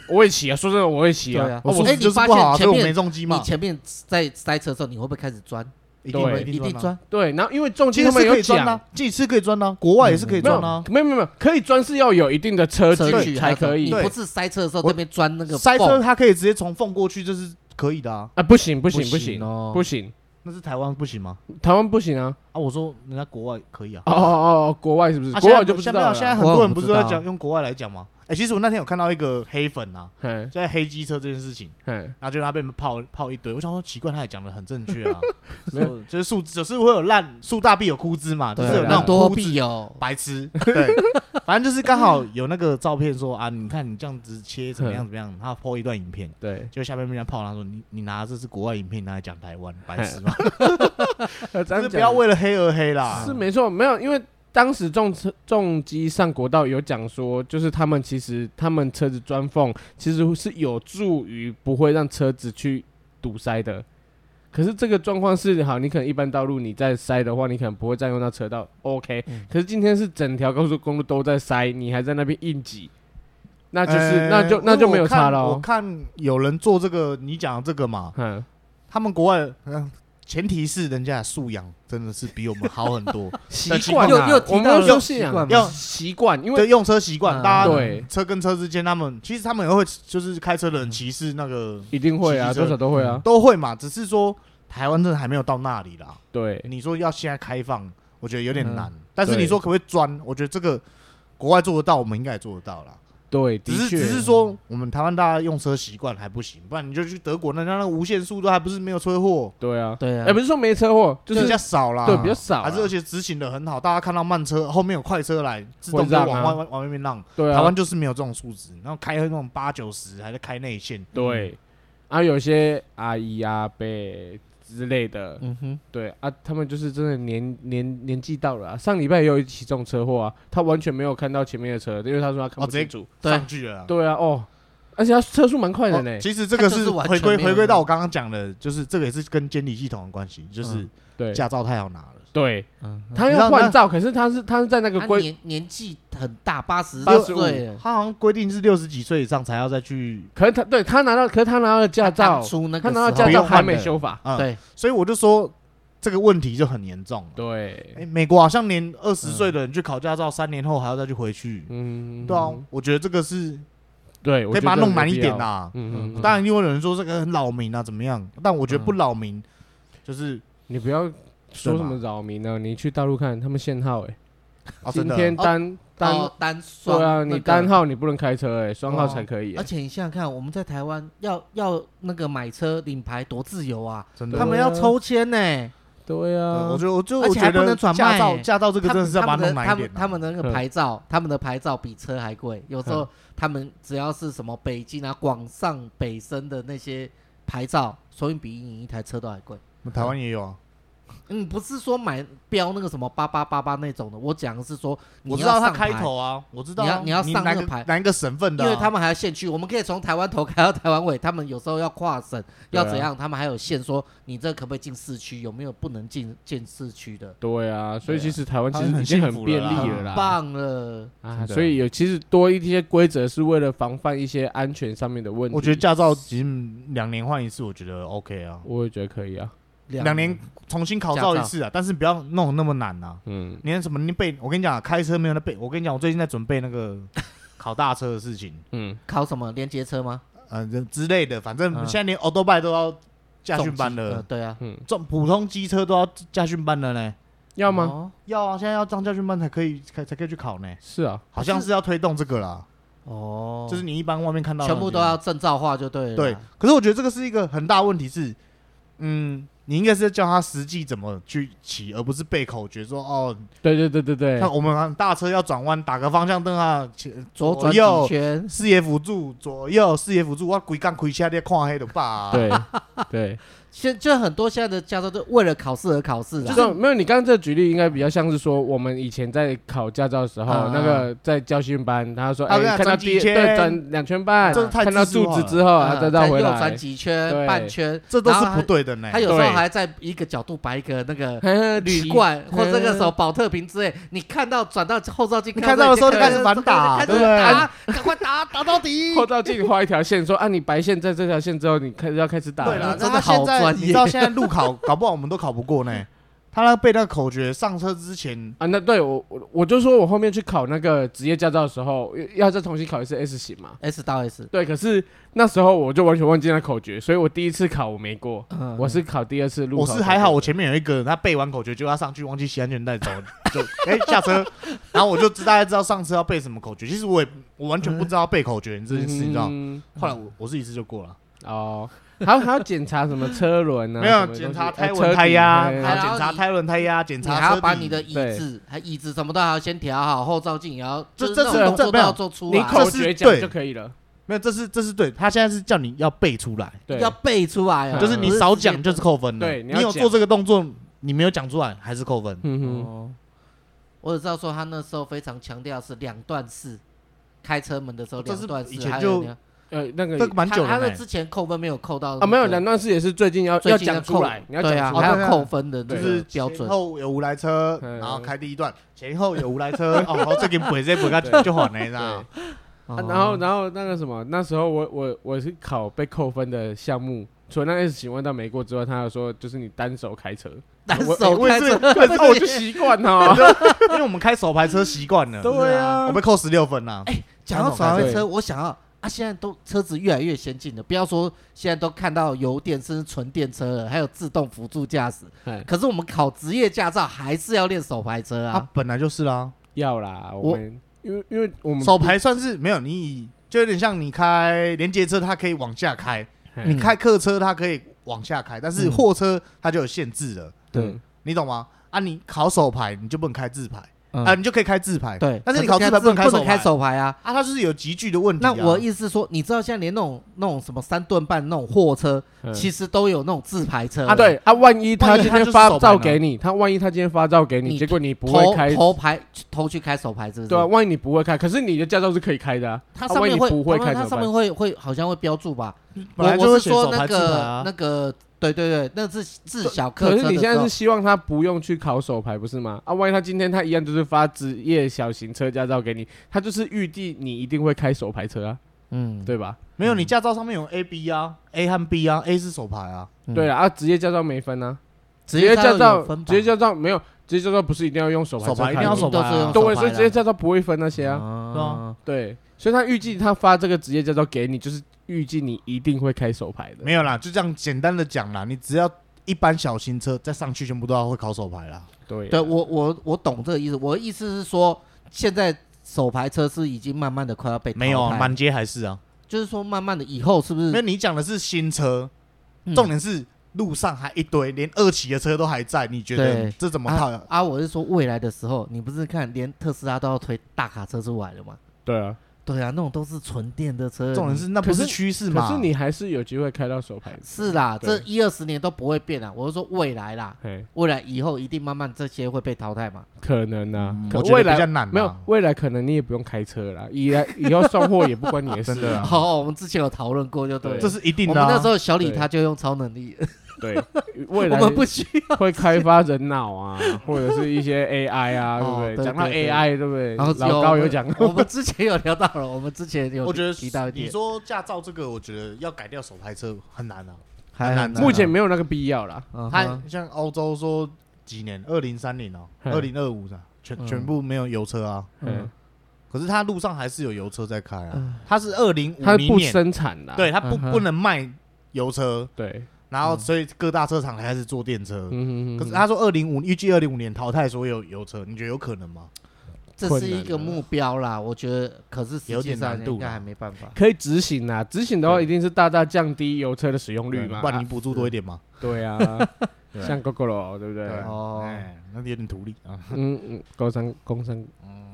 [SPEAKER 1] 我也骑啊，说真的，我也骑
[SPEAKER 2] 对
[SPEAKER 1] 啊。
[SPEAKER 2] 啊，
[SPEAKER 3] 我素
[SPEAKER 2] 哎，
[SPEAKER 3] 质
[SPEAKER 2] 你
[SPEAKER 3] 就是
[SPEAKER 2] 发
[SPEAKER 3] 不好啊，
[SPEAKER 2] 现
[SPEAKER 3] 所
[SPEAKER 2] 前
[SPEAKER 3] 以我没
[SPEAKER 2] 面
[SPEAKER 3] 中机
[SPEAKER 2] 你
[SPEAKER 3] 嘛，
[SPEAKER 2] 前面在塞车的时候，你会不会开始钻？
[SPEAKER 3] 一定会
[SPEAKER 1] 对
[SPEAKER 2] 一
[SPEAKER 3] 一定
[SPEAKER 2] 定
[SPEAKER 3] 钻啊。
[SPEAKER 2] 钻。
[SPEAKER 1] 对，然后因为重
[SPEAKER 3] 其
[SPEAKER 1] 机他
[SPEAKER 3] 实是
[SPEAKER 1] 们
[SPEAKER 3] 可
[SPEAKER 1] 有
[SPEAKER 3] 以钻
[SPEAKER 1] 讲
[SPEAKER 3] 的、，啊，其实可以钻的、啊，国外也是可以
[SPEAKER 1] 没
[SPEAKER 3] 钻
[SPEAKER 1] 有
[SPEAKER 3] 的、啊，
[SPEAKER 1] 没有没有没有，可以钻是要有一一定的车
[SPEAKER 2] 车
[SPEAKER 1] 距
[SPEAKER 2] 距
[SPEAKER 1] 才可以
[SPEAKER 2] 你
[SPEAKER 3] 对
[SPEAKER 2] 不是塞车的时候
[SPEAKER 3] 我
[SPEAKER 2] 这边钻那个
[SPEAKER 3] 塞车
[SPEAKER 2] 缝
[SPEAKER 3] 它可以直接从缝过去，这是可以的啊。
[SPEAKER 1] 啊，不行不行不
[SPEAKER 2] 不
[SPEAKER 1] 行
[SPEAKER 2] 哦，
[SPEAKER 1] 不行，
[SPEAKER 3] 那是台湾不行吗？
[SPEAKER 1] 台湾不行啊。
[SPEAKER 3] 啊，我说人家国外可以啊。
[SPEAKER 1] 哦哦哦哦，国外是不是？
[SPEAKER 3] 啊
[SPEAKER 1] 国
[SPEAKER 3] 现在
[SPEAKER 1] 外就不知
[SPEAKER 3] 现
[SPEAKER 1] 道
[SPEAKER 3] 在没有
[SPEAKER 1] 了
[SPEAKER 3] 现在
[SPEAKER 1] 啦。
[SPEAKER 3] 很多人不是啊
[SPEAKER 2] 国外我
[SPEAKER 3] 在
[SPEAKER 2] 不知道
[SPEAKER 3] 讲用国外来讲吗？哎，其实我那天有看到一个黑粉啊，
[SPEAKER 1] 嘿
[SPEAKER 3] 在黑机车这件事情，
[SPEAKER 1] 嘿，
[SPEAKER 3] 然后就他被人泡泡一堆，我想说奇怪，他也讲的很正确 啊，
[SPEAKER 1] 没
[SPEAKER 3] 有，啊就是树只是会有烂树大必有枯枝嘛，就
[SPEAKER 2] 对
[SPEAKER 3] 是有
[SPEAKER 1] 啦
[SPEAKER 3] 那
[SPEAKER 2] 很
[SPEAKER 3] 种
[SPEAKER 2] 多
[SPEAKER 3] 枯枝
[SPEAKER 2] 必有。
[SPEAKER 3] 白痴，对，反正就是刚好有那个照片说啊，你看你这样子切 怎么样怎么样，他抛一段影片，
[SPEAKER 1] 对，
[SPEAKER 3] 就下面被人家泡，他说你你拿这是国外影片拿来讲台湾，白痴 嘛，
[SPEAKER 1] 这
[SPEAKER 3] 就是不要为了黑而黑啦，
[SPEAKER 1] 是没错，没有，因为当时重车重机上国道有讲说，就是他们其实他们车子钻缝其实是有助于不会让车子去堵塞的。可是这个状况是好，你可能一般道路你在塞的话，你可能不会占用到车道，OK、
[SPEAKER 2] 嗯
[SPEAKER 1] 可是今天是整条高速公路都在塞，你还在那边硬挤，那就是、
[SPEAKER 3] 呃
[SPEAKER 1] 那就那就没有差了、
[SPEAKER 3] 我
[SPEAKER 1] 哦。
[SPEAKER 3] 看我看有人做这个，你讲的这个嘛，
[SPEAKER 1] 嗯，
[SPEAKER 3] 他们国外，嗯，前提是人家的素养真的是比我们好很多，
[SPEAKER 1] 习
[SPEAKER 3] 习
[SPEAKER 1] 惯
[SPEAKER 3] 惯
[SPEAKER 1] 啊
[SPEAKER 2] 又又
[SPEAKER 1] 我
[SPEAKER 2] 提
[SPEAKER 1] 们
[SPEAKER 2] 到
[SPEAKER 1] 要
[SPEAKER 2] 了
[SPEAKER 1] 说
[SPEAKER 2] 习
[SPEAKER 1] 信仰
[SPEAKER 2] 惯嘛
[SPEAKER 1] 要习惯， 因
[SPEAKER 3] 对啊
[SPEAKER 1] 为
[SPEAKER 3] 用车习惯，
[SPEAKER 2] 嗯
[SPEAKER 3] 大家
[SPEAKER 1] 对嗯
[SPEAKER 3] 车跟车之间，他们其实他们也会就是开车的人歧视那个
[SPEAKER 1] 一定会啊，
[SPEAKER 3] 骑机
[SPEAKER 1] 多
[SPEAKER 3] 车
[SPEAKER 1] 少都会啊。
[SPEAKER 3] 都会嘛，只是说台湾真的还没有到那里啦。
[SPEAKER 1] 对，
[SPEAKER 3] 你说要现在开放，我觉得有点
[SPEAKER 2] 嗯
[SPEAKER 3] 难，但是你
[SPEAKER 1] 对
[SPEAKER 3] 说可不可以钻，我觉得这个国外做得到，我们应该也做得到啦。
[SPEAKER 1] 对，
[SPEAKER 3] 只
[SPEAKER 1] 的
[SPEAKER 3] 是
[SPEAKER 1] 确
[SPEAKER 3] 只是说我们台湾大家用车习惯还不行，不然你就去德国，人家那个无限速度还不是没有车祸，
[SPEAKER 1] 对啊，
[SPEAKER 2] 对啊
[SPEAKER 1] 哎，，不是说没车祸，就
[SPEAKER 3] 就是比较少啦，
[SPEAKER 1] 对比较少啊
[SPEAKER 3] 还是而且执行的很好，大家看到慢车后面有快车来，自动就
[SPEAKER 1] 让啊
[SPEAKER 3] 往外往外面让。
[SPEAKER 1] 对啊，
[SPEAKER 3] 台湾就是没有这种素质，然后开那种八九十，还在开内线。
[SPEAKER 1] 对啊，有些阿姨啊、伯之类的，
[SPEAKER 2] 嗯哼，
[SPEAKER 1] 对啊，他们就是真的年年年纪到了、啊。上礼拜也有一起重车祸啊，他完全没有看到前面的车，因为他说他看
[SPEAKER 3] 哦
[SPEAKER 1] 不
[SPEAKER 3] 直接
[SPEAKER 1] 清楚。
[SPEAKER 2] 对
[SPEAKER 3] 上，去了啊。
[SPEAKER 1] 对啊，哦，而且他车速蛮快的呢
[SPEAKER 3] 哦。其实这个
[SPEAKER 2] 它就是完
[SPEAKER 3] 回
[SPEAKER 2] 全
[SPEAKER 3] 归
[SPEAKER 2] 没有
[SPEAKER 3] 回归到我刚刚讲的，就是这个也是跟监理系统的关系，就是
[SPEAKER 2] 嗯
[SPEAKER 1] 对
[SPEAKER 3] 驾照太好拿了。
[SPEAKER 1] 对，
[SPEAKER 2] 嗯，
[SPEAKER 1] 他
[SPEAKER 3] 你知
[SPEAKER 1] 要
[SPEAKER 3] 道那
[SPEAKER 1] 换照，可是他是他是在那个
[SPEAKER 2] 他
[SPEAKER 1] 规
[SPEAKER 2] 年年纪很大，八十
[SPEAKER 1] 85
[SPEAKER 2] 岁了，
[SPEAKER 3] 他好像规定是六十几岁以上才要再去，
[SPEAKER 1] 可是他对他拿到，可是他拿到驾照
[SPEAKER 2] 当，初那
[SPEAKER 1] 他
[SPEAKER 2] 个
[SPEAKER 1] 拿到
[SPEAKER 2] 时
[SPEAKER 1] 驾
[SPEAKER 2] 候
[SPEAKER 3] 不
[SPEAKER 1] 照
[SPEAKER 3] 用
[SPEAKER 1] 还
[SPEAKER 3] 换
[SPEAKER 1] 没
[SPEAKER 3] 的
[SPEAKER 1] 修法。
[SPEAKER 3] 嗯，
[SPEAKER 2] 对，
[SPEAKER 3] 所以我就说这个问题就很严重了。
[SPEAKER 1] 对，
[SPEAKER 3] 哎，美国好像连二
[SPEAKER 2] 嗯
[SPEAKER 3] 十岁的人去考驾照，三年后还要再去回去。
[SPEAKER 1] 嗯，
[SPEAKER 3] 对啊，我觉得这个是
[SPEAKER 1] 对，我
[SPEAKER 3] 可以
[SPEAKER 1] 觉
[SPEAKER 3] 把它
[SPEAKER 1] 得
[SPEAKER 3] 弄
[SPEAKER 1] 没
[SPEAKER 3] 难
[SPEAKER 1] 必
[SPEAKER 3] 一点
[SPEAKER 1] 要。
[SPEAKER 3] 啦。
[SPEAKER 1] 嗯嗯，
[SPEAKER 3] 当
[SPEAKER 1] 但
[SPEAKER 3] 然，因为有人说这个很扰民啊，怎么样？但我觉得不
[SPEAKER 2] 嗯
[SPEAKER 3] 扰民，就是
[SPEAKER 1] 你不要说
[SPEAKER 3] 对
[SPEAKER 1] 什
[SPEAKER 3] 嘛
[SPEAKER 1] 么扰民呢，你去大陆看他们限号哎。
[SPEAKER 3] 啊，真
[SPEAKER 1] 今
[SPEAKER 3] 的
[SPEAKER 1] 天
[SPEAKER 2] 哦
[SPEAKER 1] 单单
[SPEAKER 2] 哦单双
[SPEAKER 1] 对啊，
[SPEAKER 2] 那
[SPEAKER 1] 你
[SPEAKER 2] 个啊
[SPEAKER 1] 单号你不能开车哎，双号
[SPEAKER 3] 哦
[SPEAKER 1] 才可以
[SPEAKER 2] 而
[SPEAKER 1] 欸。
[SPEAKER 2] 且你想想看，我们在台湾要要那个买车领牌多自由啊，
[SPEAKER 3] 真
[SPEAKER 1] 对
[SPEAKER 3] 的，
[SPEAKER 2] 他们要抽签呢、
[SPEAKER 1] 对
[SPEAKER 3] 对
[SPEAKER 1] 啊
[SPEAKER 3] 我，觉得，我就
[SPEAKER 2] 而
[SPEAKER 3] 我
[SPEAKER 2] 且还
[SPEAKER 3] 觉
[SPEAKER 2] 不能
[SPEAKER 3] 得
[SPEAKER 2] 转
[SPEAKER 3] 驾
[SPEAKER 2] 卖
[SPEAKER 3] 照
[SPEAKER 2] 欸
[SPEAKER 3] 驾照这个
[SPEAKER 2] 他
[SPEAKER 3] 真的
[SPEAKER 2] 们
[SPEAKER 3] 是要
[SPEAKER 2] 他
[SPEAKER 3] 把它弄
[SPEAKER 2] 们的
[SPEAKER 3] 难
[SPEAKER 2] 他
[SPEAKER 3] 一点
[SPEAKER 2] 们
[SPEAKER 3] 啊。
[SPEAKER 2] 他们的
[SPEAKER 1] 嗯
[SPEAKER 2] 那个牌照，他们的牌照比车还贵。有时
[SPEAKER 3] 嗯
[SPEAKER 2] 候他们只要是什么北京啊、广上、北深的那些牌照，所以比你一台车都还贵。
[SPEAKER 3] 台湾也有啊，
[SPEAKER 2] 嗯，不是说买标那个什么八八八八那种的，我讲的是说你
[SPEAKER 3] 我知
[SPEAKER 2] 要
[SPEAKER 3] 道它
[SPEAKER 2] 上
[SPEAKER 3] 开
[SPEAKER 2] 牌，
[SPEAKER 3] 头啊，我知道啊
[SPEAKER 2] 你要你要上
[SPEAKER 3] 哪
[SPEAKER 2] 那个
[SPEAKER 3] 个
[SPEAKER 2] 牌
[SPEAKER 3] 哪一个省份的
[SPEAKER 2] 因
[SPEAKER 3] 啊，
[SPEAKER 2] 为他们还要限区，我们可以从台湾头开到台湾尾，他们有时候要跨省，
[SPEAKER 1] 对啊
[SPEAKER 2] 要怎样，他们还有限说你这可不可以进市区，有没有不能进进市区的，
[SPEAKER 1] 对啊，所以
[SPEAKER 2] 对啊
[SPEAKER 1] 其实台湾其
[SPEAKER 3] 他们
[SPEAKER 1] 实已
[SPEAKER 3] 很
[SPEAKER 1] 经
[SPEAKER 3] 幸
[SPEAKER 1] 很
[SPEAKER 3] 福
[SPEAKER 1] 便
[SPEAKER 3] 了
[SPEAKER 1] 利
[SPEAKER 3] 啦
[SPEAKER 1] 了
[SPEAKER 2] 很
[SPEAKER 1] 啦。
[SPEAKER 2] 棒了。
[SPEAKER 1] 啊，
[SPEAKER 3] 真的
[SPEAKER 1] 所以有其实多一些规则是为了防范一些安全上面的问题。
[SPEAKER 3] 我觉得驾照其实两年换一次，我觉得 OK 啊，
[SPEAKER 1] 我也觉得可以啊。
[SPEAKER 3] 两年重新考
[SPEAKER 2] 驾
[SPEAKER 3] 照一
[SPEAKER 2] 照
[SPEAKER 3] 次啊，但是不要弄那么难啊。
[SPEAKER 1] 嗯，
[SPEAKER 3] 你看什么？你背？我跟你讲啊，开车没有那背。我跟你讲，我最近在准备那个考大车的事情，
[SPEAKER 1] 嗯，
[SPEAKER 2] 考什么连接车吗？
[SPEAKER 3] 呃之类的。反正
[SPEAKER 2] 嗯
[SPEAKER 3] 现在连 auto bike 都要驾训班
[SPEAKER 2] 重机呃
[SPEAKER 3] 了，
[SPEAKER 2] 对啊，
[SPEAKER 3] 这普通机车都要驾训班了呢。
[SPEAKER 1] 要吗？
[SPEAKER 2] 哦？
[SPEAKER 3] 要啊，现在要当驾训班才可以，才才可以去考呢。
[SPEAKER 1] 是啊，
[SPEAKER 3] 好像是要推动这个啦，
[SPEAKER 2] 哦，
[SPEAKER 3] 就是你一般外面看到的
[SPEAKER 2] 全部都要证照化就对了啦。啊
[SPEAKER 3] 对。可是我觉得这个是一个很大问题是，嗯，你应该是教他实际怎么去骑，而不是背口诀说哦，
[SPEAKER 1] 对对对对对，
[SPEAKER 3] 看我们啊大车要转弯，打个方向灯啊，前
[SPEAKER 2] 左转
[SPEAKER 3] 右
[SPEAKER 2] 几圈，
[SPEAKER 3] 视野辅助，左右视野辅助，我鬼干开车你看黑的吧？，
[SPEAKER 1] 对对，
[SPEAKER 2] 现就很多现在的驾照都为了考试而考试
[SPEAKER 1] 就
[SPEAKER 2] 啊。
[SPEAKER 1] 是没有你刚刚这个举例，应该比较像是说我们以前在考驾照的时候
[SPEAKER 3] 啊，
[SPEAKER 1] 那个在教训班，他说
[SPEAKER 3] 啊
[SPEAKER 1] 哎
[SPEAKER 3] 对啊，
[SPEAKER 1] 看到
[SPEAKER 3] 转几
[SPEAKER 1] 第
[SPEAKER 3] 圈
[SPEAKER 1] 对转两圈半，
[SPEAKER 3] 这太
[SPEAKER 1] 看到
[SPEAKER 3] 自私
[SPEAKER 1] 柱
[SPEAKER 3] 化
[SPEAKER 1] 子
[SPEAKER 3] 了
[SPEAKER 1] 之后，啊
[SPEAKER 2] 嗯
[SPEAKER 1] 再绕回
[SPEAKER 2] 右
[SPEAKER 1] 来
[SPEAKER 2] 转， 几圈、
[SPEAKER 1] 对
[SPEAKER 2] 半圈，
[SPEAKER 3] 这都是
[SPEAKER 2] 然后
[SPEAKER 3] 不
[SPEAKER 2] 他。
[SPEAKER 3] 对的呢
[SPEAKER 2] 他。有时候
[SPEAKER 1] 对
[SPEAKER 2] 还在一个角度摆一个那个
[SPEAKER 1] 奇
[SPEAKER 2] 铝 罐或这个
[SPEAKER 1] 嗯
[SPEAKER 2] 什么保特瓶之类，你看到转到后照镜，
[SPEAKER 3] 你看到的时候
[SPEAKER 2] 这
[SPEAKER 3] 就
[SPEAKER 2] 个
[SPEAKER 3] 开始反打
[SPEAKER 2] 开始
[SPEAKER 3] 对不对
[SPEAKER 2] 打，赶快打，打到底。
[SPEAKER 1] 后照镜画一条线，说啊，你白线在这条线之后，你开始要开始打
[SPEAKER 3] 对
[SPEAKER 1] 了。
[SPEAKER 3] 啦，
[SPEAKER 2] 真
[SPEAKER 3] 那
[SPEAKER 2] 的
[SPEAKER 3] 他
[SPEAKER 2] 好
[SPEAKER 3] 现在
[SPEAKER 2] 专业
[SPEAKER 3] 你知道现在路考搞不好我们都考不过呢。他那背那个口诀，上车之前
[SPEAKER 1] 啊，那对我我我就说我后面去考那个职业驾照的时候，要再重新考一次 S 型嘛。
[SPEAKER 2] S 到 S，
[SPEAKER 1] 对，可是那时候我就完全忘记那口诀，所以我第一次考我没过，
[SPEAKER 2] 嗯
[SPEAKER 1] 我是考第二次路
[SPEAKER 3] 我
[SPEAKER 1] 考口诀。
[SPEAKER 3] 是还好，我前面有一个人他背完口诀，结果他上去忘记系安全带，走就 哎下车，然后我就知大家知道上车要背什么口诀。其实我也我完全不知道背口诀这件事，你知道。
[SPEAKER 1] 嗯
[SPEAKER 3] 后来我我是一次就过了，
[SPEAKER 1] 哦，还有还要检查什么车轮啊？
[SPEAKER 3] 没有
[SPEAKER 1] 什么东西
[SPEAKER 3] 检查
[SPEAKER 1] 呃
[SPEAKER 3] 胎
[SPEAKER 1] 车
[SPEAKER 3] 纹
[SPEAKER 1] 底哎
[SPEAKER 3] 胎压，
[SPEAKER 1] 嘿
[SPEAKER 3] 还
[SPEAKER 2] 然
[SPEAKER 3] 要
[SPEAKER 2] 后
[SPEAKER 3] 检查
[SPEAKER 2] 你
[SPEAKER 3] 胎轮胎压，检
[SPEAKER 2] 你
[SPEAKER 3] 查
[SPEAKER 2] 还要
[SPEAKER 3] 车
[SPEAKER 2] 把
[SPEAKER 3] 底
[SPEAKER 2] 你的椅
[SPEAKER 1] 对
[SPEAKER 2] 子、还椅子什么都还要先调好，后照镜也要，
[SPEAKER 3] 这
[SPEAKER 2] 就是
[SPEAKER 3] 这
[SPEAKER 2] 那
[SPEAKER 3] 是
[SPEAKER 2] 种动
[SPEAKER 3] 这
[SPEAKER 2] 作
[SPEAKER 3] 没
[SPEAKER 2] 都
[SPEAKER 3] 有
[SPEAKER 2] 要做出
[SPEAKER 1] 你
[SPEAKER 2] 来，
[SPEAKER 1] 口
[SPEAKER 3] 这是
[SPEAKER 1] 诀讲
[SPEAKER 3] 对
[SPEAKER 1] 就可以了。
[SPEAKER 3] 没有，这是这是对，他现在是叫你要背出来，
[SPEAKER 1] 对，
[SPEAKER 2] 要背出来
[SPEAKER 1] 嗯
[SPEAKER 2] 啊，
[SPEAKER 3] 就是你少讲就是是扣分的。
[SPEAKER 1] 对你
[SPEAKER 3] 你
[SPEAKER 1] 要
[SPEAKER 3] 有
[SPEAKER 1] 讲
[SPEAKER 3] 做这个动作，你没有讲出来还是扣分。
[SPEAKER 1] 嗯哼，
[SPEAKER 2] 哦，我只知道说他那时候非常强调是两段式，开车门的时候
[SPEAKER 3] 这是
[SPEAKER 2] 两段式，
[SPEAKER 3] 以前
[SPEAKER 2] 还有那
[SPEAKER 3] 就
[SPEAKER 2] 个
[SPEAKER 1] 呃，那个
[SPEAKER 3] 这个蛮
[SPEAKER 2] 他
[SPEAKER 3] 久
[SPEAKER 2] 他
[SPEAKER 3] 了
[SPEAKER 2] 的
[SPEAKER 3] 呢
[SPEAKER 2] 之前扣分没有扣到
[SPEAKER 1] 啊，没有，
[SPEAKER 2] 那
[SPEAKER 1] 两
[SPEAKER 2] 个
[SPEAKER 1] 段式也是最近要
[SPEAKER 2] 最
[SPEAKER 1] 要
[SPEAKER 2] 近的
[SPEAKER 1] 讲
[SPEAKER 2] 扣
[SPEAKER 1] 出来，你要
[SPEAKER 2] 对
[SPEAKER 1] 讲
[SPEAKER 2] 啊，
[SPEAKER 1] 出
[SPEAKER 3] 哦
[SPEAKER 1] 来
[SPEAKER 2] 还
[SPEAKER 3] 对
[SPEAKER 2] 有
[SPEAKER 3] 啊
[SPEAKER 2] 扣分的那
[SPEAKER 1] 对
[SPEAKER 2] 个
[SPEAKER 3] 是
[SPEAKER 2] 标准哦
[SPEAKER 3] 前。后有无来车，
[SPEAKER 1] 嗯
[SPEAKER 3] 然后开第一段，前后有无来车，哦，好，这个不会这不该
[SPEAKER 1] 对
[SPEAKER 3] 就好呢，啦。
[SPEAKER 2] 哦
[SPEAKER 1] 啊然后，然后那个什么，那时候我我我是考被扣分的项目，除了那 S 型弯道没过之外，他还说就是你单手开车，
[SPEAKER 2] 单
[SPEAKER 1] 我
[SPEAKER 2] 手
[SPEAKER 1] 我也
[SPEAKER 2] 开
[SPEAKER 1] 是
[SPEAKER 2] 车，
[SPEAKER 1] 可是我就习惯了。
[SPEAKER 3] 因为我们开手排车习惯了，
[SPEAKER 1] 对啊
[SPEAKER 3] 我，被扣十六分啦。
[SPEAKER 2] 哎，讲到
[SPEAKER 3] 单手
[SPEAKER 2] 手排
[SPEAKER 1] 开车
[SPEAKER 2] 车，我想要啊，现在都车子越来越先进了，不要说现在都看到油电甚至纯电车了，还有自动辅助驾驶。
[SPEAKER 1] 哎
[SPEAKER 2] 可是我们考职业驾照还是要练手排车
[SPEAKER 3] 啊
[SPEAKER 2] 啊，，
[SPEAKER 3] 本来就是啦，
[SPEAKER 1] 要啦，我们因为因为我们
[SPEAKER 3] 手排算是没有你以，就有点像你开连接车，它可以往下开，
[SPEAKER 1] 哎
[SPEAKER 3] 你开客车它可以往下开，但是
[SPEAKER 2] 嗯
[SPEAKER 3] 货车它就有限制了，
[SPEAKER 1] 对
[SPEAKER 3] 你懂吗？啊，你考手排你就不能开自排，
[SPEAKER 2] 嗯
[SPEAKER 3] 啊，你就可以开自
[SPEAKER 1] 哎
[SPEAKER 3] 排，
[SPEAKER 2] 对。
[SPEAKER 3] 但是你
[SPEAKER 2] 可
[SPEAKER 3] 考自排不能
[SPEAKER 2] 不能
[SPEAKER 3] 开
[SPEAKER 2] 开
[SPEAKER 3] 手排
[SPEAKER 2] 手排啊。
[SPEAKER 3] 啊，它就是有集聚的
[SPEAKER 1] 嗯
[SPEAKER 3] 问题
[SPEAKER 2] 那
[SPEAKER 3] 啊。
[SPEAKER 2] 我意思说，你知道现在连那种那种什么三吨半那种货车，
[SPEAKER 1] 嗯
[SPEAKER 2] 其实都有那种自排 车
[SPEAKER 1] 啊，对啊，万一他
[SPEAKER 3] 万一
[SPEAKER 1] 今
[SPEAKER 3] 他
[SPEAKER 1] 天
[SPEAKER 3] 就是
[SPEAKER 1] 发
[SPEAKER 3] 手
[SPEAKER 1] 照
[SPEAKER 3] 盘啊
[SPEAKER 1] 给你，他万一他今天发照给你，
[SPEAKER 2] 你
[SPEAKER 1] 结果你不
[SPEAKER 2] 头
[SPEAKER 1] 会开，
[SPEAKER 2] 头排头去开手排，是不是？
[SPEAKER 1] 对啊，万一你不会开，可是你的驾照是可以开的啊，
[SPEAKER 2] 它
[SPEAKER 1] 啊
[SPEAKER 2] 上
[SPEAKER 1] 万一
[SPEAKER 2] 面
[SPEAKER 1] 你
[SPEAKER 2] 会，
[SPEAKER 1] 不会
[SPEAKER 2] 它
[SPEAKER 1] 开
[SPEAKER 2] 它
[SPEAKER 1] 怎
[SPEAKER 2] 上
[SPEAKER 1] 么办？
[SPEAKER 2] 面会会好像会标注吧？
[SPEAKER 3] 本来
[SPEAKER 2] 我
[SPEAKER 3] 就
[SPEAKER 2] 我
[SPEAKER 3] 会
[SPEAKER 2] 是
[SPEAKER 3] 选
[SPEAKER 2] 说
[SPEAKER 3] 手
[SPEAKER 2] 那
[SPEAKER 3] 排自排
[SPEAKER 2] 个那
[SPEAKER 3] 啊，
[SPEAKER 2] 个，对对对，那是自小客
[SPEAKER 1] 可是
[SPEAKER 2] 车的
[SPEAKER 1] 你现
[SPEAKER 2] 时
[SPEAKER 1] 在
[SPEAKER 2] 候
[SPEAKER 1] 是，希望他不用去考手牌，不是吗？啊，万一他今天他一样就是发职业小型车驾照给你，他就是预定你一定会开手牌车啊，
[SPEAKER 2] 嗯，
[SPEAKER 1] 对吧？
[SPEAKER 3] 没有你驾照上面有 A、B 啊，A 和 B 啊，A 是手排啊，
[SPEAKER 2] 嗯
[SPEAKER 1] 对啊，啊，职业驾照没分啊，
[SPEAKER 2] 职
[SPEAKER 1] 业驾
[SPEAKER 2] 照
[SPEAKER 1] 照
[SPEAKER 2] 有分吧，
[SPEAKER 1] 职业驾照没有，职业驾照不是一定要用手牌车
[SPEAKER 3] 手
[SPEAKER 1] 开
[SPEAKER 3] 牌一定要
[SPEAKER 1] 吗
[SPEAKER 3] 手
[SPEAKER 2] 都是用
[SPEAKER 3] 牌啊
[SPEAKER 1] 对，
[SPEAKER 2] 手
[SPEAKER 1] 我
[SPEAKER 2] 排
[SPEAKER 1] 说
[SPEAKER 2] 的
[SPEAKER 1] 职业驾照不会分那些啊，
[SPEAKER 3] 对
[SPEAKER 2] 啊
[SPEAKER 3] 啊，
[SPEAKER 1] 对，所以他预计他发这个职业驾照给你，就是预计你一定会开手牌的。
[SPEAKER 3] 没有啦，就这样简单的讲啦，你只要一般小型车再上去，全部都要会考手牌啦。
[SPEAKER 1] 对啊，
[SPEAKER 2] 对我我我懂这个意思，我的意思是说，现在手排车是已经慢慢的快要被
[SPEAKER 3] 没有，
[SPEAKER 2] 淘汰
[SPEAKER 3] 啊，满街还是啊。
[SPEAKER 2] 就是说慢慢的以后是不
[SPEAKER 3] 没有，
[SPEAKER 2] 是？
[SPEAKER 3] 你讲的是新车，
[SPEAKER 2] 嗯
[SPEAKER 3] 重点是路上还一堆，连二期的车都还在，你觉得
[SPEAKER 2] 对
[SPEAKER 3] 这怎么套？
[SPEAKER 2] 啊啊！我是说未来的时候，你不是看连特斯拉都要推大卡车出来了吗？
[SPEAKER 1] 对啊，
[SPEAKER 2] 对啊，那种都是纯电的车，
[SPEAKER 3] 重点
[SPEAKER 2] 你
[SPEAKER 3] 是那不
[SPEAKER 1] 可是
[SPEAKER 3] 是趋势
[SPEAKER 1] 可
[SPEAKER 3] 嘛？
[SPEAKER 1] 是你还是有机会开到手牌。
[SPEAKER 2] 是啦，这
[SPEAKER 1] 对
[SPEAKER 2] 一二十年都不会变啦。我是说未来啦，
[SPEAKER 1] 嘿，
[SPEAKER 2] 未来以后一定慢慢这些会被淘汰嘛。
[SPEAKER 1] 可能啊
[SPEAKER 3] 嗯，
[SPEAKER 1] 可
[SPEAKER 3] 我觉得
[SPEAKER 1] 未
[SPEAKER 3] 比较
[SPEAKER 1] 来
[SPEAKER 3] 难啊，
[SPEAKER 1] 没有未来，可能你也不用开车啦，以来 以后送货也不关你的事
[SPEAKER 3] 真的啊
[SPEAKER 1] 啊。
[SPEAKER 2] 好、哦我们之前有讨论过，就对了。
[SPEAKER 1] 对
[SPEAKER 3] 这是一定
[SPEAKER 2] 我
[SPEAKER 3] 的
[SPEAKER 2] 们
[SPEAKER 3] 啊。
[SPEAKER 2] 那时候小李
[SPEAKER 1] 对
[SPEAKER 2] 他就用超能力，
[SPEAKER 1] 对，未
[SPEAKER 2] 我
[SPEAKER 1] 来
[SPEAKER 2] 们不需要。
[SPEAKER 1] 会开发人脑啊， 或者是一些 AI 啊，对不
[SPEAKER 2] 哦对
[SPEAKER 1] 对？讲到
[SPEAKER 2] 对对
[SPEAKER 1] AI，对不对？
[SPEAKER 2] 然后嗯
[SPEAKER 1] 老高有 讲
[SPEAKER 2] 我
[SPEAKER 1] 过，
[SPEAKER 2] 们之前有聊到了，我们之前有
[SPEAKER 3] 我觉得
[SPEAKER 2] 提到一
[SPEAKER 3] 你
[SPEAKER 2] 点，
[SPEAKER 3] 说驾照这个，我觉得要改掉手排车很难啊。
[SPEAKER 2] 还嗯
[SPEAKER 3] 很难
[SPEAKER 1] 目前没有那个必要啦。
[SPEAKER 2] 啊
[SPEAKER 3] 他像欧洲说几年，二零三零哦，
[SPEAKER 1] 嗯
[SPEAKER 3] 二零二五的，全
[SPEAKER 2] 嗯
[SPEAKER 3] 全部没有油车啊。
[SPEAKER 1] 嗯，
[SPEAKER 3] 可是他路上还是有油车在开啊
[SPEAKER 2] 嗯。
[SPEAKER 3] 他是二零五
[SPEAKER 1] 它
[SPEAKER 3] 零
[SPEAKER 1] 不
[SPEAKER 3] 年，
[SPEAKER 1] 生产啦。
[SPEAKER 3] 对他不
[SPEAKER 2] 嗯哼
[SPEAKER 3] 不能卖油车，
[SPEAKER 1] 对，
[SPEAKER 3] 然后
[SPEAKER 2] 嗯
[SPEAKER 3] 所以各大车厂开始做电车。
[SPEAKER 1] 嗯哼哼
[SPEAKER 3] 可是他说二零五预计二零五年淘汰所有油车，你觉得有可能吗？
[SPEAKER 2] 这
[SPEAKER 1] 困
[SPEAKER 2] 是
[SPEAKER 1] 难
[SPEAKER 2] 一个
[SPEAKER 1] 了
[SPEAKER 2] 目标啦，我觉得，可是实
[SPEAKER 3] 有
[SPEAKER 2] 际
[SPEAKER 3] 点
[SPEAKER 2] 上
[SPEAKER 3] 难度
[SPEAKER 2] 应该
[SPEAKER 3] 啦
[SPEAKER 2] 还没办法。
[SPEAKER 1] 可以执行啊，执行的话一定是大大降低油车的使用率嘛。
[SPEAKER 3] 不然你
[SPEAKER 1] 啊
[SPEAKER 3] 补助多一点嘛。
[SPEAKER 1] 对 啊，像 GoGo 了，对不对？
[SPEAKER 3] 对
[SPEAKER 2] 哦，
[SPEAKER 3] 哎，那有点图利啊。
[SPEAKER 1] 嗯嗯，高山工商，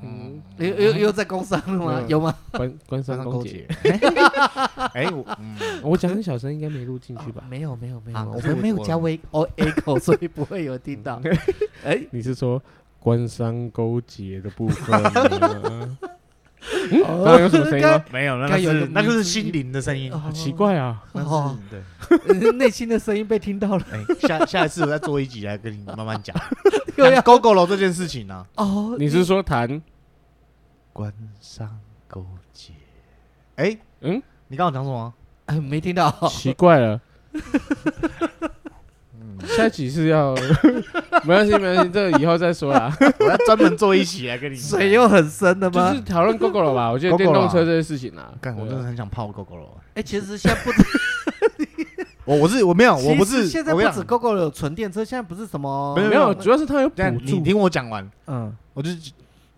[SPEAKER 1] 嗯，
[SPEAKER 2] 又又又在工商了吗
[SPEAKER 1] 没？有
[SPEAKER 2] 有吗？
[SPEAKER 1] 关关
[SPEAKER 3] 三
[SPEAKER 1] 山
[SPEAKER 3] 上
[SPEAKER 1] 工
[SPEAKER 3] 勾
[SPEAKER 1] 姐，
[SPEAKER 3] 结。哎，我嗯
[SPEAKER 1] 我讲很小声，应该没录进去吧？
[SPEAKER 2] 没有没有没
[SPEAKER 3] 啊
[SPEAKER 2] 有，我
[SPEAKER 3] 可是
[SPEAKER 2] 们
[SPEAKER 3] 我
[SPEAKER 2] 没有
[SPEAKER 3] 我
[SPEAKER 2] 加 V O A 口，所以不会有人听
[SPEAKER 1] 嗯
[SPEAKER 2] 到。哎，
[SPEAKER 1] 你是说官商勾结的部分 吗？刚
[SPEAKER 2] 哦
[SPEAKER 1] 刚有什么声音吗？
[SPEAKER 3] 没有，那
[SPEAKER 2] 该
[SPEAKER 3] 个
[SPEAKER 2] 有的
[SPEAKER 3] 是那个
[SPEAKER 2] 名字
[SPEAKER 3] 是心灵的声音，
[SPEAKER 1] 好奇怪啊！
[SPEAKER 3] 那
[SPEAKER 2] 哦
[SPEAKER 3] 是对。
[SPEAKER 2] 内心的声音被听到了，
[SPEAKER 3] 哎，下下一次我再做一集来跟你慢慢讲。
[SPEAKER 2] 又要
[SPEAKER 3] 勾勾楼这件事情啊呢，
[SPEAKER 2] 哦，
[SPEAKER 1] 你是说谈
[SPEAKER 3] 官商勾结。哎，
[SPEAKER 1] 嗯，
[SPEAKER 3] 你刚刚讲什么？
[SPEAKER 2] 哎没听
[SPEAKER 3] 哦
[SPEAKER 2] 到？
[SPEAKER 1] 奇怪了？
[SPEAKER 3] 嗯
[SPEAKER 1] 下一集是要 没关系，没关系，这个以后再说啦。
[SPEAKER 3] 我要专门做一集来跟 你。
[SPEAKER 2] 水又很深的
[SPEAKER 1] 就
[SPEAKER 2] 吗
[SPEAKER 1] 是？讨论 GoGo 了吧？我觉得
[SPEAKER 3] GoGo
[SPEAKER 1] 电动
[SPEAKER 3] 啦
[SPEAKER 1] 车这件事情啊，
[SPEAKER 3] 干，我
[SPEAKER 1] 对啊
[SPEAKER 3] 真的很想泡勾勾楼。
[SPEAKER 2] 哎，其实现在不，
[SPEAKER 3] 我我是我没有， 我不
[SPEAKER 2] 其
[SPEAKER 3] 是
[SPEAKER 2] 实现在
[SPEAKER 3] 我
[SPEAKER 2] 不
[SPEAKER 3] 跟你
[SPEAKER 2] 止
[SPEAKER 3] 讲
[SPEAKER 2] GoGo 有纯电车，现在不是什么
[SPEAKER 3] 没
[SPEAKER 1] 没有，主要是它有
[SPEAKER 3] 但
[SPEAKER 1] 补
[SPEAKER 3] 你
[SPEAKER 1] 助。啊
[SPEAKER 3] 听我讲完，
[SPEAKER 2] 嗯，
[SPEAKER 3] 我就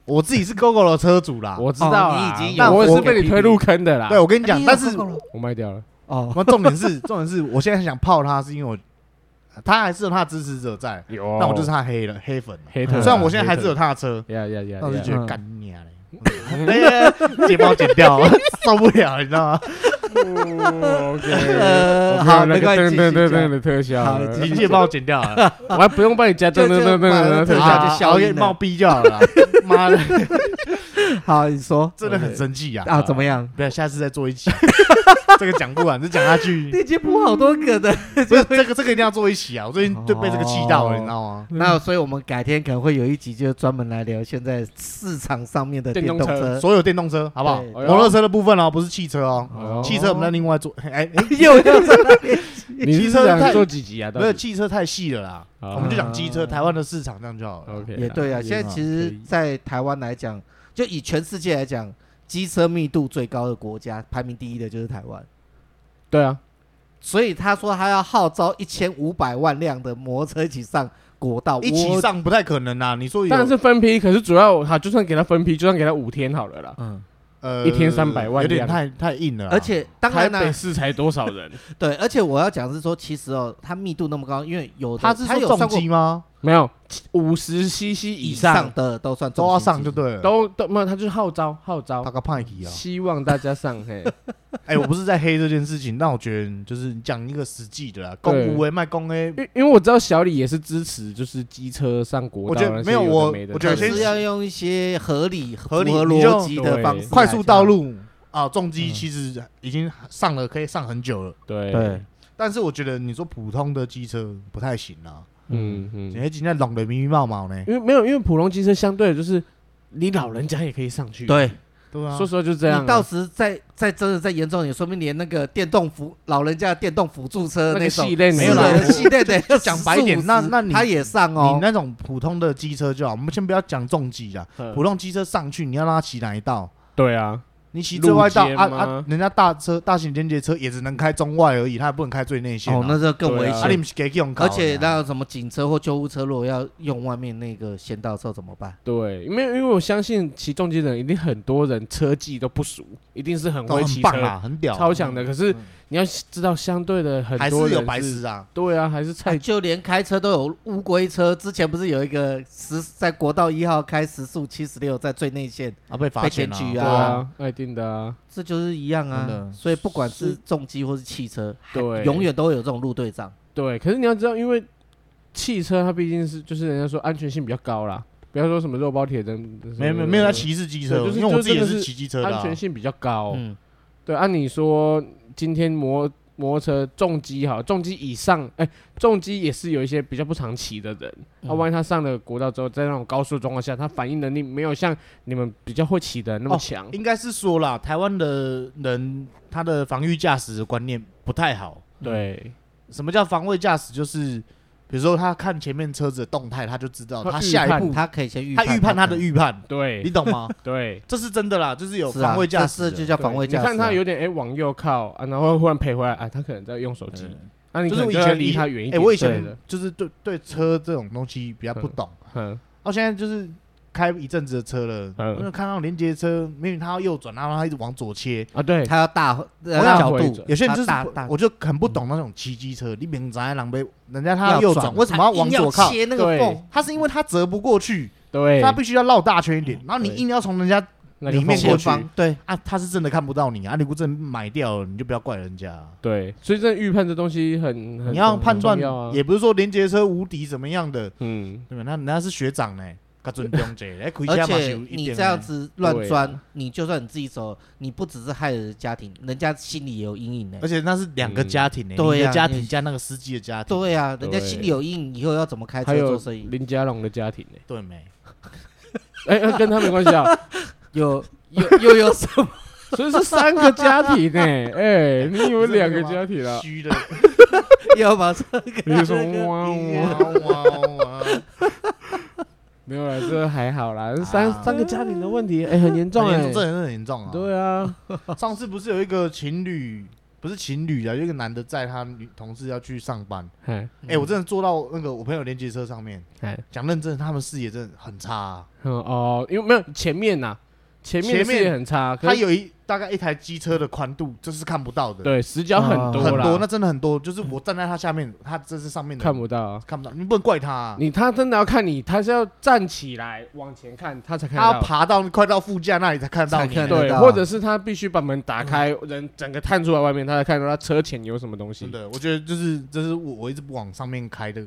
[SPEAKER 3] 我自己是 GoGo 的车主啦。
[SPEAKER 1] 我知道啊
[SPEAKER 2] 哦你已经有
[SPEAKER 1] 但我
[SPEAKER 3] 我
[SPEAKER 1] 是被你推入坑的啦。
[SPEAKER 3] 对，我跟你
[SPEAKER 2] 哎
[SPEAKER 3] 讲，
[SPEAKER 2] 你有
[SPEAKER 3] 但是
[SPEAKER 2] GoGo 了
[SPEAKER 1] 我卖掉了。
[SPEAKER 2] 哦，
[SPEAKER 3] 那重点是 重点是，我现在很想泡他，是因为我他还是有他的支持者在，
[SPEAKER 1] 有，
[SPEAKER 2] 哦
[SPEAKER 3] 那我就是他黑了黑粉了。
[SPEAKER 1] 黑特啊。
[SPEAKER 3] 虽然我现在还是有
[SPEAKER 1] 黑特，
[SPEAKER 3] 他的车，
[SPEAKER 1] 呀呀呀，
[SPEAKER 3] 但我就觉
[SPEAKER 1] 呀
[SPEAKER 3] 得
[SPEAKER 2] 嗯
[SPEAKER 3] 干你娘嘞！哎剪包剪掉， 受不了，你知道吗？
[SPEAKER 1] 哦
[SPEAKER 2] 呃
[SPEAKER 1] ，OK，
[SPEAKER 2] 好
[SPEAKER 1] 我没有那
[SPEAKER 2] 没关
[SPEAKER 1] 个
[SPEAKER 2] 系
[SPEAKER 1] 噔噔噔
[SPEAKER 2] 继续
[SPEAKER 1] 噔
[SPEAKER 2] 讲
[SPEAKER 1] 的特效
[SPEAKER 2] 好
[SPEAKER 1] 了，
[SPEAKER 2] 继
[SPEAKER 3] 你直接帮我剪掉啊了，
[SPEAKER 1] 我还不用帮你加噔
[SPEAKER 2] 就
[SPEAKER 1] 噔噔噔
[SPEAKER 2] 就把它
[SPEAKER 1] 噔的特
[SPEAKER 2] 等一
[SPEAKER 1] 效
[SPEAKER 2] 下。就消音了
[SPEAKER 3] 消音，帮我逼就 好了啦。妈的，
[SPEAKER 2] 好，你说
[SPEAKER 3] 真的很生气呀！
[SPEAKER 2] 啊，怎么样？
[SPEAKER 3] 不要，下次再做一期， 这个讲不完，这讲下去
[SPEAKER 2] 你已经铺好多个的，
[SPEAKER 3] 不是这个这个一定要做一期啊！我最近就被这个气到了，你知道吗？
[SPEAKER 2] 那所以我们改天可能会有一集，就专门来聊现在市场上面的
[SPEAKER 1] 电
[SPEAKER 2] 电
[SPEAKER 1] 动
[SPEAKER 2] 动
[SPEAKER 1] 车
[SPEAKER 2] 车。
[SPEAKER 3] 所有电动车好不好？
[SPEAKER 2] 对
[SPEAKER 1] 哎呦
[SPEAKER 3] 摩托车的部分哦，不是汽车哦，
[SPEAKER 1] 哦
[SPEAKER 3] 汽车 我们再另外做。哎，哎
[SPEAKER 2] 又要在那边
[SPEAKER 1] 你是
[SPEAKER 3] 汽车
[SPEAKER 1] 想
[SPEAKER 3] 太
[SPEAKER 1] 做几集啊？到
[SPEAKER 3] 没有
[SPEAKER 1] 底
[SPEAKER 3] 汽车太细了啦，
[SPEAKER 1] 好
[SPEAKER 3] 我们就讲机车，
[SPEAKER 2] 啊
[SPEAKER 3] 台湾的市场这样就好了。
[SPEAKER 1] OK，
[SPEAKER 2] 也对啊，现在其实
[SPEAKER 1] 可以，
[SPEAKER 2] 在台湾来讲，就以全世界来讲，机车密度最高的国家，排名第一的就是台湾。
[SPEAKER 1] 对啊，
[SPEAKER 2] 所以他说他要号召一千五百万辆的摩托车一起上国道，
[SPEAKER 3] 一起
[SPEAKER 2] 我，
[SPEAKER 3] 上不太可能啊啦，你说有
[SPEAKER 1] 当然是分批，可是主要好，就算给他分批，就算给他五天好了啦。
[SPEAKER 2] 嗯，
[SPEAKER 3] 呃
[SPEAKER 1] 一天300万
[SPEAKER 3] 有点
[SPEAKER 1] 辆
[SPEAKER 3] 太太硬了啦。啊
[SPEAKER 2] 而且当
[SPEAKER 1] 台
[SPEAKER 2] 然
[SPEAKER 1] 北
[SPEAKER 2] 啦，
[SPEAKER 1] 市才多少人？
[SPEAKER 2] 对，而且我要讲是说，其实哦，它密度那么高，因为有的
[SPEAKER 3] 他是
[SPEAKER 2] 它有
[SPEAKER 3] 说重
[SPEAKER 2] 算过
[SPEAKER 3] 机吗？
[SPEAKER 1] 没有五十 CC 以
[SPEAKER 2] 以
[SPEAKER 1] 上
[SPEAKER 2] 上的都算重
[SPEAKER 3] 都要
[SPEAKER 2] 型机
[SPEAKER 3] 上就对了。
[SPEAKER 1] 都都没有，他就是号召号召
[SPEAKER 3] 他，个派系啊！
[SPEAKER 1] 希望大家上嘿。
[SPEAKER 3] 哎，我不是在黑这件事情，但我觉得就是讲一个实际的啦，公
[SPEAKER 1] 对
[SPEAKER 3] 无为卖公 A，
[SPEAKER 1] 因因为我知道小李也是支持，就是机车上国
[SPEAKER 3] 我
[SPEAKER 1] 道
[SPEAKER 3] 觉得
[SPEAKER 1] 那些
[SPEAKER 3] 没有
[SPEAKER 1] 的
[SPEAKER 3] 我
[SPEAKER 1] 没的
[SPEAKER 3] 我觉
[SPEAKER 2] 可
[SPEAKER 3] 得
[SPEAKER 1] 这样
[SPEAKER 2] 是
[SPEAKER 3] 先
[SPEAKER 1] 子
[SPEAKER 2] 要用一些合理、
[SPEAKER 3] 合理
[SPEAKER 2] 符合
[SPEAKER 3] 你就
[SPEAKER 2] 逻辑的
[SPEAKER 1] 对
[SPEAKER 2] 方式，
[SPEAKER 3] 快速道。路啊，重
[SPEAKER 1] 嗯
[SPEAKER 3] 机其实已经上了，可以上很久了。
[SPEAKER 1] 对
[SPEAKER 2] 对，
[SPEAKER 3] 但是我觉得你说普通的机车不太行啦，
[SPEAKER 1] 嗯嗯
[SPEAKER 3] 你，还今天弄得迷迷毛毛呢，
[SPEAKER 1] 因为没有，因为普通机车相对的就是你老人家也可以上去，，
[SPEAKER 2] 对，
[SPEAKER 3] 对啊
[SPEAKER 1] 说，实话就是这样啊。
[SPEAKER 2] 你到时再再真的再严重一点，说明连那个电动辅老人家的电动辅助车
[SPEAKER 1] 那个
[SPEAKER 2] 种
[SPEAKER 1] 系列
[SPEAKER 3] 没
[SPEAKER 1] 没
[SPEAKER 3] 有
[SPEAKER 1] 有
[SPEAKER 3] 啦
[SPEAKER 1] 啦，
[SPEAKER 2] 是
[SPEAKER 3] 我
[SPEAKER 2] 系列的
[SPEAKER 3] 就讲白一点
[SPEAKER 2] 40
[SPEAKER 3] 那那你
[SPEAKER 2] 他也上
[SPEAKER 3] 你
[SPEAKER 2] 哦，
[SPEAKER 3] 那种普通的机车就好，我们先不要讲重机啦，普
[SPEAKER 1] 嗯
[SPEAKER 3] 通机车上去，你要让他骑哪一道？
[SPEAKER 1] 对啊，
[SPEAKER 3] 你骑最外道
[SPEAKER 1] 路肩
[SPEAKER 3] 啊
[SPEAKER 1] 吗
[SPEAKER 3] 啊！人家大车、大型间接车也只能开中外而已，他也不能开最内线、
[SPEAKER 2] 哦，那这更
[SPEAKER 1] 对
[SPEAKER 2] 危
[SPEAKER 1] 啊
[SPEAKER 3] 啊，你
[SPEAKER 2] 险。
[SPEAKER 3] 们是给用搞
[SPEAKER 2] 而
[SPEAKER 3] 的啊
[SPEAKER 2] 且那个什么警车或救护车，如果要用外面那个先道的时候怎么办？
[SPEAKER 1] 对，因为因为我相信骑重机的人一定很多人车技都不熟，一定是很
[SPEAKER 3] 都
[SPEAKER 1] 会骑
[SPEAKER 3] 很棒
[SPEAKER 1] 车，
[SPEAKER 3] 啊，很屌啊，
[SPEAKER 1] 超强的。可是
[SPEAKER 3] 嗯
[SPEAKER 1] 你要知道，相对的很
[SPEAKER 3] 还是
[SPEAKER 1] 多
[SPEAKER 3] 有
[SPEAKER 1] 人
[SPEAKER 3] 白痴啊，
[SPEAKER 1] 对啊，还是
[SPEAKER 2] 啊
[SPEAKER 1] 菜
[SPEAKER 2] 就连开车都有乌龟车，之前不是有一个时在国道一号开时速七十六，在最内线，
[SPEAKER 3] 啊被罚
[SPEAKER 2] 被
[SPEAKER 3] 钱
[SPEAKER 2] 检
[SPEAKER 3] 啊
[SPEAKER 2] 举
[SPEAKER 1] 对
[SPEAKER 2] 啊
[SPEAKER 1] 啊，那一定的啊，
[SPEAKER 2] 这就是一样
[SPEAKER 3] 真的
[SPEAKER 2] 啊。所以不管是
[SPEAKER 1] 是
[SPEAKER 2] 重机或是汽车，还
[SPEAKER 1] 对
[SPEAKER 2] 永远都会有这种路队长。
[SPEAKER 1] 对。可是你要知道，因为汽车它毕竟是就是人家说安全性比较高啦，不要说什么肉包铁针，
[SPEAKER 3] 没有没有没有在歧视机车，
[SPEAKER 1] 对就是
[SPEAKER 3] 因为我自己也
[SPEAKER 1] 就真
[SPEAKER 3] 是
[SPEAKER 1] 的是
[SPEAKER 3] 骑机车的啊、
[SPEAKER 1] 安全性比较高。
[SPEAKER 2] 嗯，
[SPEAKER 1] 对，按、你说，今天摩摩托车重机哈，重机以上，哎、重机也是有一些比较不常骑的人。那、
[SPEAKER 3] 嗯
[SPEAKER 1] 万一他上了国道之后，在那种高速的状况下，他反应能力没有像你们比较会骑的人那么
[SPEAKER 3] 哦
[SPEAKER 1] 强。
[SPEAKER 3] 应该是说啦，台湾的人他的防御驾驶的观念不太好。
[SPEAKER 1] 对，
[SPEAKER 3] 什么叫防卫驾驶？就是比如说他看前面车子的动态，他就知道
[SPEAKER 1] 他
[SPEAKER 3] 他
[SPEAKER 1] 预
[SPEAKER 3] 下一
[SPEAKER 1] 判
[SPEAKER 3] 步，
[SPEAKER 2] 他可以先预
[SPEAKER 3] 他预判他的预判，你
[SPEAKER 1] 对，
[SPEAKER 3] 懂吗？
[SPEAKER 1] 对，
[SPEAKER 3] 这是真的啦，就是有
[SPEAKER 2] 是啊
[SPEAKER 3] 防卫驾
[SPEAKER 2] 这
[SPEAKER 3] 驶的，
[SPEAKER 2] 这就叫防卫
[SPEAKER 1] 对
[SPEAKER 2] 驾驶啊。
[SPEAKER 1] 你看他有点哎、往右靠啊，然后忽然赔回来啊，他可能在用手机。那、你
[SPEAKER 3] 嗯就
[SPEAKER 1] 可
[SPEAKER 3] 是
[SPEAKER 1] 能
[SPEAKER 3] 我以
[SPEAKER 1] 要
[SPEAKER 3] 前
[SPEAKER 1] 离
[SPEAKER 3] 以
[SPEAKER 1] 他远一
[SPEAKER 3] 哎、
[SPEAKER 1] 点之类的。
[SPEAKER 3] 我以前就是对对车这种东西比较不懂，啊
[SPEAKER 1] 嗯，
[SPEAKER 3] 到、现在就是开一阵子的车了，
[SPEAKER 1] 嗯
[SPEAKER 3] 因为看到连接车，明明他要右转，然后他一直往左切，
[SPEAKER 1] 啊，对，
[SPEAKER 2] 他要大呃
[SPEAKER 3] 要
[SPEAKER 2] 角
[SPEAKER 1] 回
[SPEAKER 2] 度
[SPEAKER 1] 转，
[SPEAKER 3] 有些人
[SPEAKER 2] 他
[SPEAKER 3] 就是
[SPEAKER 2] 大
[SPEAKER 3] 不
[SPEAKER 2] 大嗯
[SPEAKER 3] 我就很不懂那种骑机车，你明知道狼狈，人家他
[SPEAKER 2] 要
[SPEAKER 3] 右
[SPEAKER 2] 转
[SPEAKER 3] 转，
[SPEAKER 2] 了
[SPEAKER 3] 为什么要往
[SPEAKER 2] 硬要
[SPEAKER 3] 左靠？
[SPEAKER 2] 切那个
[SPEAKER 1] 对
[SPEAKER 2] 缝，
[SPEAKER 3] 他是因为他折不过去，
[SPEAKER 1] 对，
[SPEAKER 3] 他必须要绕大圈一
[SPEAKER 2] 嗯
[SPEAKER 3] 点，然后你
[SPEAKER 1] 对
[SPEAKER 3] 硬要从人家
[SPEAKER 1] 那个
[SPEAKER 3] 里面
[SPEAKER 1] 缝
[SPEAKER 3] 过
[SPEAKER 2] 前
[SPEAKER 3] 去
[SPEAKER 2] 方对，
[SPEAKER 3] 啊，他是真的看不到你啊，你如果真的买掉了，你就不要怪人家。啊
[SPEAKER 1] 对，所以这预判这东西很，很
[SPEAKER 3] 你要判断
[SPEAKER 1] 很重要，啊，
[SPEAKER 3] 也不是说连接车无敌怎么样的，
[SPEAKER 1] 嗯，
[SPEAKER 3] 对吧？那人家是学长呢，他尊重者，哎，开
[SPEAKER 2] 而
[SPEAKER 3] 车嘛是
[SPEAKER 2] 且
[SPEAKER 3] 有一
[SPEAKER 2] 你
[SPEAKER 3] 点
[SPEAKER 2] 这
[SPEAKER 3] 的
[SPEAKER 2] 样子乱
[SPEAKER 1] 对啊
[SPEAKER 2] 钻，你就算你自己走，你不只是害了家庭，人家心里也有阴影呢
[SPEAKER 3] 而。且那是两个家庭呢、
[SPEAKER 2] 嗯对啊
[SPEAKER 3] 你的家庭
[SPEAKER 2] 你
[SPEAKER 3] 加那个司机的家庭，
[SPEAKER 2] 对啊，人家
[SPEAKER 1] 对
[SPEAKER 2] 心里有阴影，以后要怎么
[SPEAKER 1] 还
[SPEAKER 2] 开车
[SPEAKER 1] 有
[SPEAKER 2] 做生意？
[SPEAKER 1] 林家龙的家庭呢，
[SPEAKER 3] 对没？
[SPEAKER 1] 哎，呃跟他没关系 啊，
[SPEAKER 2] 有有又有什么？
[SPEAKER 1] 所以是三个家庭呢， 哎，你有两个家庭了，
[SPEAKER 3] 虚的，
[SPEAKER 2] 要把这个
[SPEAKER 1] 你就说
[SPEAKER 2] 那个
[SPEAKER 1] 哇
[SPEAKER 3] 啊
[SPEAKER 1] 哇，
[SPEAKER 3] 哇哇哇！
[SPEAKER 1] 没有啦，这还好啦，三
[SPEAKER 3] 啊
[SPEAKER 1] 三个家庭的问题，哎，很严重
[SPEAKER 3] 很
[SPEAKER 1] 哎
[SPEAKER 3] 严重，，这很严重啊！
[SPEAKER 1] 对啊，
[SPEAKER 3] 上次不是有一个情侣，不是情侣啊，有一个男的载他女同事要去上班，
[SPEAKER 1] 哎
[SPEAKER 3] 哎、我真的坐到那个我朋友连接车上面，
[SPEAKER 1] 哎，
[SPEAKER 3] 讲认真的，他们视野真的很差啊、
[SPEAKER 1] 嗯哦，因为没有前面呐，前面的
[SPEAKER 3] 前
[SPEAKER 1] 视
[SPEAKER 3] 面
[SPEAKER 1] 野很差，可
[SPEAKER 3] 他
[SPEAKER 1] 是
[SPEAKER 3] 有一大概一台机车的宽度，这是看不到的，，
[SPEAKER 1] 对死角很多
[SPEAKER 3] 很
[SPEAKER 1] 啦，
[SPEAKER 3] 多，那真的很多，就是我站在他下面，他这是上面的
[SPEAKER 1] 看不到啊。
[SPEAKER 3] 看不到，你不能怪他啊、
[SPEAKER 1] 你他真的要看你，他是要站起来往前看，他才看
[SPEAKER 3] 他
[SPEAKER 1] 得
[SPEAKER 3] 要
[SPEAKER 1] 到。
[SPEAKER 3] 爬到快到副驾那里才看得到
[SPEAKER 2] 才
[SPEAKER 3] 你
[SPEAKER 2] 看
[SPEAKER 3] 啊，
[SPEAKER 2] 得
[SPEAKER 1] 对，
[SPEAKER 2] 到
[SPEAKER 1] 或者是他必须把门打开，人整个探出来外面，他才看到他车前有什么东西
[SPEAKER 3] 真。的，我觉得就是这是我我一直不往上面开的，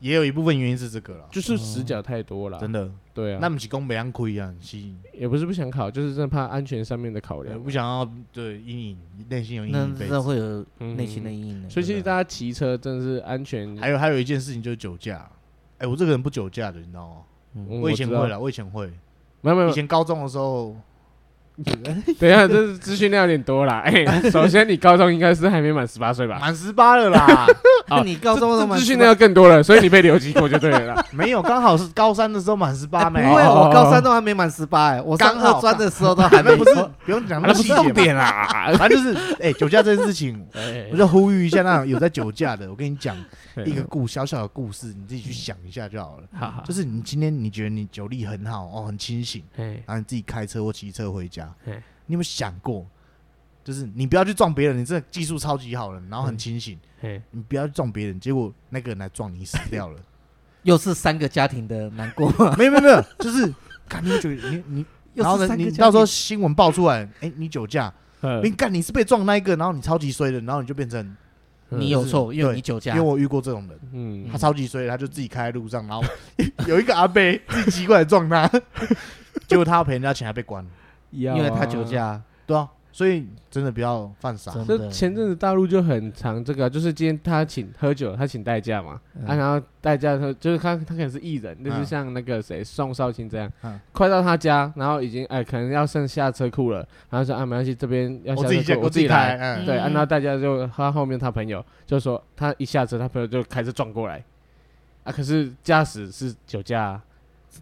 [SPEAKER 3] 也有一部分原因是这个了，
[SPEAKER 1] 就是死角太多了，
[SPEAKER 3] 真的。
[SPEAKER 1] 对啊，
[SPEAKER 3] 那不是讲没人亏啊，是
[SPEAKER 1] 也不是不想考，就是真的怕安全上面的考
[SPEAKER 3] 呃
[SPEAKER 1] 量
[SPEAKER 3] 不。想要对阴影，内心有 阴
[SPEAKER 2] 那
[SPEAKER 3] 影一辈子
[SPEAKER 2] 那会有
[SPEAKER 1] 嗯
[SPEAKER 2] 内心的阴影呢。
[SPEAKER 1] 所以其实大家骑车真的是安全，
[SPEAKER 3] 还有还有一件事情就是酒驾，哎，我这个人不酒驾的，你知道吗？
[SPEAKER 1] 嗯
[SPEAKER 3] 我以前
[SPEAKER 1] 知道嗯
[SPEAKER 3] 会了，我以前会，
[SPEAKER 1] 没有没有
[SPEAKER 3] 以，前高中的时候，
[SPEAKER 1] 等一下这是资讯量有点多 啦。哎，首先你高中应该是还没满十八岁吧？
[SPEAKER 3] 满十八了啦， 啊
[SPEAKER 2] 那 你高中
[SPEAKER 1] 这
[SPEAKER 2] 怎
[SPEAKER 1] 这
[SPEAKER 2] 么
[SPEAKER 1] 资讯量更多了，所以你被留级过就对了啦。
[SPEAKER 3] 没有，刚好是高三的时候满十
[SPEAKER 2] 哎
[SPEAKER 3] 八
[SPEAKER 2] 不
[SPEAKER 3] 没？
[SPEAKER 2] 会，
[SPEAKER 1] 哦
[SPEAKER 2] 我高三都还没满十八哎，我上
[SPEAKER 3] 刚好
[SPEAKER 2] 二专的时候 都还
[SPEAKER 3] 还
[SPEAKER 2] 没
[SPEAKER 3] 没不是，不用讲
[SPEAKER 1] 啊 那
[SPEAKER 3] 那么
[SPEAKER 1] 不
[SPEAKER 3] 细
[SPEAKER 1] 是
[SPEAKER 3] 节
[SPEAKER 1] 重
[SPEAKER 3] 嘛，
[SPEAKER 1] 点啦。
[SPEAKER 3] 反正就是哎，酒驾这件事情，
[SPEAKER 1] 哎
[SPEAKER 3] 我就呼吁一下那种有在酒驾的，我跟你讲一个
[SPEAKER 1] 对啊
[SPEAKER 3] 故小小的故事，你自己去想一下就好了。
[SPEAKER 1] 哎好 好，
[SPEAKER 3] 就是是你今天你觉得你酒力很好哦，很清醒，然后你自己开车或骑车回家，
[SPEAKER 1] 嘿
[SPEAKER 3] 你有没有想过，就是你不要去撞别人，你真的技术超级好了，然后很清醒，
[SPEAKER 1] 哎，
[SPEAKER 3] 你不要去撞别人，结果那个人来撞你死掉了。
[SPEAKER 2] 又是三个家庭的难 过，
[SPEAKER 3] 没有没有没有，就是感觉你你你，
[SPEAKER 2] 又
[SPEAKER 3] 然后
[SPEAKER 2] 是
[SPEAKER 3] 呢，
[SPEAKER 2] 三个
[SPEAKER 3] 你
[SPEAKER 2] 家
[SPEAKER 3] 到时候
[SPEAKER 2] 庭
[SPEAKER 3] 新闻爆出来，哎，你酒驾，
[SPEAKER 1] 嗯
[SPEAKER 3] 你干你是被撞那一个，然后你超级衰的，然后你就变成，
[SPEAKER 2] 你有错，因为
[SPEAKER 3] 对
[SPEAKER 2] 你酒驾
[SPEAKER 3] 因为，我遇过这种人。
[SPEAKER 1] 嗯
[SPEAKER 3] 他超级衰，他就自己开在路上，然后有一个阿伯自己骑过来撞他，结果他要赔人家钱还被关。
[SPEAKER 1] 因
[SPEAKER 2] 因为他酒。驾，
[SPEAKER 3] 对啊，所以真的不要犯傻。
[SPEAKER 2] 真
[SPEAKER 1] 这
[SPEAKER 2] 的
[SPEAKER 1] 前阵子大陆就很常这个啊，就是今天他请喝酒，他请代驾嘛，啊，然后代驾他就是他他可能是艺人，就是
[SPEAKER 3] 嗯
[SPEAKER 1] 像那个谁宋少卿这样
[SPEAKER 3] 嗯，
[SPEAKER 1] 快到他家，然后已经哎可能要剩下车库了，然后说啊没关系，这边要
[SPEAKER 3] 我
[SPEAKER 1] 下
[SPEAKER 3] 自己
[SPEAKER 1] 车
[SPEAKER 3] 见，
[SPEAKER 1] 库
[SPEAKER 3] 我自己开，
[SPEAKER 1] 来，
[SPEAKER 3] 嗯，
[SPEAKER 1] 对，啊
[SPEAKER 2] 嗯
[SPEAKER 1] 然后代驾就他后面他朋友就说他一下车，他朋友就开车撞过来，啊，可是驾驶是酒驾啊，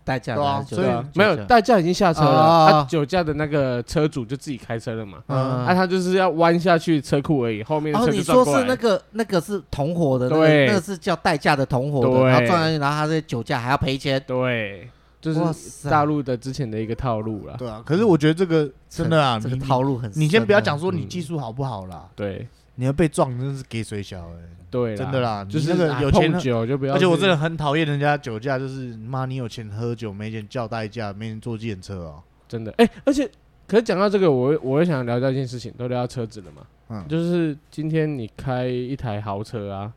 [SPEAKER 2] 代驾
[SPEAKER 3] 对啊
[SPEAKER 2] 来酒
[SPEAKER 3] 所以
[SPEAKER 1] 对
[SPEAKER 2] 驾
[SPEAKER 1] 啊，没有代驾已经下车了，
[SPEAKER 2] 哦
[SPEAKER 1] 啊，酒驾的那个车主就自己开车了嘛。
[SPEAKER 3] 嗯
[SPEAKER 1] 啊，他就是要弯下去车库而已，后面的
[SPEAKER 2] 哦，
[SPEAKER 1] 车
[SPEAKER 2] 你
[SPEAKER 1] 就
[SPEAKER 2] 说
[SPEAKER 1] 撞过
[SPEAKER 2] 是
[SPEAKER 1] 来。
[SPEAKER 2] 那个那个是同伙的，那个
[SPEAKER 1] 对
[SPEAKER 2] 那个是叫代驾的同伙的，
[SPEAKER 1] 对
[SPEAKER 2] 然后撞上去，然后他在酒驾还要赔钱，
[SPEAKER 1] 对，就
[SPEAKER 2] 哇
[SPEAKER 1] 是
[SPEAKER 2] 塞
[SPEAKER 1] 大陆的之前的一个套路了。
[SPEAKER 3] 对啊。可是我觉得这个真的啊，
[SPEAKER 2] 这个
[SPEAKER 3] 你
[SPEAKER 2] 套路很深啊。
[SPEAKER 3] 你先不要讲说你
[SPEAKER 1] 嗯
[SPEAKER 3] 技术好不好啦，
[SPEAKER 1] 对
[SPEAKER 3] 你要被撞真的是给水小哎，
[SPEAKER 1] 对，
[SPEAKER 3] 真的，啦，
[SPEAKER 1] 就
[SPEAKER 3] 你
[SPEAKER 1] 是
[SPEAKER 3] 那个
[SPEAKER 1] 啊
[SPEAKER 3] 有钱
[SPEAKER 1] 碰。酒就不要去。
[SPEAKER 3] 而且我真的很讨厌人家酒驾，就是妈你有钱喝酒，没钱叫代驾，没钱坐计程车哦。
[SPEAKER 1] 真的哎、而且可是讲到这个，我会我也想聊到一件事情，都聊到车子了嘛，
[SPEAKER 3] 嗯，
[SPEAKER 1] 就是今天你开一台豪车 啊。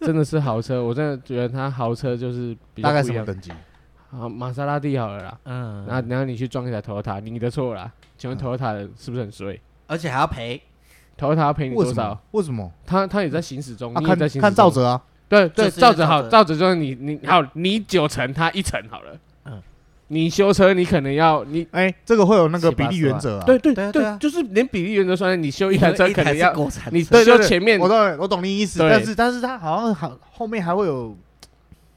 [SPEAKER 1] 真的是豪车，我真的觉得它豪车就是比较
[SPEAKER 3] 大概
[SPEAKER 1] 不
[SPEAKER 3] 什
[SPEAKER 1] 一
[SPEAKER 3] 么
[SPEAKER 1] 样。
[SPEAKER 3] 等级？
[SPEAKER 1] 好，玛莎拉蒂好了啦，
[SPEAKER 2] 嗯，
[SPEAKER 1] 然后然后你去撞一台 Toyota，你的错啦。请问
[SPEAKER 3] 嗯
[SPEAKER 1] Toyota 的是不是很衰
[SPEAKER 2] 而且还要赔，
[SPEAKER 1] ？Toyota 要赔你
[SPEAKER 3] 为
[SPEAKER 1] 多
[SPEAKER 3] 什
[SPEAKER 1] 少
[SPEAKER 3] 么？？为什么？
[SPEAKER 1] 他他也在行驶中，
[SPEAKER 3] 啊，
[SPEAKER 1] 你也
[SPEAKER 3] 看
[SPEAKER 1] 在行驶中。
[SPEAKER 3] 看赵哲啊，
[SPEAKER 1] 对对，
[SPEAKER 2] 就是因为
[SPEAKER 1] 照着好，
[SPEAKER 2] 照着
[SPEAKER 1] 照着就是你你好，你九成，他一成好了。嗯
[SPEAKER 2] 嗯，
[SPEAKER 1] 你修车你可能要你
[SPEAKER 3] 哎，这个会有那个
[SPEAKER 2] 七
[SPEAKER 3] 比
[SPEAKER 2] 八
[SPEAKER 3] 例
[SPEAKER 2] 十
[SPEAKER 3] 原
[SPEAKER 2] 万
[SPEAKER 3] 则啊。
[SPEAKER 1] 对对
[SPEAKER 2] 对啊对
[SPEAKER 1] 对，
[SPEAKER 2] 啊
[SPEAKER 1] 就是连比例原则算，你修一台车可能
[SPEAKER 2] 是
[SPEAKER 1] 要
[SPEAKER 2] 国产
[SPEAKER 1] 你
[SPEAKER 2] 车
[SPEAKER 3] 对
[SPEAKER 1] 修前面
[SPEAKER 3] 我懂，我懂你意思，
[SPEAKER 1] 对
[SPEAKER 3] 但是但是他好像好后面还会有，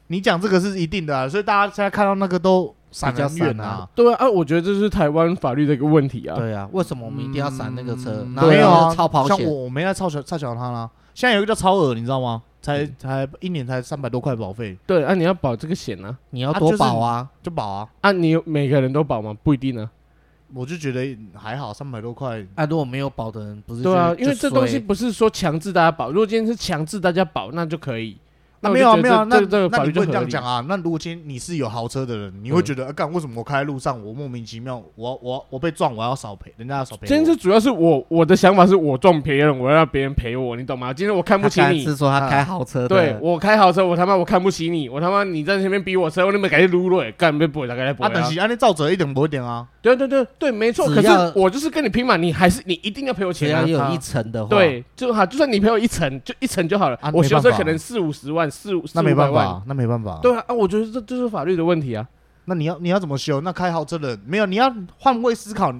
[SPEAKER 3] 你讲这个是一定的啊，所以大家现在看到那个都闪
[SPEAKER 2] 比较
[SPEAKER 3] 很远
[SPEAKER 2] 闪啊，
[SPEAKER 1] 对啊啊，我觉得这是台湾法律的一个问题啊。嗯
[SPEAKER 2] 对啊，为什么我们一定要闪那个车？然后
[SPEAKER 3] 没有
[SPEAKER 2] 又
[SPEAKER 3] 啊，
[SPEAKER 2] 超跑
[SPEAKER 3] 像
[SPEAKER 2] 险，
[SPEAKER 3] 我我没在超小超小他啦，现在有一个叫超额，你知道吗？才才一年才三百多块保费
[SPEAKER 1] 对啊，你要保这个险呢、
[SPEAKER 2] 你要
[SPEAKER 3] 啊
[SPEAKER 2] 多
[SPEAKER 3] 就是
[SPEAKER 2] 保啊，
[SPEAKER 3] 就保啊，
[SPEAKER 1] 啊？你有每个人都保吗？不一定啊呢、
[SPEAKER 3] 我就觉得还好，三百多块
[SPEAKER 2] 啊，如果没有保的人不是
[SPEAKER 1] 对啊，
[SPEAKER 2] 就
[SPEAKER 1] 因为这
[SPEAKER 2] 就衰
[SPEAKER 1] 东西不是说强制大家保，如果今天是强制大家保，那就可以。
[SPEAKER 3] 那
[SPEAKER 1] 我
[SPEAKER 3] 没
[SPEAKER 1] 就
[SPEAKER 3] 有啊，
[SPEAKER 1] 觉
[SPEAKER 3] 没
[SPEAKER 1] 得
[SPEAKER 3] 有啊，
[SPEAKER 1] 这
[SPEAKER 3] 那
[SPEAKER 1] 这这个
[SPEAKER 3] 那
[SPEAKER 1] 法
[SPEAKER 3] 你
[SPEAKER 1] 律
[SPEAKER 3] 不
[SPEAKER 1] 就
[SPEAKER 3] 能这
[SPEAKER 1] 合
[SPEAKER 3] 样
[SPEAKER 1] 理
[SPEAKER 3] 讲啊。那如果今天你是有豪车的人，你会
[SPEAKER 1] 嗯
[SPEAKER 3] 觉得，啊干，为什么我开在路上，我莫名其妙，我我我被撞，我要少赔，人家要 少赔我。
[SPEAKER 1] 今天是主要是我我的想法是我撞别人，我要让别人赔我，你懂吗？今天我看不起
[SPEAKER 2] 他刚才
[SPEAKER 1] 你，
[SPEAKER 2] 是说
[SPEAKER 3] 啊
[SPEAKER 2] 他开豪车的，
[SPEAKER 1] 对我开豪车，我他妈我看不起你，我他妈你在前面逼我车，我你们赶紧撸了，干被不大概不
[SPEAKER 3] 啊，但是按你照着一点不一点啊，
[SPEAKER 1] 对对对对，没错。
[SPEAKER 2] 只
[SPEAKER 1] 可是
[SPEAKER 2] 要
[SPEAKER 1] 我就是跟你拼嘛，你还是你一定要赔我
[SPEAKER 2] 只
[SPEAKER 1] 钱
[SPEAKER 2] 要
[SPEAKER 1] 啊！
[SPEAKER 2] 有
[SPEAKER 3] 啊
[SPEAKER 2] 一层的话，，
[SPEAKER 1] 对，就好，就算你赔我一层，就一层就好了。
[SPEAKER 3] 啊
[SPEAKER 1] 我
[SPEAKER 3] 没
[SPEAKER 1] 修
[SPEAKER 3] 办
[SPEAKER 1] 车
[SPEAKER 3] 法
[SPEAKER 1] 可
[SPEAKER 3] 啊
[SPEAKER 1] 能四五十万，四五
[SPEAKER 3] 那没办。
[SPEAKER 1] 四五百万
[SPEAKER 3] 法，那没办法。，
[SPEAKER 1] 对啊，啊，我觉得这这是法律的问题啊。
[SPEAKER 3] 那你要你要怎么修？那开豪车的人没有，你要换位思
[SPEAKER 1] 嗯
[SPEAKER 3] 考，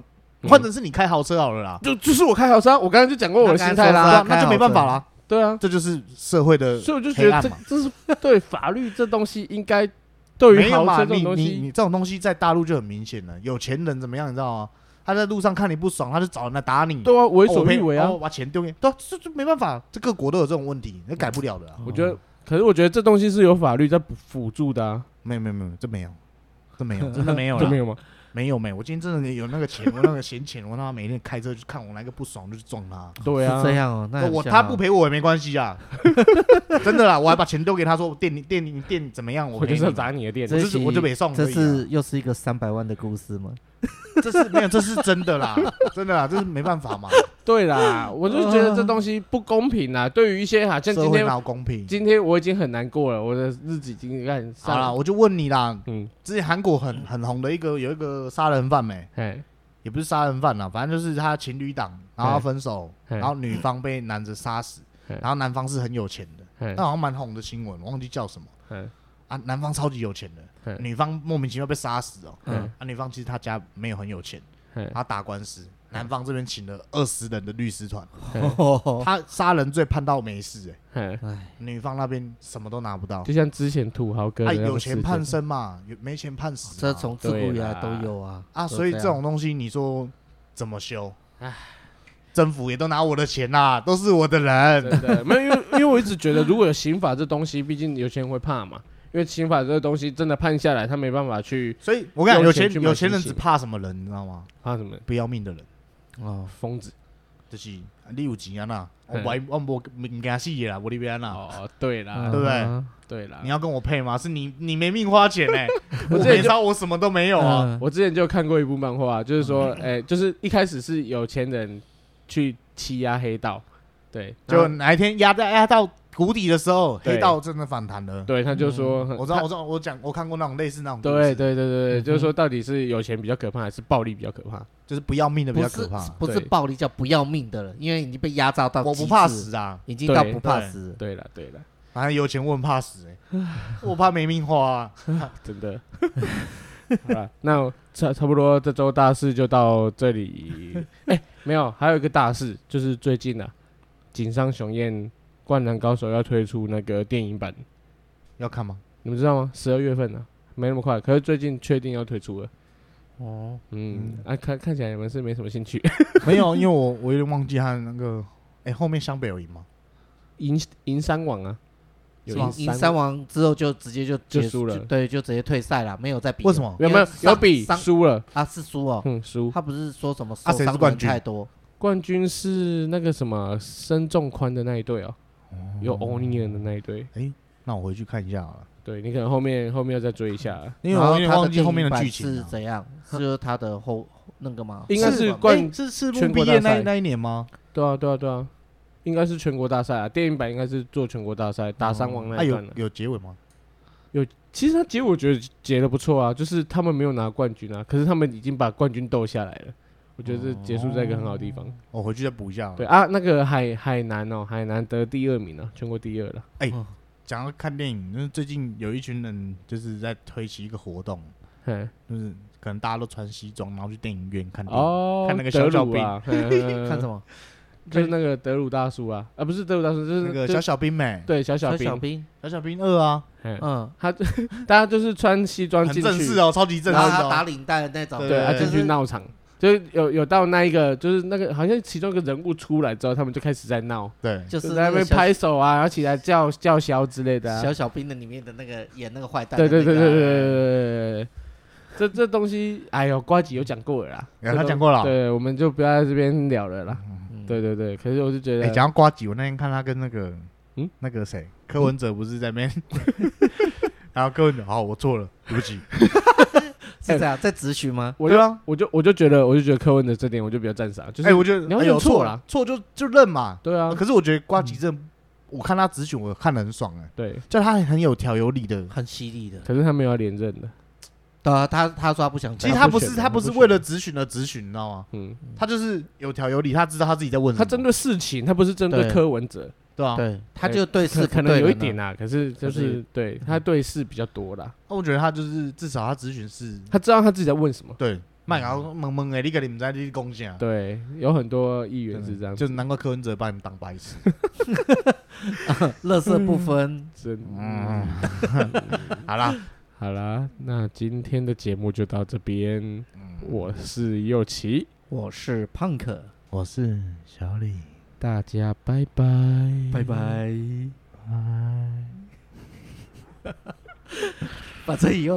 [SPEAKER 3] 换成是你开豪车好了啦。
[SPEAKER 1] 就就是我开豪车啊，我刚刚就讲过我的心态啦。
[SPEAKER 2] 那刚才说是
[SPEAKER 3] 对啊
[SPEAKER 2] 啊
[SPEAKER 3] 那就没办法啦，
[SPEAKER 1] 对啊，
[SPEAKER 3] 这就是社会的
[SPEAKER 1] 所以我就觉
[SPEAKER 3] 黑
[SPEAKER 1] 得
[SPEAKER 3] 暗
[SPEAKER 1] 这
[SPEAKER 3] 嘛。
[SPEAKER 1] 这是对法律这东西应该对
[SPEAKER 3] 没
[SPEAKER 1] 于
[SPEAKER 3] 有
[SPEAKER 1] 豪
[SPEAKER 3] 嘛，
[SPEAKER 1] 车这
[SPEAKER 3] 你
[SPEAKER 1] 种东
[SPEAKER 3] 你
[SPEAKER 1] 西，
[SPEAKER 3] 你这种东西在大陆就很明显了。有钱人怎么样，你知道吗？他在路上看你不爽，他就找人来打你。
[SPEAKER 1] 对啊，为
[SPEAKER 3] 哦
[SPEAKER 1] 所
[SPEAKER 3] 我赔
[SPEAKER 1] 欲为啊
[SPEAKER 3] 哦。把钱丢给你，对啊，这这没办法，这各国都有这种问题，那改不了的啊、
[SPEAKER 1] 我觉得，可是我觉得这东西是有法律在辅助的啊。
[SPEAKER 3] 没有没有没有，这没有，这没 有，真的没有
[SPEAKER 1] 这没
[SPEAKER 3] 啦，
[SPEAKER 1] 有吗？
[SPEAKER 3] 没有没有。我今天真的有那个钱，我那个闲钱，我他妈每天开车去看我哪个不爽就去撞他。
[SPEAKER 1] 对啊
[SPEAKER 2] 是，这样哦，那很
[SPEAKER 3] 我
[SPEAKER 2] 像
[SPEAKER 3] 他
[SPEAKER 2] 啊
[SPEAKER 3] 不赔我也没关系啊， 真的啦，我还把钱丢给他说我店你店你店怎么样，我
[SPEAKER 1] 我就是
[SPEAKER 3] 赔
[SPEAKER 1] 要
[SPEAKER 3] 你
[SPEAKER 1] 砸你的店。
[SPEAKER 3] 我就是我就没送而已啊
[SPEAKER 2] 这是又是一个三百万的故事吗？
[SPEAKER 3] 这是没有，这是真的啦，真的啦，这是没办法 嘛，
[SPEAKER 1] 对 啦，我就觉得这东西不公平啦。对于一些好像
[SPEAKER 3] 社
[SPEAKER 1] 今
[SPEAKER 3] 会
[SPEAKER 1] 天
[SPEAKER 3] 哪有公平？
[SPEAKER 1] 今天我已经很难过了，我的日子已经看
[SPEAKER 3] 好啦，
[SPEAKER 1] 上了。
[SPEAKER 3] 我就问你啦，
[SPEAKER 1] 嗯，
[SPEAKER 3] 之前韩国很很红的一个有一个杀人犯没、
[SPEAKER 1] 哎，
[SPEAKER 3] 也不是杀人犯啦，反正就是他情侣档，然后分手，
[SPEAKER 1] 嗯
[SPEAKER 3] 然后女方被男的杀死，
[SPEAKER 1] 嗯
[SPEAKER 3] 然后男方是很有钱的，
[SPEAKER 1] 哎
[SPEAKER 3] 那，好像蛮红的新闻，我忘记叫什么
[SPEAKER 1] 嗯
[SPEAKER 3] 啊，男方超级有钱的，
[SPEAKER 1] 嗯
[SPEAKER 3] 女方莫名其妙被杀死哦，
[SPEAKER 1] 嗯
[SPEAKER 3] 啊，女方其实她家没有很有钱，
[SPEAKER 1] 嗯
[SPEAKER 3] 她打官司，男方这边请了二十人的律师团，
[SPEAKER 2] 哦，
[SPEAKER 3] 他杀人罪判到没事，哎，
[SPEAKER 1] 哎，
[SPEAKER 2] 哎，
[SPEAKER 3] 女方那边什么都拿不到，
[SPEAKER 1] 就像之前土豪哥
[SPEAKER 3] 啊，
[SPEAKER 1] 的那个
[SPEAKER 3] 有
[SPEAKER 1] 事
[SPEAKER 3] 钱
[SPEAKER 1] 件
[SPEAKER 3] 判生嘛，有没钱判死嘛，
[SPEAKER 2] 这从自古以来都有啊
[SPEAKER 3] 啊，所以
[SPEAKER 2] 都
[SPEAKER 3] 这
[SPEAKER 2] 样
[SPEAKER 3] 种东西你说怎么修
[SPEAKER 1] 唉？
[SPEAKER 3] 政府也都拿我的钱啦，都是我的人。
[SPEAKER 1] 真的没有，因为因为我一直觉得，如果有刑法这东西，毕竟有些人会怕嘛。因为刑法这个东西真的判下来，他没办法去
[SPEAKER 3] 所以我跟你讲，有
[SPEAKER 1] 用钱
[SPEAKER 3] 钱
[SPEAKER 1] 去买
[SPEAKER 3] 有钱人
[SPEAKER 1] 星
[SPEAKER 3] 只
[SPEAKER 1] 星
[SPEAKER 3] 怕什么人，你知道吗？
[SPEAKER 1] 怕啊什么
[SPEAKER 3] 不要命的人，
[SPEAKER 2] 哦，
[SPEAKER 1] 疯子。
[SPEAKER 3] 就是你有钱啊那，我
[SPEAKER 1] 嗯
[SPEAKER 3] 不爱我不不敢死啦，我那边啦。
[SPEAKER 1] 哦，对啦，
[SPEAKER 3] 对不对
[SPEAKER 2] 嗯
[SPEAKER 1] 对啦
[SPEAKER 3] 啊你。要跟我配吗？是你你没命 花钱呢，
[SPEAKER 1] 我
[SPEAKER 3] 我
[SPEAKER 1] 之
[SPEAKER 3] 没
[SPEAKER 1] 前就
[SPEAKER 3] 招，我什么都没有啊。
[SPEAKER 2] 嗯
[SPEAKER 1] 我之前就看过一部漫画，就是说，哎，就是一开始是有钱人去欺压黑道，对，
[SPEAKER 3] 就哪一天压在压到谷底的时候，
[SPEAKER 1] 对
[SPEAKER 3] 黑道真的反弹了。
[SPEAKER 1] 对，他就说，
[SPEAKER 3] 我知道，我知道，我讲我看过那种类似那种故
[SPEAKER 1] 对
[SPEAKER 3] 事，
[SPEAKER 1] 对对对对，就是说到底是有钱比较可怕，还是暴力比较可怕？
[SPEAKER 3] 就是不要命的比
[SPEAKER 2] 不
[SPEAKER 3] 较
[SPEAKER 2] 是
[SPEAKER 3] 可怕。
[SPEAKER 2] 不是
[SPEAKER 1] 对
[SPEAKER 2] 暴力叫不要命的了，因为已经被压榨到
[SPEAKER 3] 我
[SPEAKER 2] 极
[SPEAKER 3] 不怕
[SPEAKER 2] 致，
[SPEAKER 3] 死啊，
[SPEAKER 2] 已经到
[SPEAKER 1] 对
[SPEAKER 2] 不怕
[SPEAKER 3] 对
[SPEAKER 2] 死。
[SPEAKER 1] 对了对了，
[SPEAKER 3] 反正有钱我很怕死哎， 我怕没命花啊。
[SPEAKER 1] 真 的。好了，那差差不多这周大事就到这里。 哎、没有，还有一个大事，就是最近啊，井上雄彦《灌篮高手》要推出那个电影版，
[SPEAKER 3] 要看吗？
[SPEAKER 1] 你们知道吗？十二月份呢、啊，没那么快，可是最近确定要推出了。
[SPEAKER 3] 哦，
[SPEAKER 1] 嗯，啊，看看起来你们是没什么兴趣。
[SPEAKER 3] 没有，因为我我有点忘记他那个，哎，后面湘北有赢吗？
[SPEAKER 1] 银银山网啊，有
[SPEAKER 2] 赢
[SPEAKER 1] 银
[SPEAKER 2] 赢三
[SPEAKER 1] 网，
[SPEAKER 2] 王之后就直接就
[SPEAKER 1] 就
[SPEAKER 2] 结
[SPEAKER 1] 输了
[SPEAKER 2] 对，就直接退赛了，没有再比了。
[SPEAKER 3] 为什么？
[SPEAKER 1] 有没有
[SPEAKER 2] 因为
[SPEAKER 1] 有比
[SPEAKER 2] 上
[SPEAKER 1] 输了？
[SPEAKER 2] 啊？是输哦，
[SPEAKER 1] 嗯，输。
[SPEAKER 2] 他不是说什么
[SPEAKER 3] 啊
[SPEAKER 2] 受
[SPEAKER 3] 谁是
[SPEAKER 2] 伤的
[SPEAKER 3] 冠
[SPEAKER 2] 人
[SPEAKER 3] 军
[SPEAKER 2] 太多，
[SPEAKER 1] 冠军是那个什么申仲宽的那一队哦，有欧尼尔的那一队。
[SPEAKER 3] 那我回去看一下好了，
[SPEAKER 1] 对你可能后面后面要再追一下，
[SPEAKER 3] 因为
[SPEAKER 2] 然
[SPEAKER 3] 我
[SPEAKER 2] 后
[SPEAKER 3] 有点
[SPEAKER 2] 他
[SPEAKER 3] 忘记
[SPEAKER 2] 电
[SPEAKER 3] 后面
[SPEAKER 2] 影
[SPEAKER 3] 的
[SPEAKER 2] 版
[SPEAKER 3] 剧情啊
[SPEAKER 2] 是
[SPEAKER 3] 了。
[SPEAKER 2] 怎样，是就是他的后那个吗？
[SPEAKER 1] 应该
[SPEAKER 3] 是
[SPEAKER 1] 是
[SPEAKER 3] 吧
[SPEAKER 1] 冠
[SPEAKER 3] 哎是是
[SPEAKER 1] 全
[SPEAKER 3] 不
[SPEAKER 1] 国
[SPEAKER 3] 毕
[SPEAKER 1] 大
[SPEAKER 3] 业那
[SPEAKER 1] 赛
[SPEAKER 3] 那一年吗？
[SPEAKER 1] 对啊对啊对啊，应该是全国大赛啊，电影版应该是做全国大赛打三王那
[SPEAKER 3] 啊
[SPEAKER 1] 一
[SPEAKER 3] 有
[SPEAKER 1] 段的。
[SPEAKER 3] 有结尾吗？
[SPEAKER 1] 哎其实他结果我觉得结的不错啊，就是他们没有拿冠军啊，可是他们已经把冠军斗下来了，我觉得这结束在一个很好的地方。
[SPEAKER 3] 我哦回去再补一下。
[SPEAKER 1] 对，啊，那个海海南哦，海南得第二名啊，全国第二了。
[SPEAKER 3] 讲到看电影，就是最近有一群人就是在推起一个活动，
[SPEAKER 1] 嘿
[SPEAKER 3] 就是可能大家都穿西装，然后去电影院看电影。
[SPEAKER 1] 哦，
[SPEAKER 3] 看那个
[SPEAKER 1] 德
[SPEAKER 3] 小小
[SPEAKER 1] 鲁
[SPEAKER 3] 兵
[SPEAKER 1] 啊， 看
[SPEAKER 2] 看什么？
[SPEAKER 1] 就是那个德鲁大叔啊，啊不是德鲁大叔，就是
[SPEAKER 3] 那个
[SPEAKER 1] 就
[SPEAKER 3] 小小兵美，
[SPEAKER 1] 对小小
[SPEAKER 2] 小
[SPEAKER 1] 兵，
[SPEAKER 2] 兵，
[SPEAKER 3] 小小兵二啊，
[SPEAKER 1] 嘿
[SPEAKER 2] 嗯，
[SPEAKER 1] 他大家就是穿西装
[SPEAKER 3] 很
[SPEAKER 1] 进
[SPEAKER 3] 正
[SPEAKER 1] 去啊
[SPEAKER 3] 式，哦，超级正
[SPEAKER 2] 然
[SPEAKER 3] 式
[SPEAKER 2] 后他打
[SPEAKER 3] 哦。
[SPEAKER 2] 领带的那种，
[SPEAKER 3] 对
[SPEAKER 1] 对啊
[SPEAKER 3] 对
[SPEAKER 1] 进
[SPEAKER 2] 就
[SPEAKER 1] 去
[SPEAKER 2] 是
[SPEAKER 1] 闹场，就是有有到那一个，就是那个好像其中一个人物出来之后，他们就开始在闹，
[SPEAKER 3] 对，
[SPEAKER 2] 就是
[SPEAKER 1] 在那边
[SPEAKER 2] 个小
[SPEAKER 1] 拍手啊，然后起来叫叫嚣之类的、啊。
[SPEAKER 2] 小小兵的里面的那个演那个坏蛋的
[SPEAKER 1] 对
[SPEAKER 2] 那
[SPEAKER 1] 对
[SPEAKER 2] 个啊，
[SPEAKER 1] 对对对对对对对，这这东西，哎呦，瓜吉有讲过了啦，
[SPEAKER 3] 哎
[SPEAKER 1] 这
[SPEAKER 3] 他
[SPEAKER 1] 都
[SPEAKER 3] 讲过了哦
[SPEAKER 1] 对，我们就不要在这边聊了啦。
[SPEAKER 2] 嗯
[SPEAKER 1] 对对对，可是我就觉
[SPEAKER 3] 哎、
[SPEAKER 1] 得，
[SPEAKER 3] 讲到瓜吉，我那天看他跟那个，
[SPEAKER 1] 嗯
[SPEAKER 3] 嗯，那个谁，柯文哲不是在 那边，然后柯文哲，好，我错了，对不起，
[SPEAKER 2] 是这样，在咨询吗？
[SPEAKER 1] 我就
[SPEAKER 3] 对啊
[SPEAKER 1] 我就我就觉得，我就觉得柯文的这点我就比较赞赏，就
[SPEAKER 3] 哎、
[SPEAKER 1] 是
[SPEAKER 3] 我觉得
[SPEAKER 1] 你要
[SPEAKER 3] 哎
[SPEAKER 1] 认
[SPEAKER 3] 有
[SPEAKER 1] 错
[SPEAKER 3] 错
[SPEAKER 1] 啦，
[SPEAKER 3] 错就就认嘛。
[SPEAKER 1] 对啊，
[SPEAKER 3] 可是我觉得瓜吉这，我看他直选，我看得很爽哎、
[SPEAKER 1] 对，
[SPEAKER 3] 就他很有条有理的。
[SPEAKER 2] 很犀利的，
[SPEAKER 1] 可是他没有要连任的，
[SPEAKER 2] 对啊，他他说他不想
[SPEAKER 3] 其
[SPEAKER 2] 讲，
[SPEAKER 3] 实
[SPEAKER 1] 他
[SPEAKER 3] 他
[SPEAKER 1] 啊不
[SPEAKER 3] 不
[SPEAKER 1] 选
[SPEAKER 3] 是
[SPEAKER 1] 的他
[SPEAKER 3] 他不
[SPEAKER 1] 不
[SPEAKER 3] 是
[SPEAKER 1] 选
[SPEAKER 3] 为
[SPEAKER 1] 的
[SPEAKER 3] 了咨询而咨询，你知道吗？
[SPEAKER 1] 嗯，
[SPEAKER 3] 他就是有条有理，他知道他自己在问什么。
[SPEAKER 1] 他针对事情，他不是针对
[SPEAKER 2] 对
[SPEAKER 1] 柯文哲，
[SPEAKER 3] 对啊，
[SPEAKER 2] 对，他
[SPEAKER 1] 哎
[SPEAKER 2] 就对事
[SPEAKER 1] 可
[SPEAKER 2] 不
[SPEAKER 1] 可能
[SPEAKER 2] 对
[SPEAKER 1] 有一
[SPEAKER 2] 人啊
[SPEAKER 1] 点啊，可是就
[SPEAKER 2] 可是
[SPEAKER 1] 是对他对事比较多啦，
[SPEAKER 3] 那我觉得他就是至少他咨询是，
[SPEAKER 1] 他知道他自己在问什么。
[SPEAKER 3] 对，麦搞懵懵哎，你可能不知道你攻啥，
[SPEAKER 1] 嗯对，有很多议员
[SPEAKER 3] 真的
[SPEAKER 1] 是这样，
[SPEAKER 3] 就是难怪柯文哲把你们当白痴。
[SPEAKER 2] 乐色不分，
[SPEAKER 1] 真
[SPEAKER 3] 嗯， 好啦，
[SPEAKER 1] 好啦，那今天的节目就到这边。我是右奇，
[SPEAKER 2] 我是胖可，
[SPEAKER 3] 我是小李，
[SPEAKER 1] 大家拜拜，
[SPEAKER 2] 拜。拜，
[SPEAKER 1] 嗯
[SPEAKER 3] 拜。
[SPEAKER 2] 反正以后